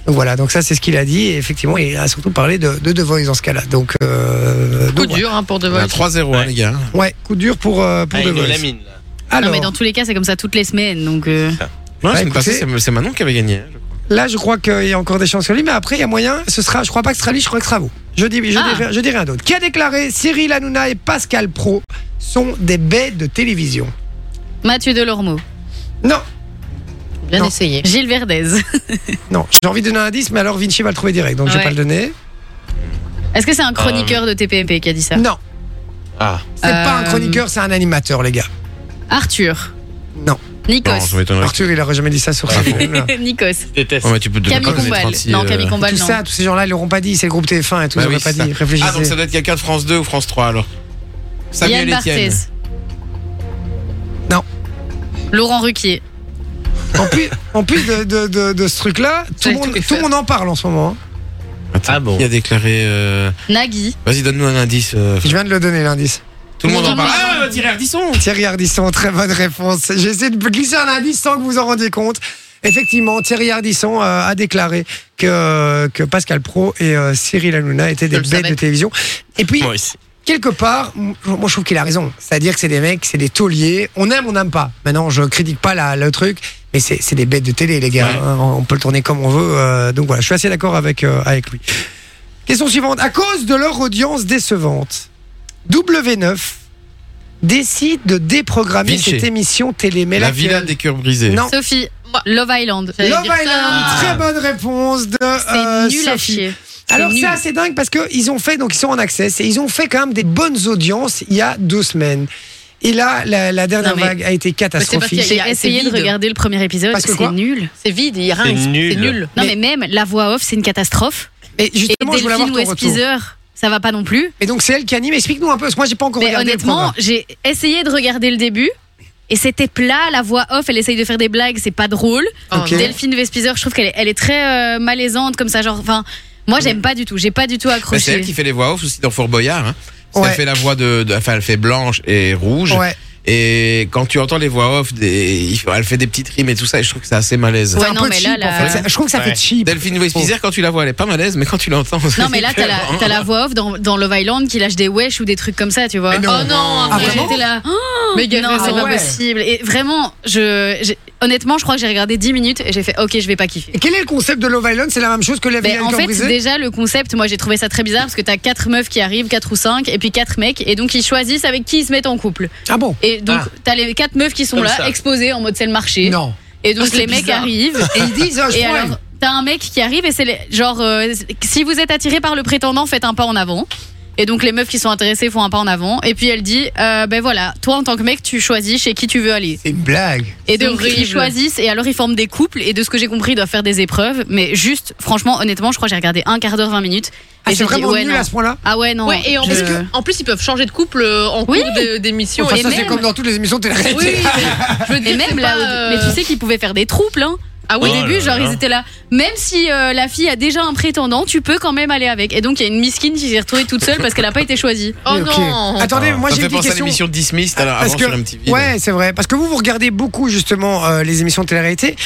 [SPEAKER 8] Donc voilà, donc ça c'est ce qu'il a dit, et effectivement, il a surtout parlé de, de The Voice dans ce cas-là. Donc, euh, donc,
[SPEAKER 6] Coup
[SPEAKER 8] voilà.
[SPEAKER 6] dur hein, pour De
[SPEAKER 3] On a
[SPEAKER 6] Voice.
[SPEAKER 3] 3-0, hein, les gars.
[SPEAKER 8] Ouais, coup dur pour, euh, pour
[SPEAKER 5] Ah,
[SPEAKER 8] The
[SPEAKER 3] Oh,
[SPEAKER 5] il nous
[SPEAKER 3] bah,
[SPEAKER 8] Voice.
[SPEAKER 5] la mine, là.
[SPEAKER 8] Alors,
[SPEAKER 4] Non, mais dans tous les cas, c'est comme ça toutes les semaines, donc. euh,
[SPEAKER 3] Non,
[SPEAKER 8] Bah,
[SPEAKER 3] c'est
[SPEAKER 8] écoutez-
[SPEAKER 3] passée, c'est c'est Manon qui avait gagné. hein, je crois.
[SPEAKER 8] Là, je crois qu'il y a encore des chances sur lui, mais après, il y a moyen. Ce sera, je crois pas que ce sera lui, je crois que ce sera vous. Je dis, je
[SPEAKER 4] Ah.
[SPEAKER 8] dis, rien- je dis rien d'autre. Qui a déclaré Cyril Hanouna et Pascal Pro sont des bêtes de télévision
[SPEAKER 4] Mathieu Delormeau,
[SPEAKER 8] Non,
[SPEAKER 6] Bien
[SPEAKER 8] Non.
[SPEAKER 6] essayé.
[SPEAKER 4] Gilles Verdez.
[SPEAKER 8] non. J'ai envie de donner un indice, mais alors Vinci va le trouver direct, donc je vais
[SPEAKER 4] Ouais.
[SPEAKER 8] pas le donner.
[SPEAKER 4] Est-ce que c'est un chroniqueur de TPMP qui a dit ça
[SPEAKER 8] Euh, Non,
[SPEAKER 5] Ah,
[SPEAKER 8] c'est
[SPEAKER 4] Euh,
[SPEAKER 8] pas un chroniqueur, c'est un animateur, les gars.
[SPEAKER 4] Arthur.
[SPEAKER 8] Non.
[SPEAKER 3] Non, Ah, ça
[SPEAKER 4] Nikos.
[SPEAKER 3] m'étonnerait.
[SPEAKER 8] Arthur, il aurait jamais dit ça sur sa chaîne.
[SPEAKER 4] Nikos.
[SPEAKER 5] je déteste.
[SPEAKER 3] Ouais, mais tu peux te donner
[SPEAKER 4] Camille
[SPEAKER 3] pas les
[SPEAKER 4] Combal.
[SPEAKER 3] 36,
[SPEAKER 4] Non,
[SPEAKER 3] euh,
[SPEAKER 4] Camille Combal,
[SPEAKER 8] Tout
[SPEAKER 4] non.
[SPEAKER 8] ça, tous ces gens-là, ils l'auront pas dit. C'est le groupe TF1 et tout,
[SPEAKER 3] Bah
[SPEAKER 8] ils
[SPEAKER 3] oui,
[SPEAKER 8] auraient pas
[SPEAKER 3] c'est
[SPEAKER 8] dit.
[SPEAKER 3] ça.
[SPEAKER 8] Réfléchissez.
[SPEAKER 3] Ah, donc ça doit être quelqu'un de France 2 ou France 3 alors.
[SPEAKER 4] Yann
[SPEAKER 3] Samuel Etienne.
[SPEAKER 4] Barthès.
[SPEAKER 8] Non.
[SPEAKER 4] Laurent Ruquier.
[SPEAKER 8] en plus, en plus de, de- de- de ce truc-là, tout
[SPEAKER 6] J'allais
[SPEAKER 8] le monde,
[SPEAKER 6] tout
[SPEAKER 8] tout le monde en parle en ce moment. hein.
[SPEAKER 3] Attends,
[SPEAKER 5] Ah bon.
[SPEAKER 3] Qui a déclaré. euh,
[SPEAKER 4] Nagui.
[SPEAKER 3] Vas-y, donne-nous un indice. euh,
[SPEAKER 8] Je viens de le donner, l'indice.
[SPEAKER 3] Tout le monde en parle.
[SPEAKER 4] Ah,
[SPEAKER 3] Ah, Thierry Ardisson
[SPEAKER 8] Thierry Ardisson, très bonne réponse. J'ai essayé de glisser un indice sans que vous en rendiez compte. Effectivement, Thierry Ardisson euh, a déclaré que, que Pascal Pro et euh, Cyril Hanouna étaient des
[SPEAKER 6] le
[SPEAKER 8] bêtes
[SPEAKER 6] savais.
[SPEAKER 8] de télévision. Et puis,
[SPEAKER 5] Moi aussi.
[SPEAKER 8] quelque part, m- moi je trouve qu'il a raison. C'est-à-dire que c'est des mecs, c'est des tauliers. On aime, on n'aime pas. Maintenant, je critique pas la- le truc, mais c'est c'est des bêtes de télé, les gars.
[SPEAKER 5] Ouais.
[SPEAKER 8] hein. On peut le tourner comme on veut. euh, donc voilà, je suis assez d'accord avec, euh, avec lui. Question suivante. À cause de leur audience décevante, W9 décide de déprogrammer
[SPEAKER 3] Vinci.
[SPEAKER 8] cette émission télé. Mais
[SPEAKER 3] La
[SPEAKER 8] laquelle
[SPEAKER 3] villa des cœurs brisés.
[SPEAKER 8] Non.
[SPEAKER 4] Sophie.
[SPEAKER 6] Moi.
[SPEAKER 4] Love Island.
[SPEAKER 6] J'allais
[SPEAKER 8] Love
[SPEAKER 6] dire ça.
[SPEAKER 8] Island, très bonne réponse de
[SPEAKER 4] Ah. C'est
[SPEAKER 8] euh,
[SPEAKER 4] nul à
[SPEAKER 8] Sophie.
[SPEAKER 4] chier. C'est
[SPEAKER 8] Alors
[SPEAKER 4] nul.
[SPEAKER 8] c'est assez dingue parce que ils ont fait donc ils sont en access et ils ont fait quand même des bonnes audiences il y a deux semaines. Et là la, la dernière
[SPEAKER 4] Non, mais-
[SPEAKER 8] vague a été catastrophique.
[SPEAKER 6] Mais c'est
[SPEAKER 4] J'ai
[SPEAKER 6] Il y a-
[SPEAKER 4] essayé
[SPEAKER 6] c'est
[SPEAKER 4] de
[SPEAKER 6] vide.
[SPEAKER 4] regarder le premier épisode.
[SPEAKER 8] Parce que
[SPEAKER 4] C'est
[SPEAKER 8] quoi
[SPEAKER 4] nul.
[SPEAKER 6] C'est vide, il y a rien.
[SPEAKER 5] C'est
[SPEAKER 6] C'est
[SPEAKER 5] nul.
[SPEAKER 6] nul.
[SPEAKER 4] Non, mais même la voix off, c'est une catastrophe.
[SPEAKER 8] Et
[SPEAKER 4] Et
[SPEAKER 8] justement je voulais avoir
[SPEAKER 4] Delphine
[SPEAKER 8] ton
[SPEAKER 4] ou
[SPEAKER 8] retour.
[SPEAKER 4] Espizer, ça va pas non plus.
[SPEAKER 8] Et donc c'est elle qui anime. Explique-nous un peu parce que moi j'ai pas encore
[SPEAKER 4] Mais
[SPEAKER 8] regardé le
[SPEAKER 4] honnêtement,
[SPEAKER 8] programme.
[SPEAKER 4] j'ai essayé de regarder le début. Et c'était plat, la voix off, elle essaye de faire des blagues, c'est pas drôle.
[SPEAKER 6] Oh,
[SPEAKER 8] Ok.
[SPEAKER 6] non.
[SPEAKER 4] Delphine Vespizer, je trouve qu'elle est, elle est très euh, malaisante, comme ça, genre. Enfin, moi, j'aime pas du tout, j'ai pas du tout
[SPEAKER 3] Bah, c'est
[SPEAKER 4] accroché.
[SPEAKER 3] elle qui fait les voix off aussi dans Fort Boyard. Hein. Parce
[SPEAKER 8] Ouais.
[SPEAKER 3] qu'elle fait la voix de, de- Enfin, elle fait blanche et rouge.
[SPEAKER 8] Ouais.
[SPEAKER 3] Et quand tu entends les voix off, des- il faut- elle fait des petites rimes et tout ça, et je trouve que c'est assez malaise.
[SPEAKER 4] Ouais,
[SPEAKER 8] C'est un
[SPEAKER 4] non,
[SPEAKER 8] peu
[SPEAKER 4] mais
[SPEAKER 8] cheap,
[SPEAKER 4] là,
[SPEAKER 8] en
[SPEAKER 4] la-
[SPEAKER 8] fait. Ça- Je trouve que ça
[SPEAKER 5] Ouais.
[SPEAKER 8] fait cheap.
[SPEAKER 3] Delphine Westpizer, quand tu la vois, elle est pas malaise, mais quand tu l'entends.
[SPEAKER 4] Non, mais là, t'as la, t'as la voix off dans, dans Love Island qui lâche des wesh ou des trucs comme ça, tu vois.
[SPEAKER 8] Mais non.
[SPEAKER 6] Oh non,
[SPEAKER 8] Ah,
[SPEAKER 6] arrête.
[SPEAKER 8] vraiment
[SPEAKER 4] J'étais là. Oh,
[SPEAKER 6] Mais il y
[SPEAKER 4] non,
[SPEAKER 6] avait-
[SPEAKER 4] c'est
[SPEAKER 8] ah
[SPEAKER 4] pas
[SPEAKER 8] ouais.
[SPEAKER 4] possible. Et vraiment, je, j'ai- honnêtement, je crois que j'ai regardé 10 minutes et j'ai fait, ok, je vais pas kiffer.
[SPEAKER 8] Et quel est le concept de Love Island C'est la même chose que la
[SPEAKER 4] Mais
[SPEAKER 8] Villa
[SPEAKER 4] en
[SPEAKER 8] des Cœurs
[SPEAKER 4] fait,
[SPEAKER 8] Brisés
[SPEAKER 4] déjà, le concept, moi, j'ai trouvé ça très bizarre parce que t'as quatre meufs qui arrivent, quatre ou cinq, et puis quatre mecs, et donc ils choisissent avec qui ils se mettent en couple.
[SPEAKER 8] Ah bon
[SPEAKER 4] Et donc,
[SPEAKER 5] Ah.
[SPEAKER 4] t'as les quatre meufs qui sont
[SPEAKER 5] Comme
[SPEAKER 4] là,
[SPEAKER 5] ça.
[SPEAKER 4] exposées en mode c'est le marché.
[SPEAKER 8] Non.
[SPEAKER 4] Et donc,
[SPEAKER 6] Ah, c'est
[SPEAKER 4] les mecs
[SPEAKER 6] bizarre.
[SPEAKER 4] arrivent.
[SPEAKER 8] Et ils disent ah, je
[SPEAKER 4] Et
[SPEAKER 8] prends
[SPEAKER 4] alors, t'as un mec qui arrive et c'est les- genre, euh, si vous êtes attiré par le prétendant, faites un pas en avant. Et donc les meufs qui sont intéressées font un pas en avant. Et puis elle dit, euh, ben voilà, toi en tant que mec, tu choisis chez qui tu veux aller.
[SPEAKER 8] C'est une blague.
[SPEAKER 4] Et
[SPEAKER 6] C'est
[SPEAKER 4] donc
[SPEAKER 6] horrible.
[SPEAKER 4] ils choisissent et alors ils forment des couples. Et de ce que j'ai compris, ils doivent faire des épreuves. Mais juste, franchement, honnêtement, je crois que j'ai regardé un quart d'heure, 20 minutes.
[SPEAKER 8] Ah,
[SPEAKER 4] et
[SPEAKER 8] c'est
[SPEAKER 4] j'ai dit,
[SPEAKER 8] vraiment
[SPEAKER 4] ouais,
[SPEAKER 8] nul
[SPEAKER 4] non.
[SPEAKER 8] à ce point-là
[SPEAKER 4] Ah ouais, non.
[SPEAKER 6] Ouais, et en,
[SPEAKER 4] Je-
[SPEAKER 6] plus, en plus, ils peuvent changer de couple euh, en
[SPEAKER 4] Oui.
[SPEAKER 6] cours de- d'émission.
[SPEAKER 8] Enfin,
[SPEAKER 6] et
[SPEAKER 8] ça, c'est
[SPEAKER 6] même-
[SPEAKER 8] comme dans toutes les émissions de télé
[SPEAKER 6] Oui, je veux
[SPEAKER 4] Et
[SPEAKER 6] dire, c'est
[SPEAKER 4] même
[SPEAKER 6] pas,
[SPEAKER 4] là, au-
[SPEAKER 6] euh,
[SPEAKER 4] mais tu sais qu'ils pouvaient faire des troubles. Hein.
[SPEAKER 6] Ah oui,
[SPEAKER 4] Au
[SPEAKER 5] Oh
[SPEAKER 4] début,
[SPEAKER 5] là
[SPEAKER 4] genre,
[SPEAKER 5] là.
[SPEAKER 4] ils étaient là. Même si euh, la fille a déjà un prétendant, tu peux quand même aller avec. Et donc, il y a une miskine qui s'est retrouvée toute seule parce qu'elle n'a pas été choisie.
[SPEAKER 6] Oh
[SPEAKER 8] Ok.
[SPEAKER 6] non.
[SPEAKER 8] Attendez, moi
[SPEAKER 3] ça
[SPEAKER 8] j'ai une
[SPEAKER 3] fait
[SPEAKER 8] petite
[SPEAKER 3] penser à
[SPEAKER 8] question.
[SPEAKER 3] l'émission de Dismissed, alors
[SPEAKER 8] Parce
[SPEAKER 3] avant
[SPEAKER 8] que-
[SPEAKER 3] sur MTV.
[SPEAKER 8] Ouais, c'est vrai. Parce que vous, vous regardez beaucoup justement euh, les émissions de télé-réalité.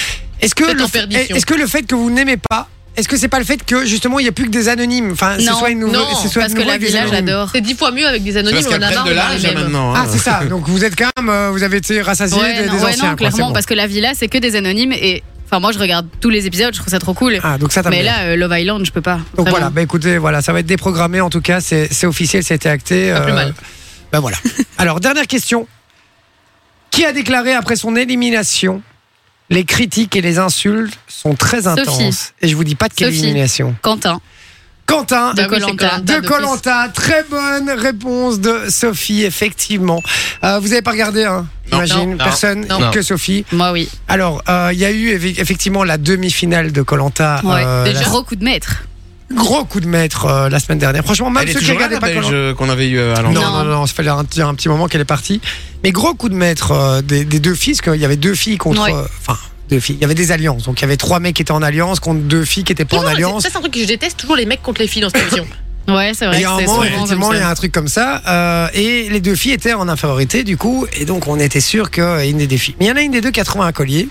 [SPEAKER 8] Est-ce que,
[SPEAKER 6] Peut-être
[SPEAKER 8] le,
[SPEAKER 6] en perdition.
[SPEAKER 8] est-ce que le fait que vous n'aimez pas, est-ce que c'est pas le fait que justement il n'y a plus que des anonymes Enfin, ce
[SPEAKER 4] Non,
[SPEAKER 8] Ah, soit une nouvelle.
[SPEAKER 6] non,
[SPEAKER 8] ce soit
[SPEAKER 4] Parce
[SPEAKER 8] une
[SPEAKER 4] que
[SPEAKER 8] nouvelle
[SPEAKER 4] la
[SPEAKER 8] des
[SPEAKER 4] villa,
[SPEAKER 8] anonymes.
[SPEAKER 4] j'adore.
[SPEAKER 6] C'est dix fois mieux avec des
[SPEAKER 3] C'est
[SPEAKER 6] anonymes.
[SPEAKER 3] parce qu'elle
[SPEAKER 6] on a
[SPEAKER 3] prennent
[SPEAKER 6] marre
[SPEAKER 3] de l'âge
[SPEAKER 6] les mêmes.
[SPEAKER 3] maintenant. hein.
[SPEAKER 8] Ah, c'est ça. Donc vous êtes quand même, euh, vous avez été rassasié
[SPEAKER 4] Ouais,
[SPEAKER 8] des,
[SPEAKER 4] non,
[SPEAKER 8] des anciens.
[SPEAKER 4] ouais, non,
[SPEAKER 8] quoi, c'est
[SPEAKER 4] clairement,
[SPEAKER 8] bon.
[SPEAKER 4] parce que la villa, c'est que des anonymes. Et enfin, moi, je regarde tous les épisodes, je trouve ça trop cool.
[SPEAKER 8] Ah, donc ça t'a
[SPEAKER 4] mais
[SPEAKER 8] bien.
[SPEAKER 4] là, euh, Love Island, je peux pas.
[SPEAKER 8] Donc
[SPEAKER 4] Vraiment.
[SPEAKER 8] voilà, bah écoutez, voilà, ça va être déprogrammé en tout cas, c'est c'est officiel, ça a été acté. euh, bah,
[SPEAKER 6] Pas plus mal.
[SPEAKER 8] Ben voilà. Alors, dernière question. Qui a déclaré après son élimination Les critiques et les insultes sont très
[SPEAKER 4] Sophie.
[SPEAKER 8] intenses. Et je vous dis pas de quelle
[SPEAKER 4] Sophie.
[SPEAKER 8] élimination.
[SPEAKER 4] Quentin.
[SPEAKER 8] Quentin
[SPEAKER 4] De
[SPEAKER 6] oui, c'est
[SPEAKER 4] Colanta.
[SPEAKER 6] Koh-Lanta.
[SPEAKER 8] de
[SPEAKER 4] De Colanta.
[SPEAKER 8] Colanta, très bonne réponse de Sophie, effectivement. Euh, vous n'avez pas regardé, hein,
[SPEAKER 3] Non.
[SPEAKER 8] j'imagine,
[SPEAKER 5] Non.
[SPEAKER 8] personne
[SPEAKER 5] Non.
[SPEAKER 8] que Sophie.
[SPEAKER 4] Moi, oui.
[SPEAKER 8] Alors, euh, il y a eu évi- effectivement la demi-finale de Colanta. euh,
[SPEAKER 4] Ouais. Déjà. Gros coup de maître.
[SPEAKER 8] gros coup de maître euh, la semaine dernière. Franchement, même
[SPEAKER 3] Elle est
[SPEAKER 8] ceux qui
[SPEAKER 3] toujours là,
[SPEAKER 8] regardaient
[SPEAKER 3] la
[SPEAKER 8] pas
[SPEAKER 3] Belge
[SPEAKER 8] Koh-Lanta-
[SPEAKER 3] euh, qu'on avait eu à
[SPEAKER 8] non,
[SPEAKER 3] l'antenne.
[SPEAKER 8] non, non, ça fait un, petit- un petit moment qu'elle est partie. Mais gros coup de maître euh, des, des deux filles, parce qu'il y avait deux filles contre.
[SPEAKER 4] Ouais.
[SPEAKER 8] euh, Enfin, deux filles. Il y avait des alliances. Donc il y avait trois mecs qui étaient en alliance contre deux filles qui étaient pas en
[SPEAKER 6] Toujours,
[SPEAKER 8] alliance.
[SPEAKER 6] Ça, c'est un truc que je déteste, toujours les mecs contre les filles dans cette émission.
[SPEAKER 4] Ouais, c'est vrai.
[SPEAKER 8] Il y a
[SPEAKER 4] que
[SPEAKER 8] un
[SPEAKER 4] c'est
[SPEAKER 8] moment,
[SPEAKER 4] souvent comme
[SPEAKER 8] effectivement,
[SPEAKER 4] ça.
[SPEAKER 8] il y a un truc comme ça. euh, et les deux filles étaient en infériorité, du coup. Et donc, on était sûr qu'une des deux filles. Mais il y en a une des deux qui a trouvé un collier.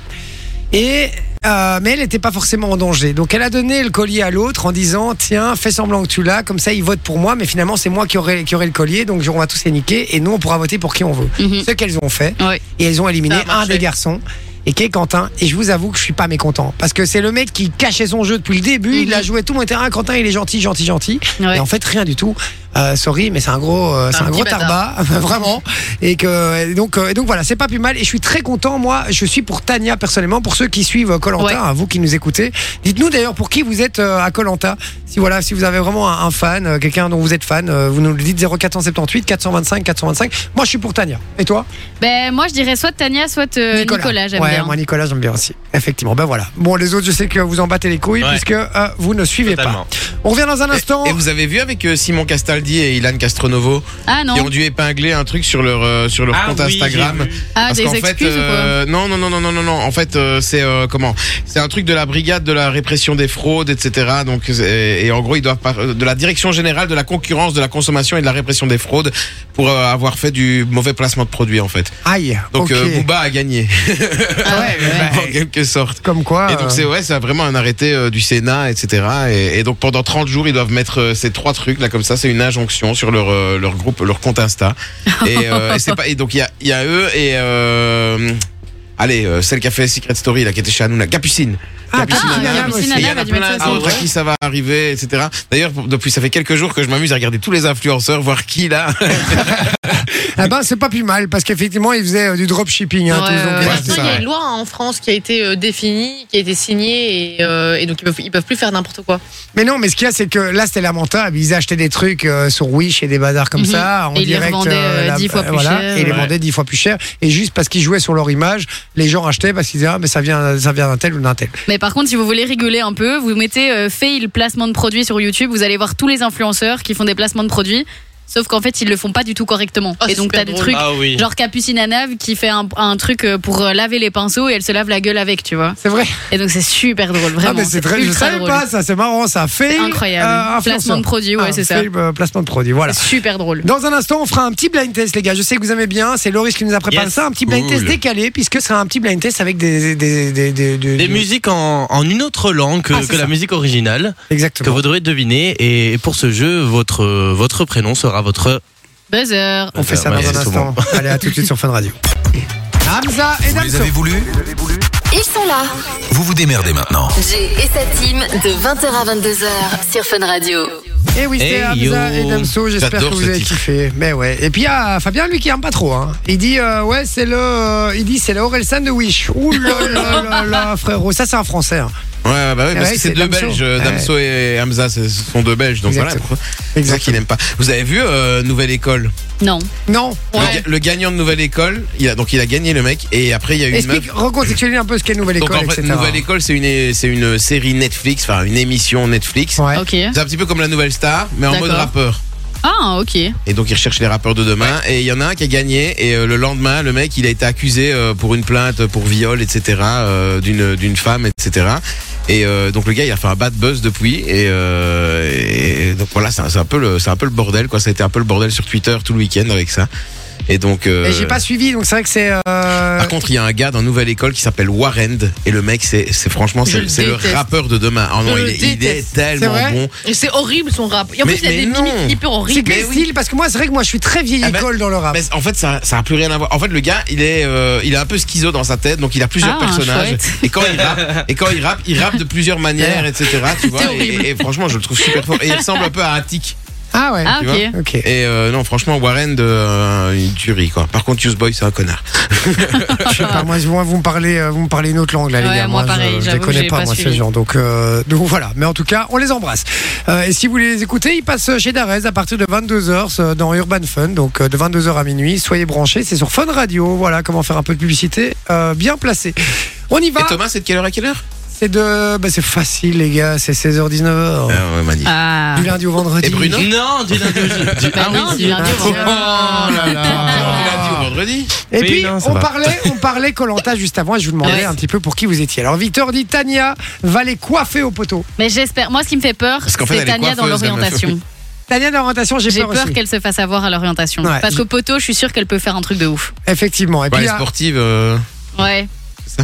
[SPEAKER 8] Et, euh, mais elle n'était pas forcément en danger. Donc, elle a donné le collier à l'autre en disant Tiens, fais semblant que tu l'as, comme ça, il vote pour moi. Mais finalement, c'est moi qui aurai, qui aurai le collier. Donc, on va tous les niquer. Et nous, on pourra voter pour qui on veut.
[SPEAKER 4] Mhm.
[SPEAKER 8] Ce qu'elles ont fait.
[SPEAKER 4] Ouais.
[SPEAKER 8] Et elles ont éliminé
[SPEAKER 6] Ça a
[SPEAKER 8] un
[SPEAKER 6] marché.
[SPEAKER 8] des garçons. Et qui est Quentin, et je vous avoue que je suis pas mécontent. Parce que c'est le mec qui cachait son jeu depuis le début, il a joué tout mon terrain. Quentin, il est gentil, gentil, gentil.
[SPEAKER 4] Ouais.
[SPEAKER 8] Et en fait, rien du tout. Euh, sorry, mais c'est un gros, euh, c'est
[SPEAKER 6] Un
[SPEAKER 8] un gros
[SPEAKER 6] petit
[SPEAKER 8] tarbat, vraiment. Et que et donc, euh, et donc voilà, c'est pas plus mal. Et je suis très content. Moi, je suis pour Tania personnellement. Pour ceux qui suivent euh, Colanta, hein,
[SPEAKER 4] Ouais.
[SPEAKER 8] vous qui nous écoutez, dites-nous d'ailleurs pour qui vous êtes euh, à Colanta. Si voilà, si vous avez vraiment un, un fan, euh, quelqu'un dont vous êtes fan, euh, vous nous le dites 0478 425 425. Moi, je suis pour Tania. Et toi
[SPEAKER 4] Ben, moi, je dirais soit Tania, soit euh, Nicolas. j'aime
[SPEAKER 8] ouais,
[SPEAKER 4] bien.
[SPEAKER 8] moi Nicolas, j'aime bien aussi. Effectivement. Ben voilà. Bon, les autres, je sais que vous en battez les couilles
[SPEAKER 5] Ouais.
[SPEAKER 8] puisque euh, vous ne suivez
[SPEAKER 5] Totalement.
[SPEAKER 8] pas. On revient dans un instant.
[SPEAKER 3] Et vous avez vu avec euh, Simon Castaldi et Ilan Castronovo
[SPEAKER 4] Ah non.
[SPEAKER 3] Ils ont dû épingler un truc sur leur, euh, sur leur
[SPEAKER 5] Ah
[SPEAKER 3] compte
[SPEAKER 5] oui, j'ai
[SPEAKER 3] Instagram.
[SPEAKER 5] vu.
[SPEAKER 4] Ah,
[SPEAKER 3] Parce
[SPEAKER 4] des
[SPEAKER 3] qu'en
[SPEAKER 4] excuses
[SPEAKER 3] fait, euh, non, non, non, non, non, non, non. En fait, euh, c'est euh, comment C'est un truc de la brigade de la répression des fraudes, etc. Donc, c'est- et en gros, ils doivent par- euh, de la direction générale de la concurrence, de la consommation et de la répression des fraudes pour euh, avoir fait du mauvais placement de produits, en fait.
[SPEAKER 8] Aïe.
[SPEAKER 3] Donc,
[SPEAKER 8] ok.
[SPEAKER 3] euh, Booba a gagné,
[SPEAKER 4] ou quoi Ah ouais, ouais.
[SPEAKER 8] Bah,
[SPEAKER 3] en quelque sorte.
[SPEAKER 8] Comme quoi.
[SPEAKER 3] Et donc
[SPEAKER 8] euh,
[SPEAKER 3] c'est ouais, c'est vraiment un arrêté euh, du Sénat, etc. Et, et donc pendant 30 jours, ils doivent mettre euh, ces trois trucs là comme ça. C'est une injonction sur leur euh, leur groupe, leur compte Insta. Et, euh, et c'est pas. Et donc il y a il y a eux et euh, allez euh, celle qui a fait Secret Story là, qui était chez Hanouna, Capucine.
[SPEAKER 8] Ah,
[SPEAKER 4] Ah,
[SPEAKER 8] Christina Nam
[SPEAKER 4] Christina
[SPEAKER 8] aussi. Ah,
[SPEAKER 3] Et il y
[SPEAKER 4] Nam
[SPEAKER 3] en
[SPEAKER 4] a
[SPEAKER 3] a
[SPEAKER 4] dû mettre
[SPEAKER 3] plein
[SPEAKER 4] ça sur
[SPEAKER 3] d'autres à qui ça va arriver, etc. D'ailleurs, pour- depuis ça fait quelques jours que je m'amuse à regarder tous les influenceurs, voir qui là.
[SPEAKER 8] Ah ben c'est pas plus mal parce qu'effectivement ils faisaient euh, du dropshipping. Hein,
[SPEAKER 4] Ouais,
[SPEAKER 8] tous, donc,
[SPEAKER 4] ouais,
[SPEAKER 8] euh,
[SPEAKER 3] ouais.
[SPEAKER 6] Maintenant,
[SPEAKER 3] c'est
[SPEAKER 6] il y
[SPEAKER 3] ça,
[SPEAKER 6] a une loi hein, en France qui a été euh, définie, qui a été signée, et, euh, et donc ils peuvent, ils peuvent plus faire n'importe quoi.
[SPEAKER 8] Mais non, mais ce qu'il y a c'est que là c'était lamentable. Ils achetaient des trucs euh, sur Wish et des bazars comme
[SPEAKER 4] Mhm.
[SPEAKER 8] ça. En
[SPEAKER 4] Et ils les
[SPEAKER 8] direct,
[SPEAKER 4] revendaient, euh,
[SPEAKER 8] la-
[SPEAKER 4] dix fois plus
[SPEAKER 8] voilà,
[SPEAKER 4] cher,
[SPEAKER 8] Et ils les
[SPEAKER 5] ouais.
[SPEAKER 8] vendaient dix fois plus cher. Et juste parce qu'ils jouaient sur leur image, les gens achetaient parce qu'ils disaient ah mais ça vient ça vient d'un tel ou d'un tel. Ah,
[SPEAKER 4] Mais par contre, si vous voulez rigoler un peu, vous mettez euh, fail placement de produits sur YouTube, vous allez voir tous les influenceurs qui font des placements de produits, sauf qu'en fait, ils le font pas du tout correctement.
[SPEAKER 6] Oh,
[SPEAKER 4] et
[SPEAKER 6] c'est
[SPEAKER 4] donc,
[SPEAKER 6] super
[SPEAKER 4] t'as des
[SPEAKER 6] drôle.
[SPEAKER 4] trucs.
[SPEAKER 5] Ah oui.
[SPEAKER 4] Genre Capucine Anave qui fait un, un truc euh, pour euh, laver les pinceaux et elle se lave la gueule avec, tu vois.
[SPEAKER 8] C'est vrai.
[SPEAKER 4] Et donc c'est super drôle,
[SPEAKER 8] Ah
[SPEAKER 4] vraiment.
[SPEAKER 8] mais c'est très. Je
[SPEAKER 4] ultra
[SPEAKER 8] savais
[SPEAKER 4] drôle.
[SPEAKER 8] pas ça. C'est marrant ça. Fait euh,
[SPEAKER 4] Incroyable. placement de produit, ouais, c'est ça.
[SPEAKER 8] Ah, placement de produit. Voilà.
[SPEAKER 4] C'est super drôle.
[SPEAKER 8] Dans un instant, on fera un petit blind test, les gars. Je sais que vous aimez bien. C'est Loris qui nous a préparé
[SPEAKER 5] Yes.
[SPEAKER 8] ça. Un petit blind
[SPEAKER 5] Cool.
[SPEAKER 8] test décalé, puisque c'est un petit blind test avec des. Des, des, des, des-
[SPEAKER 5] Des musiques en, en une autre langue que,
[SPEAKER 8] Ah, c'est
[SPEAKER 5] que la
[SPEAKER 8] ça.
[SPEAKER 5] musique originale que
[SPEAKER 8] Exactement.
[SPEAKER 5] vous devrez deviner et pour ce jeu votre euh, votre prénom sera votre
[SPEAKER 4] Buzzer.
[SPEAKER 8] On fait ça dans
[SPEAKER 5] Ouais,
[SPEAKER 8] un
[SPEAKER 5] c'est tout
[SPEAKER 8] instant. Allez, à tout de suite sur Fun Radio. Hamza Ah, et
[SPEAKER 1] Vous les
[SPEAKER 8] Damso.
[SPEAKER 1] avez voulu
[SPEAKER 2] Ils sont là.
[SPEAKER 1] Vous vous démerdez maintenant.
[SPEAKER 2] Jay et sa team de 20h à 22h sur Fun Radio.
[SPEAKER 8] Et Eh oui, c'est
[SPEAKER 5] Hey,
[SPEAKER 8] Hamza
[SPEAKER 5] yo.
[SPEAKER 8] et Damso. J'espère que
[SPEAKER 3] J'adore
[SPEAKER 8] vous
[SPEAKER 3] ce
[SPEAKER 8] avez
[SPEAKER 3] titre.
[SPEAKER 8] kiffé. Mais ouais. Et puis, il y a Fabien, lui, qui aime pas trop. Hein. Il dit, euh, ouais, c'est le. euh, il dit, c'est le Orelsan de Wish. Ouh là là là là, frérot. Ça, c'est un français. hein.
[SPEAKER 3] Ouais, ouais, bah oui, parce
[SPEAKER 8] Ouais,
[SPEAKER 3] que c'est
[SPEAKER 8] c'est
[SPEAKER 3] deux
[SPEAKER 8] Damso.
[SPEAKER 3] Belges, euh,
[SPEAKER 8] Ouais.
[SPEAKER 3] Damso et Hamza, c'est- ce sont deux Belges, donc
[SPEAKER 8] Exactement.
[SPEAKER 3] voilà. C'est ça qu'il n'aime pas. Vous avez vu euh, Nouvelle École
[SPEAKER 4] Non.
[SPEAKER 8] Non.
[SPEAKER 3] Le
[SPEAKER 6] Ouais.
[SPEAKER 3] ga- le, gagnant de Nouvelle École, il a, donc il a gagné le mec, et après il y a eu une meuf.
[SPEAKER 8] Explique, recontextualise un peu ce qu'est Nouvelle
[SPEAKER 3] Donc
[SPEAKER 8] École,
[SPEAKER 3] en fait,
[SPEAKER 8] etc.
[SPEAKER 3] Nouvelle École, c'est une, c'est une série Netflix, enfin une émission Netflix.
[SPEAKER 8] Ouais.
[SPEAKER 4] Ok.
[SPEAKER 3] C'est un petit peu comme la Nouvelle Star, mais en mode
[SPEAKER 4] D'accord.
[SPEAKER 3] rappeur.
[SPEAKER 4] Ah, ok.
[SPEAKER 3] Et donc ils recherchent les rappeurs de demain, et il y en a un qui a gagné, et euh, le lendemain, le mec, il a été accusé euh, pour une plainte, pour viol, etc., euh, d'une d'une femme, etc. Et euh, donc le gars, il a fait un bad buzz depuis, et, euh, et donc voilà, c'est un, c'est un peu le, c'est un peu le bordel, quoi. Ça a été un peu le bordel sur Twitter tout le week-end avec ça. Et donc. euh,
[SPEAKER 8] Et J'ai pas suivi, donc c'est vrai que c'est. euh,
[SPEAKER 3] par contre, il y a un gars dans Nouvelle École qui s'appelle Warren et le mec, c'est c'est- franchement,
[SPEAKER 6] Je
[SPEAKER 3] c'est
[SPEAKER 6] le
[SPEAKER 3] c'est le
[SPEAKER 6] déteste.
[SPEAKER 3] rappeur de demain. Ah non,
[SPEAKER 6] Je
[SPEAKER 3] il
[SPEAKER 6] le
[SPEAKER 3] est, il est
[SPEAKER 6] déteste.
[SPEAKER 3] tellement
[SPEAKER 8] C'est vrai
[SPEAKER 3] bon.
[SPEAKER 6] Et c'est horrible son rap. Et en
[SPEAKER 3] Mais-
[SPEAKER 6] plus, il a
[SPEAKER 3] mais
[SPEAKER 6] des
[SPEAKER 3] non.
[SPEAKER 6] mimiques hyper
[SPEAKER 8] C'est
[SPEAKER 6] horribles.
[SPEAKER 8] quel style Parce que moi, c'est vrai que moi, je suis très vieille
[SPEAKER 3] Ah ben-
[SPEAKER 8] école dans le rap.
[SPEAKER 3] Mais en fait, ça, ça a plus rien à voir. En fait, le gars, il est, euh, il est un peu schizo dans sa tête, donc il a plusieurs
[SPEAKER 4] Ah,
[SPEAKER 3] personnages.
[SPEAKER 4] chouette.
[SPEAKER 3] Et quand il rappe, et quand il rappe, il rappe de plusieurs manières, etc. Tu vois. Et, et franchement, je le trouve super fort. Et il ressemble un peu à un tic.
[SPEAKER 8] Ah ouais.
[SPEAKER 4] Ah,
[SPEAKER 3] Tu
[SPEAKER 4] ok.
[SPEAKER 8] Ok.
[SPEAKER 3] Et euh, non, franchement, Warren, de, euh, une tuerie, quoi. Par contre, Use Boy, c'est un connard.
[SPEAKER 8] Je sais pas, moi, je- moi, vous me parlez, euh, vous me parlez une autre langue là, les
[SPEAKER 4] Ouais,
[SPEAKER 8] gars.
[SPEAKER 4] moi,
[SPEAKER 8] je-
[SPEAKER 4] pareil,
[SPEAKER 8] je,
[SPEAKER 4] j'avoue
[SPEAKER 8] les
[SPEAKER 4] que
[SPEAKER 8] connais
[SPEAKER 4] j'ai
[SPEAKER 8] pas,
[SPEAKER 4] pas
[SPEAKER 8] moi, ces
[SPEAKER 4] suivi.
[SPEAKER 8] gens. Donc, euh, donc voilà. Mais en tout cas, on les embrasse. Euh, et si vous voulez les écouter, ils passent chez Darès à partir de 22 h dans Urban Fun. Donc euh, de 22 h à minuit, soyez branchés. C'est sur Fun Radio. Voilà comment faire un peu de publicité euh, bien placée. On y va.
[SPEAKER 3] Et Thomas, c'est de quelle heure à quelle heure
[SPEAKER 8] C'est de, bah, c'est facile, les gars. C'est 16h 19h.
[SPEAKER 3] Ah ouais, magnifique.
[SPEAKER 4] Ah.
[SPEAKER 8] Du lundi au vendredi.
[SPEAKER 3] Et Bruno
[SPEAKER 5] Non, du lundi au jeudi. Du-
[SPEAKER 4] Bah
[SPEAKER 5] ah
[SPEAKER 4] non,
[SPEAKER 5] oui,
[SPEAKER 4] du
[SPEAKER 5] si.
[SPEAKER 4] lundi au
[SPEAKER 5] Oh
[SPEAKER 4] vendredi.
[SPEAKER 5] là là.
[SPEAKER 3] Du lundi au vendredi.
[SPEAKER 8] Et
[SPEAKER 5] Oui,
[SPEAKER 8] puis,
[SPEAKER 5] non, ça
[SPEAKER 8] on,
[SPEAKER 5] va.
[SPEAKER 8] parlait, on parlait Colanta juste avant et je vous demandais
[SPEAKER 4] Ouais.
[SPEAKER 8] un petit peu pour qui vous étiez. Alors, Victor dit Tania va les coiffer au poteau.
[SPEAKER 4] Mais j'espère. Moi, ce qui me fait peur,
[SPEAKER 3] Parce qu'en fait,
[SPEAKER 4] c'est
[SPEAKER 3] elle est
[SPEAKER 4] Tania dans
[SPEAKER 3] coiffeuse, la meuf.
[SPEAKER 4] l'orientation.
[SPEAKER 8] Tania d'orientation, j'ai
[SPEAKER 4] J'ai
[SPEAKER 8] peur,
[SPEAKER 4] peur
[SPEAKER 8] aussi.
[SPEAKER 4] qu'elle se fasse avoir à l'orientation.
[SPEAKER 8] Ouais.
[SPEAKER 4] Parce qu'au poteau, je suis sûre qu'elle peut faire un truc de ouf.
[SPEAKER 8] Effectivement. Et
[SPEAKER 3] Bah,
[SPEAKER 8] puis,
[SPEAKER 3] les
[SPEAKER 8] là-
[SPEAKER 3] sportives. euh,
[SPEAKER 4] Ouais.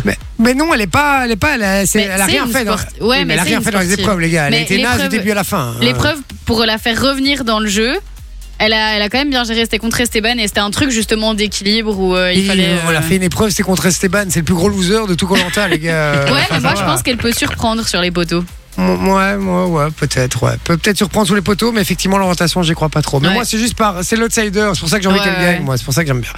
[SPEAKER 8] mais, mais non, elle est pas, elle est pas, elle, a- c'est-
[SPEAKER 4] Mais
[SPEAKER 8] elle a
[SPEAKER 4] c'est
[SPEAKER 8] rien
[SPEAKER 4] une
[SPEAKER 8] fait. dans-
[SPEAKER 4] sport- ouais,
[SPEAKER 8] Oui,
[SPEAKER 4] mais
[SPEAKER 8] elle a
[SPEAKER 4] c'est
[SPEAKER 8] rien
[SPEAKER 4] une
[SPEAKER 8] fait dans les
[SPEAKER 4] sportive.
[SPEAKER 8] épreuves, les gars. Elle a
[SPEAKER 4] Mais
[SPEAKER 8] été naze du
[SPEAKER 4] l'épreuve-
[SPEAKER 8] début à la fin. hein.
[SPEAKER 4] L'épreuve, pour la faire revenir dans le jeu, elle a, elle a quand même bien géré. C'était contre Esteban et c'était un truc justement d'équilibre où euh, il
[SPEAKER 8] Et
[SPEAKER 4] fallait. euh,
[SPEAKER 8] On a fait une épreuve, c'est contre Esteban. C'est le plus gros loser de tout Colanta, les gars.
[SPEAKER 4] Ouais, mais
[SPEAKER 8] Euh, Enfin,
[SPEAKER 4] moi
[SPEAKER 8] ça
[SPEAKER 4] je
[SPEAKER 8] va.
[SPEAKER 4] pense qu'elle peut surprendre sur les poteaux.
[SPEAKER 8] Mo- Ouais, ouais, ouais, peut-être, ouais. Peut peut-être surprendre sous les poteaux, mais effectivement, l'orientation, j'y crois pas trop. Mais
[SPEAKER 4] Ouais.
[SPEAKER 8] moi, c'est juste par. Ah, C'est l'outsider, c'est pour ça que j'ai envie
[SPEAKER 4] Ouais,
[SPEAKER 8] qu'elle
[SPEAKER 4] ouais.
[SPEAKER 8] gagne, moi, c'est pour ça que j'aime bien.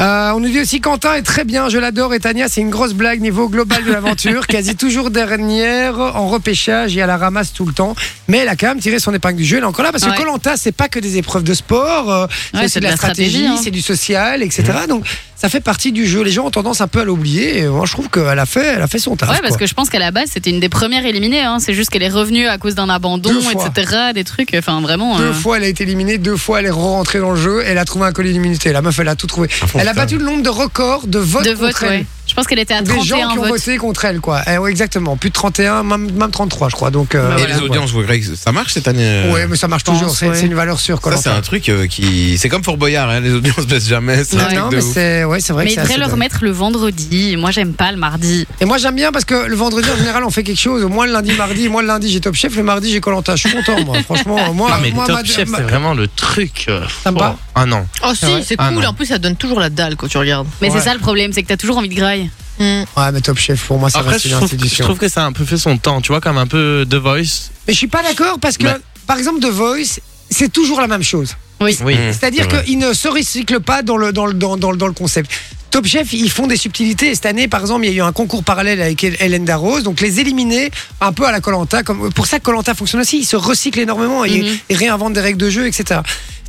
[SPEAKER 8] Euh, on nous dit aussi Quentin est très bien, je l'adore, et Tania, c'est une grosse blague niveau global de l'aventure, quasi toujours dernière, en repêchage et à la ramasse tout le temps. Mais elle a quand même tiré son épingle du jeu, elle est encore là, parce que
[SPEAKER 4] Ouais.
[SPEAKER 8] Colanta, c'est pas que des épreuves de sport, euh, c'est
[SPEAKER 4] Ouais,
[SPEAKER 8] aussi de la stratégie,
[SPEAKER 4] hein. Mm.
[SPEAKER 8] c'est du social, etc. Donc, ça fait partie du jeu. Les gens ont tendance un peu à l'oublier, et moi, je trouve qu'elle a fait, elle a fait son taf.
[SPEAKER 4] Ouais, parce
[SPEAKER 8] quoi.
[SPEAKER 4] que je pense qu'à la base, c'était une des premières éliminées. hein. C'est juste qu'elle est revenue à cause d'un abandon,
[SPEAKER 8] Deux fois.
[SPEAKER 4] etc. Des trucs, enfin vraiment.
[SPEAKER 8] Deux
[SPEAKER 4] euh,
[SPEAKER 8] fois, elle a été éliminée. Deux fois, elle est rentrée dans le jeu. Elle a trouvé un collier d'immunité. La meuf, elle a tout trouvé. elle a battu le nombre de records de votes
[SPEAKER 4] de
[SPEAKER 8] contre
[SPEAKER 4] votes,
[SPEAKER 8] elle.
[SPEAKER 4] ouais. Je pense qu'elle était à
[SPEAKER 8] Des gens
[SPEAKER 4] 31
[SPEAKER 8] qui ont
[SPEAKER 4] votes.
[SPEAKER 8] voté contre elle, quoi. Eh ouais, exactement. Plus de 31, même, même 33, je crois. Donc, euh,
[SPEAKER 3] Et
[SPEAKER 8] voilà,
[SPEAKER 3] les audiences, vous verrez que ça marche cette année
[SPEAKER 8] quoi.
[SPEAKER 3] euh,
[SPEAKER 8] Ouais, mais ça marche
[SPEAKER 4] Bah je pense,
[SPEAKER 8] toujours. C'est
[SPEAKER 4] ouais.
[SPEAKER 8] c'est une valeur sûre, quoi.
[SPEAKER 3] Ça, c'est un truc euh, qui. C'est comme Fort Boyard, hein, les audiences baissent jamais. C'est un
[SPEAKER 4] Ouais.
[SPEAKER 3] truc
[SPEAKER 8] non,
[SPEAKER 3] de
[SPEAKER 8] mais
[SPEAKER 3] ouf.
[SPEAKER 8] c'est Eh ouais, c'est vrai
[SPEAKER 4] Mais
[SPEAKER 8] que
[SPEAKER 4] il
[SPEAKER 8] c'est
[SPEAKER 4] devrait
[SPEAKER 8] assez
[SPEAKER 4] le
[SPEAKER 8] dingue.
[SPEAKER 4] remettre le vendredi. Moi, j'aime pas le mardi.
[SPEAKER 8] Et moi j'aime bien parce que le vendredi en général on fait quelque chose. Au moins le lundi, mardi, moi le lundi j'ai top chef, le mardi j'ai Colanta. Je suis content moi. Franchement, moi,
[SPEAKER 5] Ah, mais
[SPEAKER 8] moi
[SPEAKER 5] Top
[SPEAKER 8] ma-
[SPEAKER 5] Chef,
[SPEAKER 8] ma-
[SPEAKER 5] c'est vraiment le truc. euh,
[SPEAKER 8] T'aimes
[SPEAKER 5] oh.
[SPEAKER 8] pas
[SPEAKER 5] Ah non.
[SPEAKER 6] Oh
[SPEAKER 8] Ah
[SPEAKER 6] si,
[SPEAKER 8] ouais
[SPEAKER 6] c'est
[SPEAKER 5] Ah
[SPEAKER 6] cool.
[SPEAKER 5] non.
[SPEAKER 6] en plus, ça donne toujours la dalle quand tu regardes.
[SPEAKER 4] Mais
[SPEAKER 8] Ouais.
[SPEAKER 4] c'est ça le problème, c'est que t'as toujours envie de graille.
[SPEAKER 6] Mm.
[SPEAKER 8] Ouais mais top chef pour moi ça
[SPEAKER 5] Après,
[SPEAKER 8] reste une
[SPEAKER 5] je trouve, que- je
[SPEAKER 8] institution.
[SPEAKER 5] trouve que ça a un peu fait son temps, tu vois, comme un peu The Voice.
[SPEAKER 8] Mais je suis pas d'accord parce que
[SPEAKER 5] Bah.
[SPEAKER 8] par exemple The Voice c'est toujours la même chose.
[SPEAKER 5] Oui.
[SPEAKER 3] Mmh.
[SPEAKER 8] C'est-à-dire
[SPEAKER 3] C'est vrai.
[SPEAKER 8] qu'ils ne se recyclent pas dans le, dans, le, dans, dans le- dans le concept. Top Chef, ils font des subtilités. Cette année, par exemple, il y a eu un concours parallèle avec Hel- Hélène Darroze. Donc, les éliminer un peu à la Colanta. Comme... Pour ça que Colanta fonctionne aussi. Ils se recyclent énormément et
[SPEAKER 4] Mhm.
[SPEAKER 8] et réinventent des règles de jeu, etc.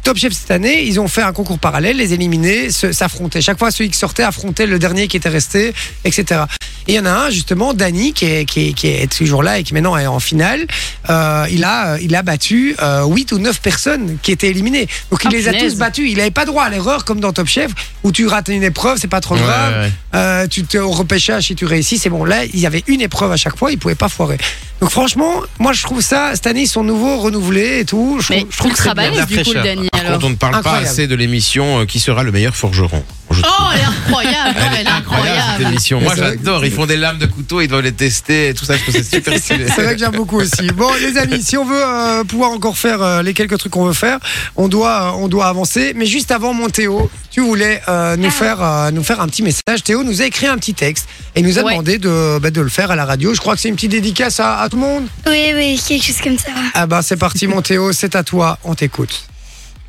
[SPEAKER 8] Top Chef, cette année, ils ont fait un concours parallèle. Les éliminés se- s'affrontaient. Chaque fois, celui qui sortait affrontait le dernier qui était resté, etc. Et il y en a un, justement, Dany, qui est, qui est- qui est toujours là et qui maintenant est en finale. Euh, il, a, il a battu 8 ou 9 personnes qui étaient éliminées. Donc, il
[SPEAKER 4] Ah,
[SPEAKER 8] les a
[SPEAKER 4] punaise.
[SPEAKER 8] tous battus. Il n'avait pas droit à l'erreur, comme dans Top Chef, où tu rates une épreuve, c'est pas trop grave.
[SPEAKER 5] Ouais, ouais, ouais.
[SPEAKER 8] Euh, tu te repêchage si tu réussis, c'est bon. Là, il y avait une épreuve à chaque fois, ils pouvaient pas foirer. Donc franchement, moi je trouve ça, cette année ils sont nouveaux, renouvelés et tout. Je,
[SPEAKER 4] Mais
[SPEAKER 8] trouve- je
[SPEAKER 4] je
[SPEAKER 8] trouve que c'est
[SPEAKER 4] ultra
[SPEAKER 5] bien.
[SPEAKER 4] balèze
[SPEAKER 5] La
[SPEAKER 4] du coup le
[SPEAKER 5] fraîcheur.
[SPEAKER 4] Dany
[SPEAKER 3] Par
[SPEAKER 4] alors.
[SPEAKER 3] contre, on ne parle
[SPEAKER 8] Incroyable.
[SPEAKER 3] pas assez de l'émission euh, Qui sera le meilleur forgeron Je trouve
[SPEAKER 6] Oh, elle est incroyable. Elle est
[SPEAKER 4] Ah,
[SPEAKER 3] incroyable, cette
[SPEAKER 6] incroyable.
[SPEAKER 3] émission. Moi,
[SPEAKER 8] Mais c'est vrai
[SPEAKER 3] j'adore. Ils font des lames de couteau, ils doivent les tester et tout ça. Je trouve que c'est super stylé.
[SPEAKER 8] C'est vrai que j'aime beaucoup aussi. Bon, les amis, si on veut euh, pouvoir encore faire euh, les quelques trucs qu'on veut faire, on doit, euh, on doit avancer. Mais juste avant, mon Théo, tu voulais euh,
[SPEAKER 7] Ah.
[SPEAKER 8] nous, faire, euh, nous faire un petit message. Théo nous a écrit un petit texte et nous a
[SPEAKER 4] Ouais.
[SPEAKER 8] demandé de, bah, de le faire à la radio. Je crois que c'est une petite dédicace à, à tout le monde.
[SPEAKER 7] Oui, oui, quelque chose comme ça.
[SPEAKER 8] Ah bah c'est parti, mon Théo, c'est à toi, on t'écoute.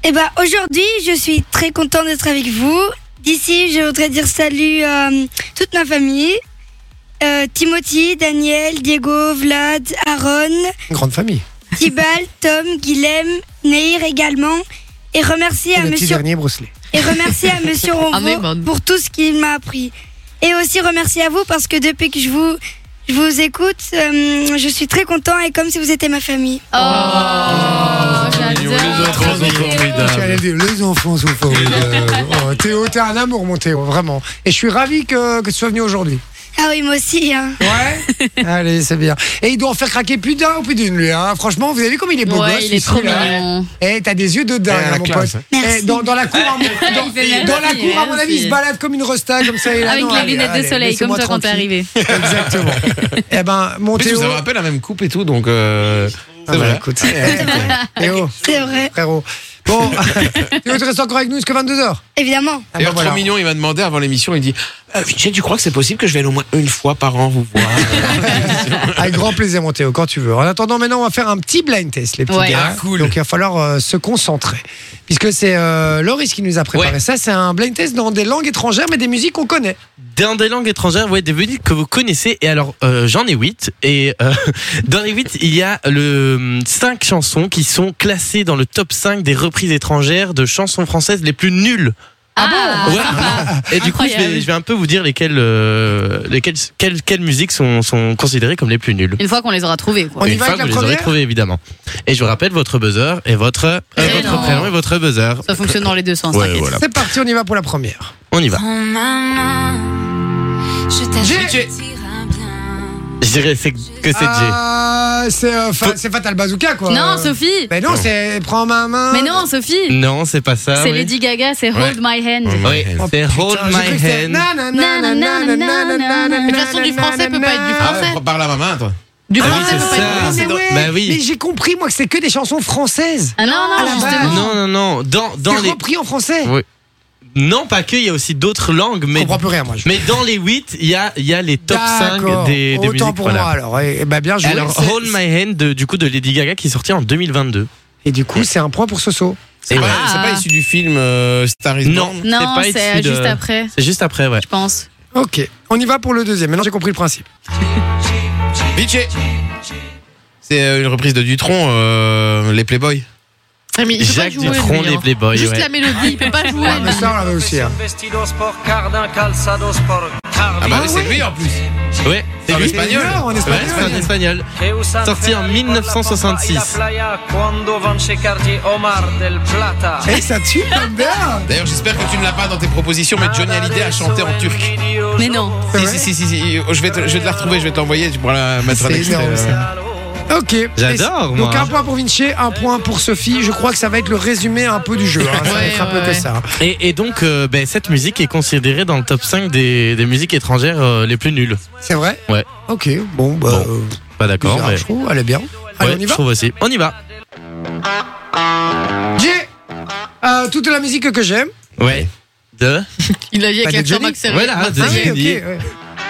[SPEAKER 7] Eh ben aujourd'hui, je suis très content d'être avec vous. D'ici, je voudrais dire salut à euh, toute ma famille. Euh, Timothy, Daniel, Diego, Vlad, Aaron,
[SPEAKER 8] Grande famille.
[SPEAKER 7] Tibal, Tom, Guilhem, Neir également. Et remercier
[SPEAKER 8] Et
[SPEAKER 7] à
[SPEAKER 8] le petit
[SPEAKER 7] monsieur
[SPEAKER 8] dernier bracelet.
[SPEAKER 7] et remercier à Monsieur
[SPEAKER 8] Ah,
[SPEAKER 7] Ronvaux
[SPEAKER 6] Amen.
[SPEAKER 7] pour tout ce qu'il m'a appris. Et aussi remercier à vous parce que depuis que je vous, je vous écoute, euh, je suis très content et comme si vous étiez ma famille. Ah
[SPEAKER 4] Oh, j'adore.
[SPEAKER 8] Tu allais dire, les enfants sont formidables.
[SPEAKER 3] euh,
[SPEAKER 8] Oh, Théo, t'es un amour, mon Théo, vraiment. Et je suis ravi que, que tu sois venu aujourd'hui.
[SPEAKER 7] Ah oui, moi aussi. Hein.
[SPEAKER 8] Ouais Allez, c'est bien. Et il doit en faire craquer plus d'un ou plus d'une, lui. hein. Franchement, vous avez vu comme il est beau gosse,
[SPEAKER 4] Ouais, il est
[SPEAKER 8] ici,
[SPEAKER 4] trop
[SPEAKER 8] là
[SPEAKER 4] mignon.
[SPEAKER 8] Eh, t'as des yeux de dingue,
[SPEAKER 3] Eh, la
[SPEAKER 8] mon
[SPEAKER 3] classe,
[SPEAKER 8] pote.
[SPEAKER 7] Merci.
[SPEAKER 8] Eh, dans, dans la cour, à mon, dans,
[SPEAKER 4] fait
[SPEAKER 8] dans la
[SPEAKER 4] rêver,
[SPEAKER 8] cour, à mon
[SPEAKER 4] aussi.
[SPEAKER 8] avis, il se balade comme une resta, comme ça. il est là,
[SPEAKER 4] Avec
[SPEAKER 8] non,
[SPEAKER 4] les
[SPEAKER 8] allez,
[SPEAKER 4] lunettes de
[SPEAKER 8] allez,
[SPEAKER 4] soleil, comme
[SPEAKER 8] laissez-moi
[SPEAKER 4] toi quand t'es
[SPEAKER 8] tranquille.
[SPEAKER 4] arrivé.
[SPEAKER 8] Exactement. eh ben, mon
[SPEAKER 3] En plus,
[SPEAKER 8] Théo.
[SPEAKER 3] vous avez un peu la même coupe et tout, donc. euh,
[SPEAKER 8] Ah
[SPEAKER 3] c'est
[SPEAKER 8] bah,
[SPEAKER 3] vrai.
[SPEAKER 8] écoute, eh, Théo,
[SPEAKER 7] C'est vrai,
[SPEAKER 8] frérot. Bon, Théo, tu restes encore avec nous jusqu'à Ah, 22h.
[SPEAKER 7] évidemment.
[SPEAKER 8] bah,
[SPEAKER 3] D'ailleurs, trop mignon, il m'a demandé avant l'émission, il dit Euh, Vinci, tu crois que c'est possible que je vais aller au moins une fois par an vous voir
[SPEAKER 8] Avec grand plaisir, mon Théo, quand tu veux. En attendant, maintenant, on va faire un petit blind test, les petits
[SPEAKER 4] Ouais.
[SPEAKER 8] gars.
[SPEAKER 4] Ah,
[SPEAKER 8] Donc, il va falloir euh, se concentrer. Puisque c'est euh, Loris qui nous a préparé
[SPEAKER 5] Ouais.
[SPEAKER 8] ça. C'est un blind test dans des langues étrangères, mais des musiques qu'on connaît.
[SPEAKER 5] Dans des langues étrangères, ouais, des musiques que vous connaissez. Et alors, euh, j'en ai 8. Et euh, dans les 8, il y a le 5 chansons qui sont classées dans le top 5 des reprises étrangères de chansons françaises les plus nulles.
[SPEAKER 4] Ah bon
[SPEAKER 5] Ouais. Et du coup, je
[SPEAKER 4] Incroyable.
[SPEAKER 5] vais, je vais un peu vous dire lesquelles, euh, lesquelles, quelles, quelles musiques sont, sont considérées comme les plus nulles.
[SPEAKER 4] Une fois qu'on les aura trouvés, quoi.
[SPEAKER 8] On y
[SPEAKER 5] Une
[SPEAKER 8] va
[SPEAKER 5] fois
[SPEAKER 8] avec
[SPEAKER 5] que
[SPEAKER 8] la
[SPEAKER 5] vous les aurez
[SPEAKER 8] première
[SPEAKER 5] trouvées, évidemment. Et je vous rappelle votre buzzer et votre, euh,
[SPEAKER 4] Prénom.
[SPEAKER 5] votre prénom et votre buzzer.
[SPEAKER 4] Ça fonctionne dans les deux sens,
[SPEAKER 5] Ouais,
[SPEAKER 4] t'inquiète. Ah.
[SPEAKER 5] voilà.
[SPEAKER 8] C'est parti, on y va pour la première.
[SPEAKER 5] On y va.
[SPEAKER 8] J'ai-
[SPEAKER 5] Je dirais c'est- que c'est Jay.
[SPEAKER 8] Ah, c'est euh, fa- c'est Fatal Bazooka, quoi. Euh,
[SPEAKER 4] Non, Sophie
[SPEAKER 8] Mais non, c'est Prends ma main.
[SPEAKER 4] Mais non, Sophie
[SPEAKER 5] Non, c'est pas ça.
[SPEAKER 4] C'est
[SPEAKER 5] oui. Mhm.
[SPEAKER 4] Lady Gaga, c'est Hold My Hand.
[SPEAKER 5] Oui,
[SPEAKER 8] Oh,
[SPEAKER 5] c'est
[SPEAKER 8] putain,
[SPEAKER 5] Hold
[SPEAKER 8] j'ai cru que
[SPEAKER 5] My
[SPEAKER 8] c'était
[SPEAKER 5] Hand.
[SPEAKER 8] nanana, nanana, nanana,
[SPEAKER 6] Mais de toute façon, du français peut pas être du
[SPEAKER 8] nanana.
[SPEAKER 6] français.
[SPEAKER 3] Ah, Par la maman, toi.
[SPEAKER 6] Du
[SPEAKER 5] Ah oui,
[SPEAKER 6] français,
[SPEAKER 5] c'est
[SPEAKER 6] peut pas
[SPEAKER 5] ça.
[SPEAKER 6] être
[SPEAKER 8] Ah,
[SPEAKER 6] français.
[SPEAKER 8] mais ouais,
[SPEAKER 5] Bah oui.
[SPEAKER 8] Mais j'ai compris, moi, que c'est que des chansons françaises.
[SPEAKER 4] Ah non,
[SPEAKER 8] Ah,
[SPEAKER 4] non,
[SPEAKER 8] la
[SPEAKER 4] justement.
[SPEAKER 8] vache.
[SPEAKER 5] Non, non, non. Dans, dans
[SPEAKER 8] C'est
[SPEAKER 5] les...
[SPEAKER 8] repris en français.
[SPEAKER 5] Ouais, Non, pas que, il y a aussi d'autres langues,
[SPEAKER 8] Je
[SPEAKER 5] mais,
[SPEAKER 8] comprends plus rien, moi. je-
[SPEAKER 5] mais dans les 8, il y a, il y a les top 5
[SPEAKER 8] D'accord.
[SPEAKER 5] des, des
[SPEAKER 8] Autant
[SPEAKER 5] musiques.
[SPEAKER 8] pour
[SPEAKER 5] voilà.
[SPEAKER 8] moi, alors. Eh, eh ben, bien joué.
[SPEAKER 5] Alors, oh,
[SPEAKER 8] C'est-
[SPEAKER 5] Hold My Hand, de- du coup, de Lady Gaga, qui est sorti en 2022.
[SPEAKER 8] Et du coup, c'est un point pour Soso.
[SPEAKER 5] Et
[SPEAKER 3] C'est
[SPEAKER 5] ouais.
[SPEAKER 3] pas, c'est pas issu du film euh, Star is
[SPEAKER 5] Non,
[SPEAKER 3] Born
[SPEAKER 5] c'est
[SPEAKER 4] Ah. Non,
[SPEAKER 5] pas
[SPEAKER 4] c'est euh,
[SPEAKER 5] issu de-
[SPEAKER 4] juste après,
[SPEAKER 5] C'est juste après, ouais.
[SPEAKER 4] je pense.
[SPEAKER 8] Ok, on y va pour le deuxième. Maintenant, j'ai compris le principe.
[SPEAKER 3] Vinci C'est euh, une reprise de Dutron, euh, les Playboys.
[SPEAKER 6] Ah, mais il peut pas
[SPEAKER 5] Jacques
[SPEAKER 6] jouer,
[SPEAKER 5] Dutronc,
[SPEAKER 6] lui,
[SPEAKER 5] les
[SPEAKER 6] hein.
[SPEAKER 5] Playboys,
[SPEAKER 6] Juste
[SPEAKER 5] ouais.
[SPEAKER 6] la mélodie, il peut pas jouer.
[SPEAKER 8] Ah, mais ça, on l'avait aussi. hein.
[SPEAKER 3] Ah bah c'est lui en plus.
[SPEAKER 8] Ah,
[SPEAKER 5] Ouais,
[SPEAKER 3] En
[SPEAKER 5] c'est lui.
[SPEAKER 3] espagnol.
[SPEAKER 8] Junior, En
[SPEAKER 5] Ouais, c'est
[SPEAKER 8] espagnol.
[SPEAKER 5] en espagnol. Sorti en 1966.
[SPEAKER 8] Eh, ça tue pas bien.
[SPEAKER 3] D'ailleurs, j'espère que tu ne l'as pas dans tes propositions, mais Johnny Hallyday a chanté en turc.
[SPEAKER 4] Mais non.
[SPEAKER 8] C'est
[SPEAKER 3] Si,
[SPEAKER 8] vrai
[SPEAKER 3] si, si, si, si. oh, Je, vais te, je vais te la retrouver, je vais te l'envoyer, tu pourras la mettre un
[SPEAKER 8] C'est
[SPEAKER 3] extrait.
[SPEAKER 8] énorme, ça. Ok.
[SPEAKER 5] J'adore,
[SPEAKER 8] Et-
[SPEAKER 5] moi.
[SPEAKER 8] Donc un point pour Vinci, un point pour Sophie. Je crois que ça va être le résumé un peu du jeu. hein. Ça va
[SPEAKER 6] Ouais,
[SPEAKER 8] être un peu
[SPEAKER 6] ouais,
[SPEAKER 8] que
[SPEAKER 6] ouais.
[SPEAKER 8] ça.
[SPEAKER 5] Et, et donc, euh, ben, cette musique est considérée dans le top 5 des, des musiques étrangères euh, les plus nulles.
[SPEAKER 8] C'est vrai
[SPEAKER 5] Ouais.
[SPEAKER 8] Ok, bon, bah.
[SPEAKER 5] Bon,
[SPEAKER 8] euh,
[SPEAKER 5] Pas d'accord,
[SPEAKER 8] bizarre,
[SPEAKER 5] mais.
[SPEAKER 8] je trouve. Elle est bien. Allez,
[SPEAKER 5] Ouais,
[SPEAKER 8] on y
[SPEAKER 5] je
[SPEAKER 8] va.
[SPEAKER 5] trouve aussi. On y va.
[SPEAKER 8] J'ai euh, toute la musique que j'aime.
[SPEAKER 5] Ouais. De.
[SPEAKER 6] Il a dit
[SPEAKER 8] Bah,
[SPEAKER 6] avec
[SPEAKER 8] de
[SPEAKER 6] l'accent
[SPEAKER 8] Johnny.
[SPEAKER 6] accéléré.
[SPEAKER 5] Voilà, de
[SPEAKER 8] Ah,
[SPEAKER 6] Ça y est.
[SPEAKER 8] oui, ok.
[SPEAKER 5] Johnny.
[SPEAKER 8] ouais.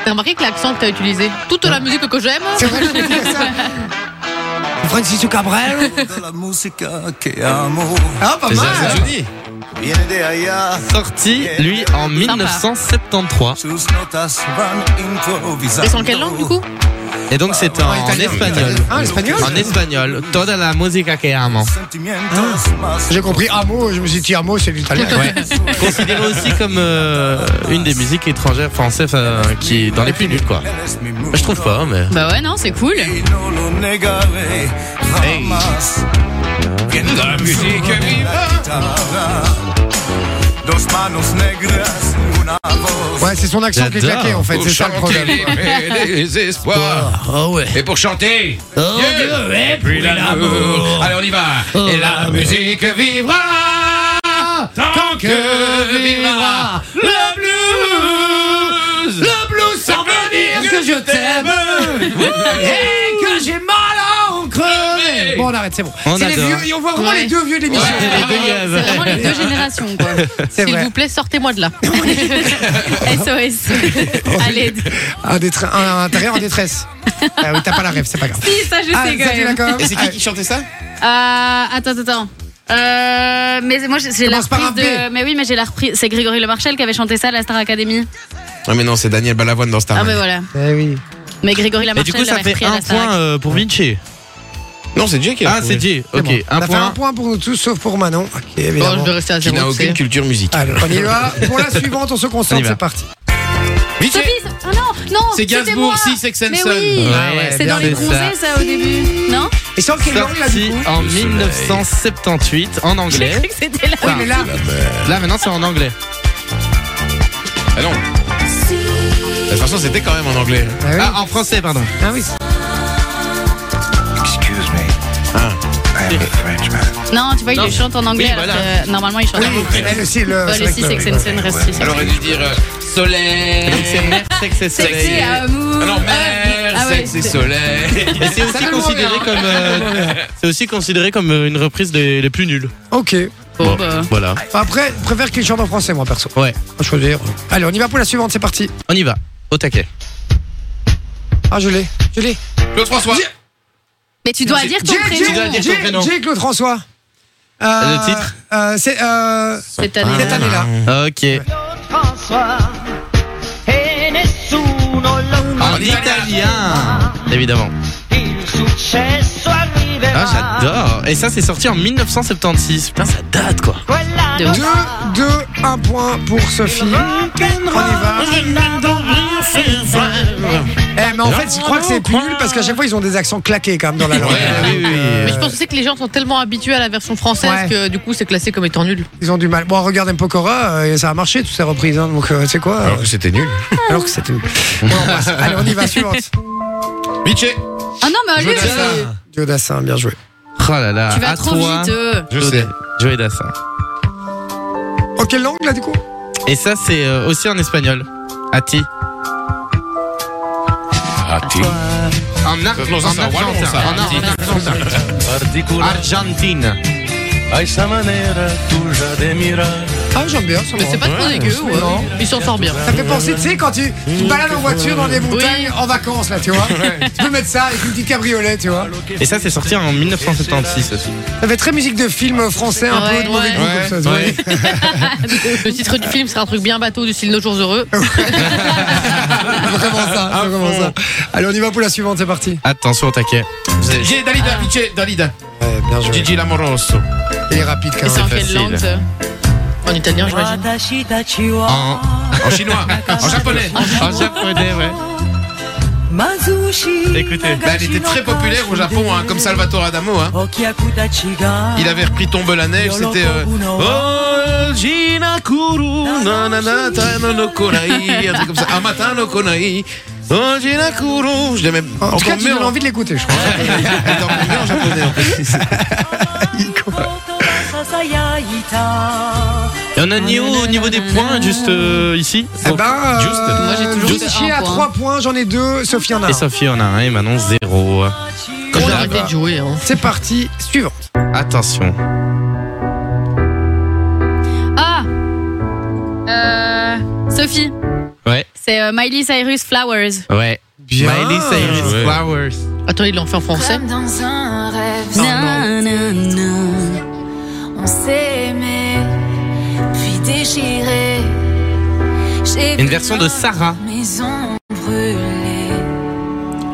[SPEAKER 6] T'as remarqué que l'accent que t'as utilisé Toute la musique que j'aime
[SPEAKER 8] C'est vrai, je vais faire ça. Francisco Cabrel. Ah, pas
[SPEAKER 5] C'est
[SPEAKER 8] mal.
[SPEAKER 5] ça,
[SPEAKER 3] C'est Johnny.
[SPEAKER 5] Sorti, lui, en 1973.
[SPEAKER 6] Et c'est en quelle langue du coup
[SPEAKER 5] Et donc, c'est en,
[SPEAKER 8] En italien.
[SPEAKER 5] espagnol.
[SPEAKER 8] Ah, en espagnol
[SPEAKER 5] En espagnol. Toda la música que amo.
[SPEAKER 8] Hein? J'ai compris Amo, je me suis dit Amo, c'est l'italien.
[SPEAKER 5] Ouais. Considéré aussi comme euh, une des musiques étrangères françaises euh, qui est dans les plus nulles, quoi. Je trouve pas, mais.
[SPEAKER 4] Bah ouais, non, c'est cool.
[SPEAKER 8] Ouais, c'est son accent qui est
[SPEAKER 5] J'adore.
[SPEAKER 8] claqué en fait, c'est ça le problème.
[SPEAKER 3] les espoirs.
[SPEAKER 5] Oh ouais. Oh,
[SPEAKER 3] Et pour chanter, Dieu, et puis l'amour. Allez, on y va.
[SPEAKER 5] Oh,
[SPEAKER 3] et la musique vivra tant que vivra le blues. Le blues sans me dire que je t'aime.
[SPEAKER 8] Et que j'ai mal à en crever. Bon, on arrête, c'est bon.
[SPEAKER 5] On
[SPEAKER 8] C'est les
[SPEAKER 5] adore.
[SPEAKER 8] vieux, et on voit vraiment
[SPEAKER 4] Ouais.
[SPEAKER 8] les deux vieux de l'émission.
[SPEAKER 4] C'est vraiment les deux générations, quoi.
[SPEAKER 8] C'est
[SPEAKER 6] S'il
[SPEAKER 8] vrai.
[SPEAKER 6] vous plaît, sortez-moi de là.
[SPEAKER 4] SOS. À l'aide.
[SPEAKER 8] Un, détre- un intérieur en détresse. Ah oui, t'as pas la rêve, c'est pas grave.
[SPEAKER 4] Si, ça, je
[SPEAKER 8] Ah,
[SPEAKER 4] sais quand
[SPEAKER 8] ça, tu l'as
[SPEAKER 4] même.
[SPEAKER 8] quand même.
[SPEAKER 3] Et c'est
[SPEAKER 8] Ah,
[SPEAKER 3] qui qui chantait ça
[SPEAKER 4] Euh, attends, attends. Euh, mais moi j'ai- j'ai la
[SPEAKER 8] Commence par
[SPEAKER 4] reprise
[SPEAKER 8] un
[SPEAKER 4] de. Mais oui, mais j'ai la reprise. C'est Grégory Lemarchal qui avait chanté ça à la Star Academy.
[SPEAKER 3] Ah, mais non, c'est Daniel Balavoine dans Star.
[SPEAKER 4] Ah, mais voilà.
[SPEAKER 8] Eh oui.
[SPEAKER 4] Mais Grégory
[SPEAKER 5] Et du
[SPEAKER 4] Lemarchal
[SPEAKER 5] coup, ça
[SPEAKER 4] l'avait
[SPEAKER 5] fait
[SPEAKER 4] repris à
[SPEAKER 5] un
[SPEAKER 4] la Star
[SPEAKER 5] point
[SPEAKER 4] Ac.
[SPEAKER 5] euh, pour Vinci.
[SPEAKER 3] Non, c'est Dieu qui l'a
[SPEAKER 5] Ah, c'est
[SPEAKER 3] trouvé.
[SPEAKER 5] Dieu.
[SPEAKER 8] C'est
[SPEAKER 5] Ok,
[SPEAKER 8] bon.
[SPEAKER 5] un
[SPEAKER 8] On a fait un
[SPEAKER 5] point.
[SPEAKER 8] point pour nous tous, sauf pour Manon. Ok,
[SPEAKER 6] Bon,
[SPEAKER 8] évidemment.
[SPEAKER 6] je vais rester à
[SPEAKER 3] Qui n'a
[SPEAKER 6] zéro. tu
[SPEAKER 3] aucune
[SPEAKER 6] sais.
[SPEAKER 3] culture musique.
[SPEAKER 8] Allez, on y va. Pour la suivante, on se
[SPEAKER 5] On y
[SPEAKER 8] concentre,
[SPEAKER 5] va.
[SPEAKER 8] c'est parti.
[SPEAKER 3] Vinci,
[SPEAKER 4] Sophie, c'est- oh non, non,
[SPEAKER 3] c'est
[SPEAKER 4] c'était
[SPEAKER 3] Gainsbourg,
[SPEAKER 4] moi.
[SPEAKER 3] Six Sex and
[SPEAKER 4] Mais
[SPEAKER 3] Sun.
[SPEAKER 4] oui,
[SPEAKER 5] Ah ouais,
[SPEAKER 4] c'est
[SPEAKER 5] bien,
[SPEAKER 4] dans les
[SPEAKER 5] c'est
[SPEAKER 4] bronzés ça. au début, non
[SPEAKER 8] Et sans quelle langue là du
[SPEAKER 5] Sorti
[SPEAKER 8] coup
[SPEAKER 5] en
[SPEAKER 3] Le soleil.
[SPEAKER 5] 1978 en
[SPEAKER 4] J'ai
[SPEAKER 5] anglais.
[SPEAKER 4] cru que c'était là.
[SPEAKER 8] Oui, mais là,
[SPEAKER 5] Là maintenant c'est en anglais.
[SPEAKER 3] Ah non. La chanson, c'était quand même en anglais.
[SPEAKER 8] ah, oui.
[SPEAKER 5] Ah en français pardon.
[SPEAKER 8] Ah oui.
[SPEAKER 10] Excuse me.
[SPEAKER 3] Ah.
[SPEAKER 10] I am a Frenchman.
[SPEAKER 4] Non, tu vois, il
[SPEAKER 5] Non.
[SPEAKER 4] le chante en anglais.
[SPEAKER 5] Oui,
[SPEAKER 4] alors
[SPEAKER 5] voilà.
[SPEAKER 4] que normalement, il chante en
[SPEAKER 8] Oui,
[SPEAKER 4] anglais.
[SPEAKER 8] elle aussi, le.
[SPEAKER 4] Bon,
[SPEAKER 8] c'est
[SPEAKER 4] les
[SPEAKER 8] vrai
[SPEAKER 4] six
[SPEAKER 8] que-
[SPEAKER 4] Sex and Sun restent six Sex
[SPEAKER 3] Elle
[SPEAKER 4] and
[SPEAKER 3] aurait dû dire euh, soleil.
[SPEAKER 5] Donc c'est mère, sexe et
[SPEAKER 4] Sun. Sexy
[SPEAKER 5] soleil.
[SPEAKER 4] amour.
[SPEAKER 3] Ah non, mère,
[SPEAKER 4] Ah ouais,
[SPEAKER 3] sexe et
[SPEAKER 4] c'est-
[SPEAKER 3] soleil.
[SPEAKER 5] Et c'est aussi
[SPEAKER 3] hein.
[SPEAKER 5] considéré comme euh, c'est aussi considéré comme euh, une reprise des les plus nuls.
[SPEAKER 8] Ok.
[SPEAKER 4] Bon, bah.
[SPEAKER 5] Voilà.
[SPEAKER 8] Après, je préfère qu'il chante en français, moi, perso.
[SPEAKER 5] Ouais.
[SPEAKER 8] Je veux dire. Allez, on y va pour la suivante, c'est parti.
[SPEAKER 5] On y va. Au taquet.
[SPEAKER 8] Ah, je l'ai. Je l'ai.
[SPEAKER 3] Claude François.
[SPEAKER 4] Mais tu dois dire ton
[SPEAKER 8] J'ai- j'ai-
[SPEAKER 5] Tu dois
[SPEAKER 4] prénom.
[SPEAKER 5] dire ton
[SPEAKER 8] j'ai-
[SPEAKER 5] prénom.
[SPEAKER 8] J'ai Claude François.
[SPEAKER 5] Le titre
[SPEAKER 8] euh, C'est. Euh,
[SPEAKER 4] Cette année.
[SPEAKER 8] cette année-là.
[SPEAKER 5] Ok. En italien. Évidemment. Ah j'adore. Et ça c'est sorti en 1976. Putain ça date quoi.
[SPEAKER 8] 2, 2, 1 point pour Sophie. On y va. Eh, mais en fait, je crois que c'est plus nul parce qu'à chaque fois, ils ont des accents claqués quand même dans la langue.
[SPEAKER 5] oui, oui.
[SPEAKER 6] Mais je pense aussi que les gens sont tellement habitués à la version française
[SPEAKER 8] Ouais.
[SPEAKER 6] que du coup c'est classé comme étant nul.
[SPEAKER 8] Ils ont du mal. Bon, regarde Pokora, euh, et ça a marché toutes ces reprises. hein, donc, euh, tu sais quoi euh,
[SPEAKER 3] Alors que c'était nul.
[SPEAKER 8] Alors que c'était. Bon, on passe. Allez, on y va, suivante.
[SPEAKER 3] Mitché.
[SPEAKER 4] Ah non, mais lui,
[SPEAKER 3] Jonas.
[SPEAKER 4] euh,
[SPEAKER 8] Dieu Dassin, bien joué.
[SPEAKER 5] Oh là là.
[SPEAKER 4] tu vas
[SPEAKER 5] à
[SPEAKER 4] trop
[SPEAKER 5] trois.
[SPEAKER 4] vite. euh.
[SPEAKER 3] Je sais.
[SPEAKER 5] Joey Dassin.
[SPEAKER 8] En quelle langue, là, du coup
[SPEAKER 5] Et ça c'est euh, aussi en espagnol. A ti. En, Ar-
[SPEAKER 3] Non, ça,
[SPEAKER 5] en
[SPEAKER 3] c'est un wallon,
[SPEAKER 5] Argentin.
[SPEAKER 3] ça.
[SPEAKER 5] En Ar- en Argentine.
[SPEAKER 8] Ah, j'aime bien, ça
[SPEAKER 6] Mais
[SPEAKER 8] me
[SPEAKER 6] c'est
[SPEAKER 8] va.
[SPEAKER 6] pas trop dégueu,
[SPEAKER 8] ouais.
[SPEAKER 6] ouais. il s'en sort bien.
[SPEAKER 8] Ça fait penser, tu sais, quand tu, tu te balades en voiture dans les montagnes en vacances, là, tu vois. Tu peux mettre ça avec une petite cabriolet, tu vois.
[SPEAKER 5] Et ça c'est sorti en 1976 aussi.
[SPEAKER 8] Ça fait très musique de film français, un
[SPEAKER 6] Ouais,
[SPEAKER 8] peu de mauvais
[SPEAKER 6] ouais.
[SPEAKER 8] goût comme ça. tu vois.
[SPEAKER 5] Ouais.
[SPEAKER 6] Le titre du film sera un truc bien bateau du style Nos jours heureux.
[SPEAKER 8] Vraiment ça, c'est vraiment ça. Allez, on y va pour la suivante, c'est parti.
[SPEAKER 5] Attention au taquet.
[SPEAKER 3] J'ai Dalida, Mitché, Dalida.
[SPEAKER 8] Ouais, bien joué.
[SPEAKER 3] Gigi Lamoroso.
[SPEAKER 8] Il est rapide quand
[SPEAKER 6] Et c'est
[SPEAKER 8] même.
[SPEAKER 6] en quelle langue ça En italien, j'imagine.
[SPEAKER 5] En,
[SPEAKER 3] En chinois. en japonais.
[SPEAKER 5] en japonais, ouais. Écoutez.
[SPEAKER 3] Bah, elle était très populaire au Japon, hein, comme Salvatore Adamo. Hein. Il avait repris Tombe la neige, c'était. euh, Oh, Gina Kuru, nanana, tano no konai, un truc comme ça. Amata no konai, oh, Gina Kuru. Je l'ai même.
[SPEAKER 8] En tout cas,
[SPEAKER 3] encore
[SPEAKER 8] tu
[SPEAKER 3] mieux
[SPEAKER 8] donnes envie de l'écouter, je crois.
[SPEAKER 3] Elle était encore mieux en japonais en plus.
[SPEAKER 5] Et on a Nio au niveau des points, juste euh, ici.
[SPEAKER 8] Eh ben,
[SPEAKER 5] Juste.
[SPEAKER 8] euh,
[SPEAKER 6] Moi, j'ai toujours
[SPEAKER 8] Lucie
[SPEAKER 6] fait un
[SPEAKER 8] à
[SPEAKER 6] point.
[SPEAKER 8] 3 points, j'en ai 2, Sophie en a
[SPEAKER 5] Et
[SPEAKER 8] 1.
[SPEAKER 5] Sophie en a un et Manon zéro.
[SPEAKER 6] Quand
[SPEAKER 5] Comme
[SPEAKER 6] j'ai
[SPEAKER 5] d'hab.
[SPEAKER 6] arrêté de jouer. Hein.
[SPEAKER 8] C'est parti, suivante.
[SPEAKER 5] Attention.
[SPEAKER 4] Ah Euh, Sophie.
[SPEAKER 5] Ouais.
[SPEAKER 4] C'est euh, Miley Cyrus Flowers.
[SPEAKER 5] Ouais. Miley Cyrus
[SPEAKER 3] Ouais.
[SPEAKER 5] Flowers.
[SPEAKER 6] Attends, ils l'ont fait en français.
[SPEAKER 11] dans un rêve,
[SPEAKER 4] Non,
[SPEAKER 11] on s'est aimé, puis déchiré. J'ai
[SPEAKER 5] Une version de Sarah.
[SPEAKER 11] maison brûlée.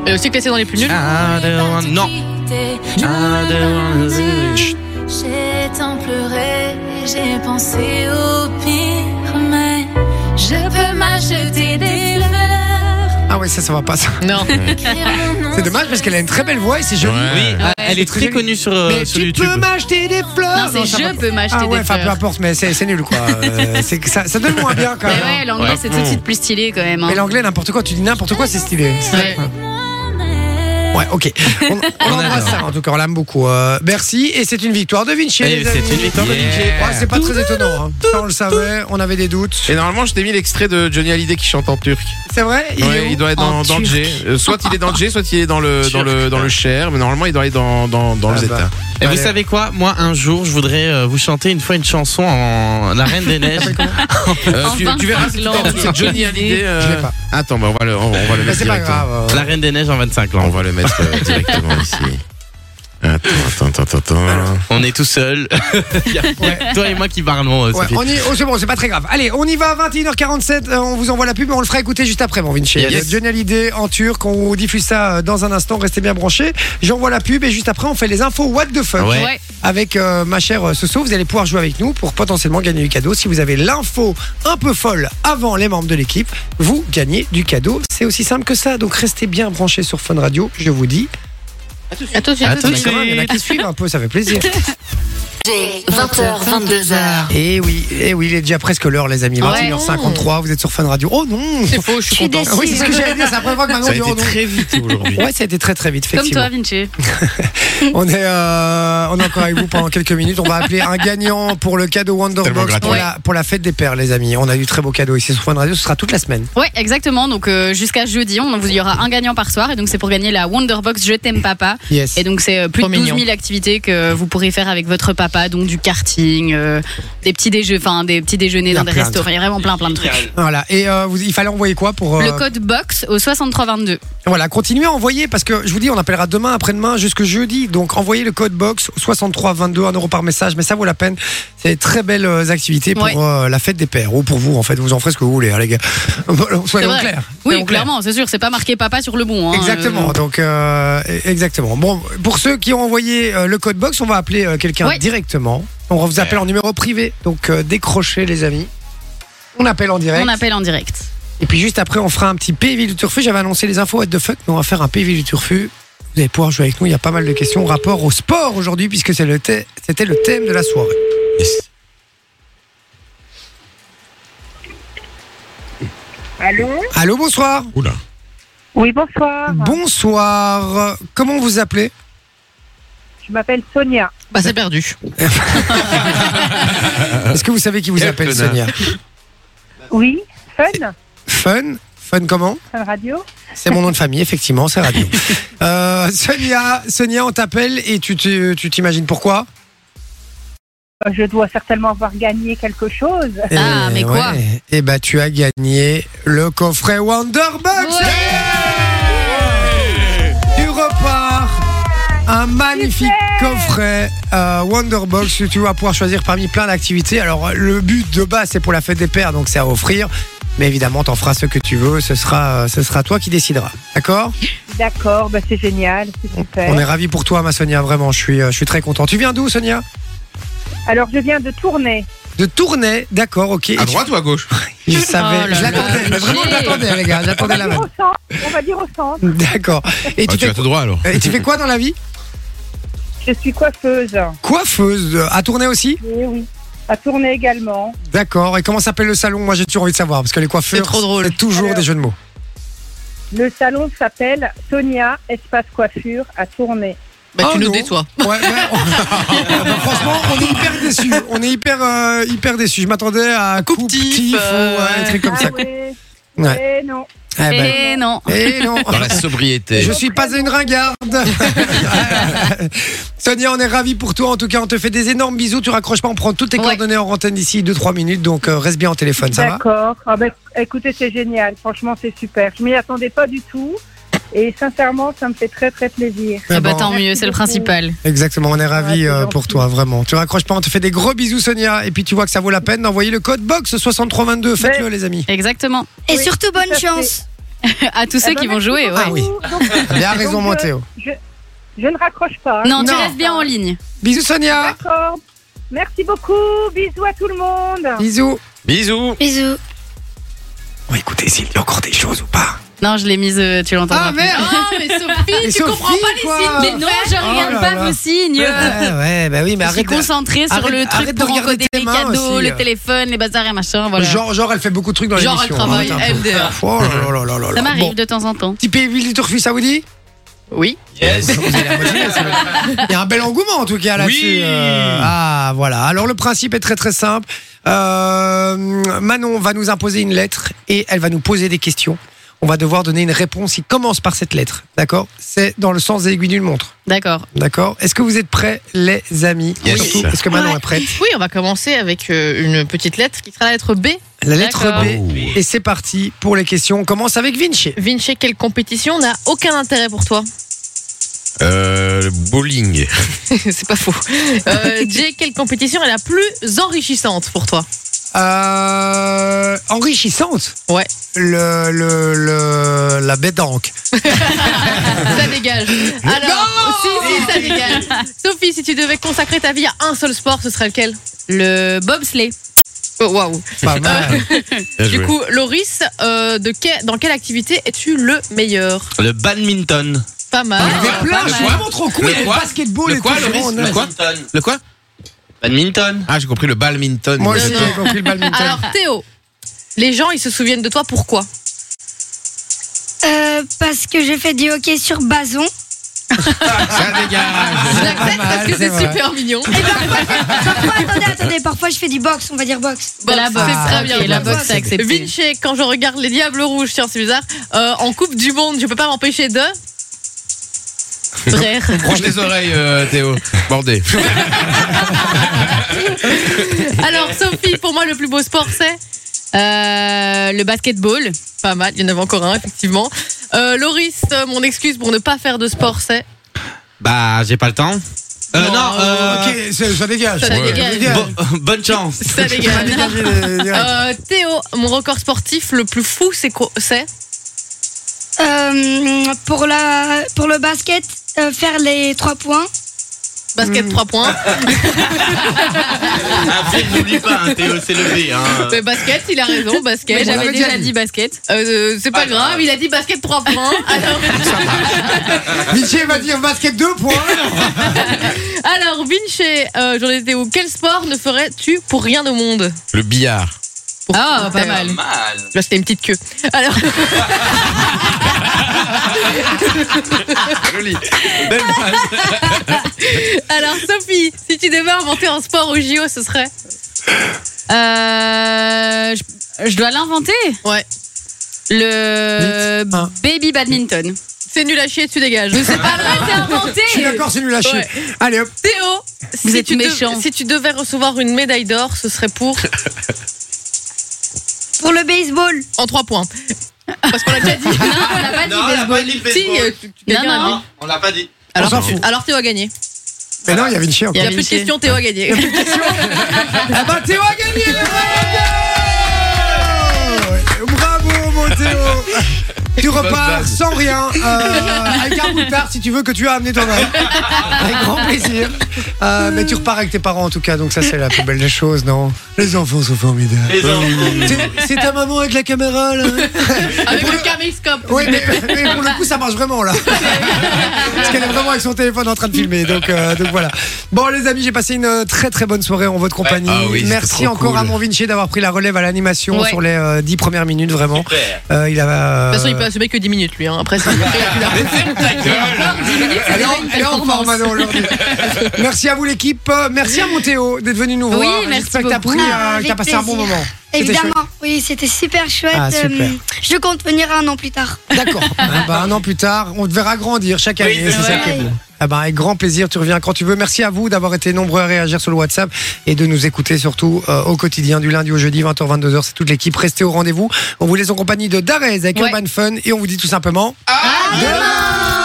[SPEAKER 6] Et aussi classé dans les plus nuls.
[SPEAKER 5] I don't want- Non. I don't want- Chut.
[SPEAKER 11] J'ai tant pleuré, j'ai pensé au pire, mais je peux m'acheter des fleurs.
[SPEAKER 8] Ah ouais, ça, ça va pas, ça.
[SPEAKER 6] Non.
[SPEAKER 8] C'est dommage parce qu'elle a une très belle voix et c'est joli.
[SPEAKER 5] Oui, elle est très connue sur, euh,
[SPEAKER 8] Mais
[SPEAKER 5] sur
[SPEAKER 8] tu
[SPEAKER 5] YouTube.
[SPEAKER 8] peux m'acheter des fleurs
[SPEAKER 4] c'est
[SPEAKER 8] ça va
[SPEAKER 4] je
[SPEAKER 8] pas.
[SPEAKER 4] peux m'acheter
[SPEAKER 8] Ah ouais,
[SPEAKER 4] des
[SPEAKER 8] enfin, peu
[SPEAKER 4] fleurs.
[SPEAKER 8] importe, mais c'est c'est nul, quoi. Euh, c'est que ça, ça donne moins bien, quand
[SPEAKER 4] Mais
[SPEAKER 8] même.
[SPEAKER 4] ouais, l'anglais c'est
[SPEAKER 5] Mm.
[SPEAKER 4] tout de suite plus stylé quand même. hein.
[SPEAKER 8] Hmm. Mais l'anglais, n'importe quoi, tu dis n'importe quoi, c'est stylé. C'est
[SPEAKER 4] Ouais.
[SPEAKER 8] ça. Ouais, ok. On, on embrasse ça, en tout cas, on l'aime beaucoup. Euh, merci, et c'est une victoire de Vinci.
[SPEAKER 5] Et
[SPEAKER 8] les
[SPEAKER 5] Eh, c'est
[SPEAKER 8] amis.
[SPEAKER 5] une victoire de Vinci.
[SPEAKER 8] Ouais, c'est pas très étonnant. hein. Ça, on le savait, on avait des doutes.
[SPEAKER 3] Et normalement, je t'ai mis l'extrait de Johnny Hallyday qui chante en turc.
[SPEAKER 8] C'est vrai il est où
[SPEAKER 3] Ouais, il doit être dans,
[SPEAKER 4] En
[SPEAKER 3] dans le
[SPEAKER 4] turc.
[SPEAKER 3] G. Euh, Soit il est dans le G, soit il est dans le, dans le, dans le Cher, mais normalement, il doit être dans, dans, dans le
[SPEAKER 8] Ah
[SPEAKER 3] Z.
[SPEAKER 8] bah.
[SPEAKER 5] Et vous
[SPEAKER 8] Allez.
[SPEAKER 5] savez quoi Moi, un jour, je voudrais euh, vous chanter une fois une chanson en La Reine des Neiges.
[SPEAKER 3] Euh, tu, tu verras,
[SPEAKER 4] 25
[SPEAKER 3] c'est tout en dessous, c'est Johnny Hallyday. euh,
[SPEAKER 8] Je l'ai pas.
[SPEAKER 3] Attends, bah, on va le, on, on va le
[SPEAKER 8] Mais
[SPEAKER 3] mettre
[SPEAKER 8] c'est pas
[SPEAKER 3] directement.
[SPEAKER 8] grave. euh,
[SPEAKER 5] La Reine des Neiges en 25
[SPEAKER 3] On
[SPEAKER 5] ans.
[SPEAKER 3] va le mettre euh, directement ici. Attends, attends, attends, attends.
[SPEAKER 5] On est tout seul. Il y a- il y a Toi et moi qui parlons, euh,
[SPEAKER 8] Ouais,
[SPEAKER 5] Sophie.
[SPEAKER 8] on y... oh, c'est bon, c'est pas très grave. Allez, on y va à 21h47. euh, on vous envoie la pub, mais on le fera écouter juste après, mon Vinci.
[SPEAKER 5] Yes.
[SPEAKER 8] Il y a Johnny Hallyday en turc. On vous diffuse ça euh, dans un instant. Restez bien branchés. J'envoie la pub et juste après, on fait les infos What the fuck.
[SPEAKER 5] Ouais.
[SPEAKER 4] Ouais.
[SPEAKER 8] Avec euh, ma chère euh, Soso, vous allez pouvoir jouer avec nous pour potentiellement gagner du cadeau. Si vous avez l'info un peu folle avant les membres de l'équipe, vous gagnez du cadeau. C'est aussi simple que ça. Donc restez bien branchés sur Fun Radio. Je vous dis.
[SPEAKER 6] Attends, j'ai
[SPEAKER 5] Attends,
[SPEAKER 8] Mais quand même, il y en a qui suivent un peu, ça fait plaisir.
[SPEAKER 2] J'ai 20h,
[SPEAKER 3] Ah.
[SPEAKER 2] 22h.
[SPEAKER 8] Et Eh oui, et oui, il est déjà presque l'heure, les amis.
[SPEAKER 2] Ouais.
[SPEAKER 8] 21h53, vous êtes sur Fun Radio. Oh non
[SPEAKER 6] C'est faux, je suis content.
[SPEAKER 8] Oui, c'est ce que j'allais dire, c'est la première fois que Manon
[SPEAKER 3] Ça a
[SPEAKER 8] dit
[SPEAKER 3] été
[SPEAKER 8] oh non.
[SPEAKER 3] très vite aujourd'hui.
[SPEAKER 8] Ouais, ça a été très très vite,
[SPEAKER 4] Comme
[SPEAKER 8] effectivement.
[SPEAKER 4] toi, Vinci.
[SPEAKER 8] on, est, euh, on est encore avec vous pendant quelques minutes. On va appeler un gagnant pour le cadeau
[SPEAKER 3] Tellement
[SPEAKER 8] Wonderbox
[SPEAKER 3] gratuit.
[SPEAKER 8] pour la, pour la fête des pères, les amis. On a du très beau cadeau ici sur Fun Radio, ce sera toute la semaine.
[SPEAKER 4] Ouais, exactement. Donc euh, jusqu'à jeudi, on vous il y aura un gagnant par soir et donc c'est pour gagner la Wonderbox Je t'aime papa.
[SPEAKER 8] Yes.
[SPEAKER 4] Et donc c'est euh, plus
[SPEAKER 6] Trop
[SPEAKER 4] de 12
[SPEAKER 6] mignon.
[SPEAKER 4] 000 activités que vous pourrez faire avec votre papa, donc du karting, euh, des petits déjeuners, enfin des petits déjeuners
[SPEAKER 8] Il y a
[SPEAKER 4] dans des
[SPEAKER 8] plein de
[SPEAKER 4] restaurants, il y a vraiment plein plein de trucs.
[SPEAKER 8] Voilà, et euh, vous, il fallait envoyer quoi pour. euh,
[SPEAKER 4] Le code box au 6322.
[SPEAKER 8] Voilà, continuez à envoyer parce que je vous dis, on appellera demain, après-demain, jusque jeudi. Donc envoyez le code box 6322, 1 euro par message, mais ça vaut la peine. C'est des très belles euh, activités pour
[SPEAKER 4] Ouais.
[SPEAKER 8] euh, la fête des pères ou pour vous en fait. Vous en ferez ce que vous voulez, hein, les gars. Soyons
[SPEAKER 4] C'est vrai.
[SPEAKER 8] clairs.
[SPEAKER 4] Oui,
[SPEAKER 8] Soyons clairs.
[SPEAKER 4] clairement, c'est sûr, c'est pas marqué papa sur le bon. hein,
[SPEAKER 8] Exactement.
[SPEAKER 4] euh,
[SPEAKER 8] Donc euh, exactement. Bon, pour ceux qui ont envoyé euh, le code box, on va appeler euh, quelqu'un
[SPEAKER 4] Ouais.
[SPEAKER 8] directement. On vous appelle en numéro privé. Donc euh, décrochez les amis. On appelle en direct.
[SPEAKER 4] on appelle en direct.
[SPEAKER 8] Et puis juste après, on fera un petit PV du Turfu. J'avais annoncé les infos, what the fuck, mais on va faire un PV du Turfu. Vous allez pouvoir jouer avec nous. Il y a pas mal de questions en rapport au sport aujourd'hui, puisque c'est le thé- c'était le thème de la soirée.
[SPEAKER 9] Allô
[SPEAKER 8] Allô, bonsoir.
[SPEAKER 3] Oula.
[SPEAKER 9] Oui, bonsoir.
[SPEAKER 8] Bonsoir. Comment vous appelez
[SPEAKER 9] Je m'appelle Sonia.
[SPEAKER 6] Bah, c'est perdu.
[SPEAKER 8] Est-ce que vous savez qui vous
[SPEAKER 3] Quel
[SPEAKER 8] appelle,
[SPEAKER 3] connard.
[SPEAKER 8] Sonia
[SPEAKER 9] Oui, Fun
[SPEAKER 8] Fun. Fun comment
[SPEAKER 9] Fun Radio
[SPEAKER 8] C'est mon nom de famille, effectivement, c'est radio. Euh, Sonia, Sonia, on t'appelle et tu te- tu t'imagines pourquoi
[SPEAKER 9] Euh, Je dois certainement avoir gagné quelque chose.
[SPEAKER 4] Ah,
[SPEAKER 8] Eh
[SPEAKER 4] mais quoi
[SPEAKER 8] Eh ben, tu as gagné le coffret Wonderbox. Tu repars un magnifique coffret euh, Wonderbox que tu vas pouvoir choisir parmi plein d'activités. Alors, le but de base, c'est pour la fête des pères, donc c'est à offrir. Mais évidemment, t'en feras ce que tu veux. Ce sera, euh, ce sera toi qui décideras. D'accord
[SPEAKER 9] D'accord, bah, c'est génial, c'est
[SPEAKER 8] On est
[SPEAKER 9] super.
[SPEAKER 8] ravis pour toi, ma Sonia. Vraiment, je suis, euh, je suis très content. Tu viens d'où, Sonia
[SPEAKER 9] Alors, je viens de tourner.
[SPEAKER 8] De Tournai. D'accord, ok. Et
[SPEAKER 3] À
[SPEAKER 8] tu-
[SPEAKER 3] droite ou à gauche
[SPEAKER 8] Je
[SPEAKER 4] Oh
[SPEAKER 8] savais.
[SPEAKER 4] là
[SPEAKER 8] Je l'attendais.
[SPEAKER 4] là,
[SPEAKER 8] mais Vraiment, je
[SPEAKER 4] Vinci.
[SPEAKER 8] l'attendais, les gars.
[SPEAKER 9] On
[SPEAKER 8] J'attendais
[SPEAKER 9] va
[SPEAKER 8] la
[SPEAKER 9] dire
[SPEAKER 8] vanne.
[SPEAKER 9] au centre. On va dire au centre.
[SPEAKER 8] D'accord. Et
[SPEAKER 3] Ah,
[SPEAKER 8] tu
[SPEAKER 3] Tu
[SPEAKER 8] fais
[SPEAKER 3] vas tout droit alors.
[SPEAKER 8] Et tu fais quoi dans la vie
[SPEAKER 9] Je suis coiffeuse.
[SPEAKER 8] Coiffeuse, euh, à tourner aussi
[SPEAKER 9] Et Eh oui. À tourner également.
[SPEAKER 8] D'accord. Et comment s'appelle le salon Moi j'ai toujours envie de savoir parce que les coiffeurs
[SPEAKER 6] C'est trop drôle.
[SPEAKER 8] C'est toujours
[SPEAKER 9] Alors.
[SPEAKER 8] des jeux de mots.
[SPEAKER 9] Le salon s'appelle Sonia Espace Coiffure à tourner.
[SPEAKER 6] Bah,
[SPEAKER 8] Oh,
[SPEAKER 6] tu nous
[SPEAKER 8] non.
[SPEAKER 6] détoies.
[SPEAKER 8] Ouais, ouais, on- Ah bah, franchement, on est hyper déçus. On est hyper euh, hyper déçus. Je m'attendais à un coupe
[SPEAKER 6] Coupe-tif,
[SPEAKER 8] tif
[SPEAKER 6] euh,
[SPEAKER 8] ou ouais, un truc comme ça.
[SPEAKER 9] ah ouais.
[SPEAKER 8] Ouais.
[SPEAKER 9] Eh non.
[SPEAKER 8] Eh ben.
[SPEAKER 4] Et non.
[SPEAKER 8] Eh non.
[SPEAKER 3] Dans la sobriété.
[SPEAKER 8] Je suis pas une ringarde. Sonia, on est ravis pour toi. En tout cas, on te fait des énormes bisous. Tu raccroches pas, on prend toutes tes
[SPEAKER 4] Ouais.
[SPEAKER 8] coordonnées en antenne d'ici 2-3 minutes. Donc euh, reste bien en téléphone, ça va
[SPEAKER 9] D'accord. Ah ben, écoutez, c'est génial. Franchement, c'est super. Je m'y attendais pas du tout. Et sincèrement, ça me fait très très plaisir.
[SPEAKER 4] Ah bah
[SPEAKER 8] Bon.
[SPEAKER 4] tant mieux, c'est le
[SPEAKER 9] beaucoup.
[SPEAKER 4] principal.
[SPEAKER 8] Exactement, on est ravis
[SPEAKER 9] c'est
[SPEAKER 8] euh,
[SPEAKER 9] gentil.
[SPEAKER 8] pour toi, vraiment. Tu raccroches pas, on te fait des gros bisous, Sonia. Et puis tu vois que ça vaut la peine d'envoyer le code box 6322. Faites-le, les amis.
[SPEAKER 4] Exactement.
[SPEAKER 7] Et
[SPEAKER 9] Oui,
[SPEAKER 7] surtout,
[SPEAKER 9] tout
[SPEAKER 7] bonne
[SPEAKER 9] à fait.
[SPEAKER 7] chance. Eh ben,
[SPEAKER 4] À tous ceux
[SPEAKER 9] bah,
[SPEAKER 4] qui vont
[SPEAKER 9] merci
[SPEAKER 4] jouer, ouais.
[SPEAKER 8] Ah oui.
[SPEAKER 9] Donc,
[SPEAKER 8] Bien
[SPEAKER 9] Donc,
[SPEAKER 8] raison,
[SPEAKER 9] euh,
[SPEAKER 8] moi, Théo.
[SPEAKER 9] je, je ne raccroche pas. hein.
[SPEAKER 4] Non, tu
[SPEAKER 8] Non.
[SPEAKER 4] restes bien en ligne.
[SPEAKER 8] Bisous, Sonia.
[SPEAKER 9] D'accord. Merci beaucoup. Bisous à tout le monde.
[SPEAKER 8] Bisous.
[SPEAKER 3] Bisous.
[SPEAKER 7] Bisous.
[SPEAKER 8] Bon, écoutez, s'il y a encore des choses ou pas.
[SPEAKER 4] Non, je l'ai mise, euh, tu l'entends.
[SPEAKER 8] Ah merde
[SPEAKER 6] Ah, mais Sophie,
[SPEAKER 8] Et
[SPEAKER 6] tu
[SPEAKER 8] Sophie,
[SPEAKER 6] comprends pas les
[SPEAKER 8] quoi.
[SPEAKER 6] signes.
[SPEAKER 4] Mais non, je regarde
[SPEAKER 8] Oh là
[SPEAKER 4] pas
[SPEAKER 8] là.
[SPEAKER 4] vos signes.
[SPEAKER 8] Ouais, ouais, bah oui, mais
[SPEAKER 4] Je suis
[SPEAKER 8] arrête. de-
[SPEAKER 4] concentrée sur
[SPEAKER 8] arrête-
[SPEAKER 4] le
[SPEAKER 8] arrête
[SPEAKER 4] truc
[SPEAKER 8] de
[SPEAKER 4] pour
[SPEAKER 8] regarder
[SPEAKER 4] encoder
[SPEAKER 8] tes
[SPEAKER 4] les
[SPEAKER 8] mains
[SPEAKER 4] cadeaux,
[SPEAKER 8] aussi. euh.
[SPEAKER 4] le téléphone, les bazars et machin, voilà.
[SPEAKER 8] Genre, genre, elle fait beaucoup de trucs dans
[SPEAKER 4] Genre,
[SPEAKER 8] l'émission.
[SPEAKER 4] elle travaille,
[SPEAKER 8] Arrête un peu.
[SPEAKER 6] MDR.
[SPEAKER 8] Oh là là là là là là.
[SPEAKER 4] Ça m'arrive
[SPEAKER 8] Bon,
[SPEAKER 4] de temps en temps.
[SPEAKER 8] Petit pays du Turfu, ça vous dit
[SPEAKER 4] Oui.
[SPEAKER 8] Il y a un bel engouement en tout cas là-dessus.
[SPEAKER 3] Oui.
[SPEAKER 8] Euh, ah voilà. Alors le principe est très très simple. Euh, Manon va nous imposer une lettre et elle va nous poser des questions. On va devoir donner une réponse qui commence par cette lettre. D'accord C'est dans le sens des aiguilles d'une montre.
[SPEAKER 4] D'accord.
[SPEAKER 8] D'accord Est-ce que vous êtes prêts, les amis
[SPEAKER 3] Yes.
[SPEAKER 8] Surtout, Est-ce que Manon
[SPEAKER 6] Ouais.
[SPEAKER 8] est prête
[SPEAKER 6] Oui, on va commencer avec euh, une petite lettre qui sera la lettre B.
[SPEAKER 8] La lettre
[SPEAKER 4] D'accord.
[SPEAKER 8] B. Et c'est parti pour les questions. On commence avec Vinci.
[SPEAKER 6] Vinci, quelle compétition n'a aucun intérêt pour toi
[SPEAKER 3] Euh, le bowling.
[SPEAKER 6] C'est pas faux. Euh, Jay, quelle compétition est la plus enrichissante pour toi
[SPEAKER 8] Euh, enrichissante.
[SPEAKER 6] Ouais.
[SPEAKER 8] Le, le, le- la bédanque.
[SPEAKER 6] Ça dégage. Alors, si, si, ça dégage. Sophie, si tu devais consacrer ta vie à un seul sport, ce serait lequel
[SPEAKER 4] Le bobsleigh.
[SPEAKER 6] Oh, Waouh.
[SPEAKER 8] Pas mal.
[SPEAKER 3] Bien
[SPEAKER 6] Du
[SPEAKER 3] joué.
[SPEAKER 6] coup, Loris, euh, de que- dans quelle activité es-tu le meilleur
[SPEAKER 5] Le badminton.
[SPEAKER 6] Pas mal.
[SPEAKER 8] Ah, Il y avait plein,
[SPEAKER 4] pas
[SPEAKER 8] je suis
[SPEAKER 4] mal.
[SPEAKER 8] vraiment trop cool.
[SPEAKER 5] Le
[SPEAKER 8] Il y avait
[SPEAKER 5] quoi
[SPEAKER 8] basketball
[SPEAKER 5] Le
[SPEAKER 8] et
[SPEAKER 5] quoi,
[SPEAKER 8] tout, je suis
[SPEAKER 5] Loris
[SPEAKER 8] vraiment
[SPEAKER 5] Le
[SPEAKER 8] naze.
[SPEAKER 5] quoi Le quoi Badminton.
[SPEAKER 3] Ah, j'ai compris le badminton.
[SPEAKER 8] Moi aussi,
[SPEAKER 6] Non,
[SPEAKER 8] j'ai
[SPEAKER 6] non.
[SPEAKER 8] compris le badminton.
[SPEAKER 6] Alors Théo, les gens ils se souviennent de toi pourquoi
[SPEAKER 7] Euh, parce que je fais du hockey sur Bazon.
[SPEAKER 3] Ça dégage.
[SPEAKER 6] Je
[SPEAKER 8] mal,
[SPEAKER 6] l'accepte parce que
[SPEAKER 8] Ah, c'est
[SPEAKER 6] c'est
[SPEAKER 8] vrai.
[SPEAKER 6] super mignon.
[SPEAKER 7] Parfois, Eh ben, attendez, attendez, parfois je fais du boxe, on va dire boxe.
[SPEAKER 4] Bah, la boxe,
[SPEAKER 6] c'est très bien.
[SPEAKER 4] ok, la boxe, c'est accepté.
[SPEAKER 6] Vinci, quand je regarde les Diables Rouges, tiens c'est bizarre, euh, en Coupe du Monde, je peux pas m'empêcher de... Frère.
[SPEAKER 3] Branche les oreilles, euh, Théo. Bordé.
[SPEAKER 6] Alors Sophie, pour moi le plus beau sport c'est euh, le basketball. Pas mal, il y en avait encore un effectivement. Euh, Loris, euh, mon excuse pour ne pas faire de sport c'est...
[SPEAKER 12] Bah, j'ai pas le temps. Euh,
[SPEAKER 6] Non,
[SPEAKER 12] non, euh,
[SPEAKER 8] Ok, c'est- ça dégage.
[SPEAKER 6] Ça dégage.
[SPEAKER 12] bo- bonne chance.
[SPEAKER 6] Ça
[SPEAKER 8] Ça
[SPEAKER 6] dégage.
[SPEAKER 8] dégage, euh, direct.
[SPEAKER 6] Euh, Théo, mon record sportif le plus fou c'est quoi C'est
[SPEAKER 7] Euh, pour, la, pour le basket, euh, faire les 3 points.
[SPEAKER 6] basket 3 points.
[SPEAKER 12] Après, n'oublie pas, hein, Théo s'est levé. Hein.
[SPEAKER 5] Euh.
[SPEAKER 6] Mais Euh, basket, il a raison,
[SPEAKER 4] Mais
[SPEAKER 6] basket.
[SPEAKER 4] j'avais
[SPEAKER 8] l'avait
[SPEAKER 4] déjà
[SPEAKER 8] dit.
[SPEAKER 4] dit basket.
[SPEAKER 6] Euh, c'est pas grave, il a dit basket 3 points. Alors,
[SPEAKER 8] Michel va dire basket 2 points.
[SPEAKER 6] alors Vinci, euh, j'en étais où Quel sport ne ferais-tu pour rien au monde
[SPEAKER 3] Le billard.
[SPEAKER 4] Ah, pas mal.
[SPEAKER 6] Là, c'était une petite queue. Alors,
[SPEAKER 3] Joli.
[SPEAKER 6] alors Sophie, si tu devais inventer un sport au JO, ce serait
[SPEAKER 4] Euh, je, je dois l'inventer.
[SPEAKER 6] Ouais.
[SPEAKER 4] Le
[SPEAKER 8] Vite, un.
[SPEAKER 4] baby badminton.
[SPEAKER 6] C'est nul à chier, tu dégages. Je sais
[SPEAKER 4] Ah,
[SPEAKER 6] pas.
[SPEAKER 8] Je suis d'accord, c'est nul à chier.
[SPEAKER 6] Ouais.
[SPEAKER 8] Allez hop.
[SPEAKER 6] Théo,
[SPEAKER 4] Vous
[SPEAKER 6] si,
[SPEAKER 4] êtes
[SPEAKER 6] tu dev-
[SPEAKER 4] méchant.
[SPEAKER 6] si tu devais recevoir une médaille d'or, ce serait pour
[SPEAKER 7] Pour le baseball,
[SPEAKER 6] en 3 points. Parce qu'on l'a déjà dit.
[SPEAKER 4] Non, on l'a pas dit
[SPEAKER 12] Non, on l'a
[SPEAKER 4] baseball.
[SPEAKER 12] pas dit le
[SPEAKER 6] Si, euh,
[SPEAKER 12] baseball.
[SPEAKER 6] tu- tu
[SPEAKER 4] Non,
[SPEAKER 6] gagnes
[SPEAKER 4] non,
[SPEAKER 6] un.
[SPEAKER 4] non.
[SPEAKER 12] Non, on l'a pas dit.
[SPEAKER 8] On s'en
[SPEAKER 6] Alors,
[SPEAKER 8] fout.
[SPEAKER 6] alors Théo a gagné.
[SPEAKER 8] Mais non, il y avait une chier.
[SPEAKER 6] Il n'y a
[SPEAKER 4] Vinci.
[SPEAKER 6] plus de questions, Théo a gagné.
[SPEAKER 8] Ah bah Théo a gagné le Bravo mon Théo Tu repars sans rien, euh, avec un bout de tarte si tu veux que tu as amené toi-même. Avec grand plaisir. Euh, mais tu repars avec tes parents en tout cas, donc ça c'est la plus belle des choses, non Les enfants sont formidables.
[SPEAKER 12] Les enfants.
[SPEAKER 8] C'est- C'est ta maman avec la caméra là
[SPEAKER 6] Avec le caméscope.
[SPEAKER 8] Oui, mais, mais pour le coup, ça marche vraiment là. Parce qu'elle est vraiment avec son téléphone en train de filmer. Donc, euh, donc voilà. Bon, les amis, j'ai passé une euh, très très bonne soirée en votre compagnie.
[SPEAKER 3] Ah oui, c'était
[SPEAKER 8] Merci
[SPEAKER 3] trop
[SPEAKER 8] encore
[SPEAKER 3] cool.
[SPEAKER 8] à mon Vinci d'avoir pris la relève à l'animation
[SPEAKER 4] Ouais.
[SPEAKER 8] sur les euh, dix premières minutes, vraiment. Euh, il a.
[SPEAKER 6] De
[SPEAKER 8] euh,
[SPEAKER 6] toute façon, il peut assumer que 10 minutes, lui. hein. Après, c'est.
[SPEAKER 8] elle est en- elle est en forme, Manon, aujourd'hui. Merci à vous l'équipe. Euh, Merci à mon Théo d'être venu nous
[SPEAKER 4] Oui,
[SPEAKER 8] voir.
[SPEAKER 4] merci
[SPEAKER 8] hein. J'espère que t'as
[SPEAKER 4] beaucoup.
[SPEAKER 8] pris,
[SPEAKER 7] Ah,
[SPEAKER 8] euh, que
[SPEAKER 7] avec
[SPEAKER 8] t'as passé un bon
[SPEAKER 7] plaisir.
[SPEAKER 8] moment. C'était
[SPEAKER 7] évidemment. Oui, c'était super chouette.
[SPEAKER 8] Ah, super.
[SPEAKER 7] Euh, je compte venir un an plus tard.
[SPEAKER 8] D'accord. Ah bah, un an plus tard, on te verra grandir chaque année.
[SPEAKER 12] c'est
[SPEAKER 8] c'est ça qui est beau. Ah bah, avec grand plaisir, tu reviens quand tu veux. Merci à vous d'avoir été nombreux à réagir sur le WhatsApp et de nous écouter surtout euh, au quotidien du lundi au jeudi 20h 22h. C'est toute l'équipe. Restez au rendez-vous. On vous laisse en compagnie de Darez avec
[SPEAKER 4] Ouais.
[SPEAKER 8] Urban Fun et on vous dit tout simplement. À demain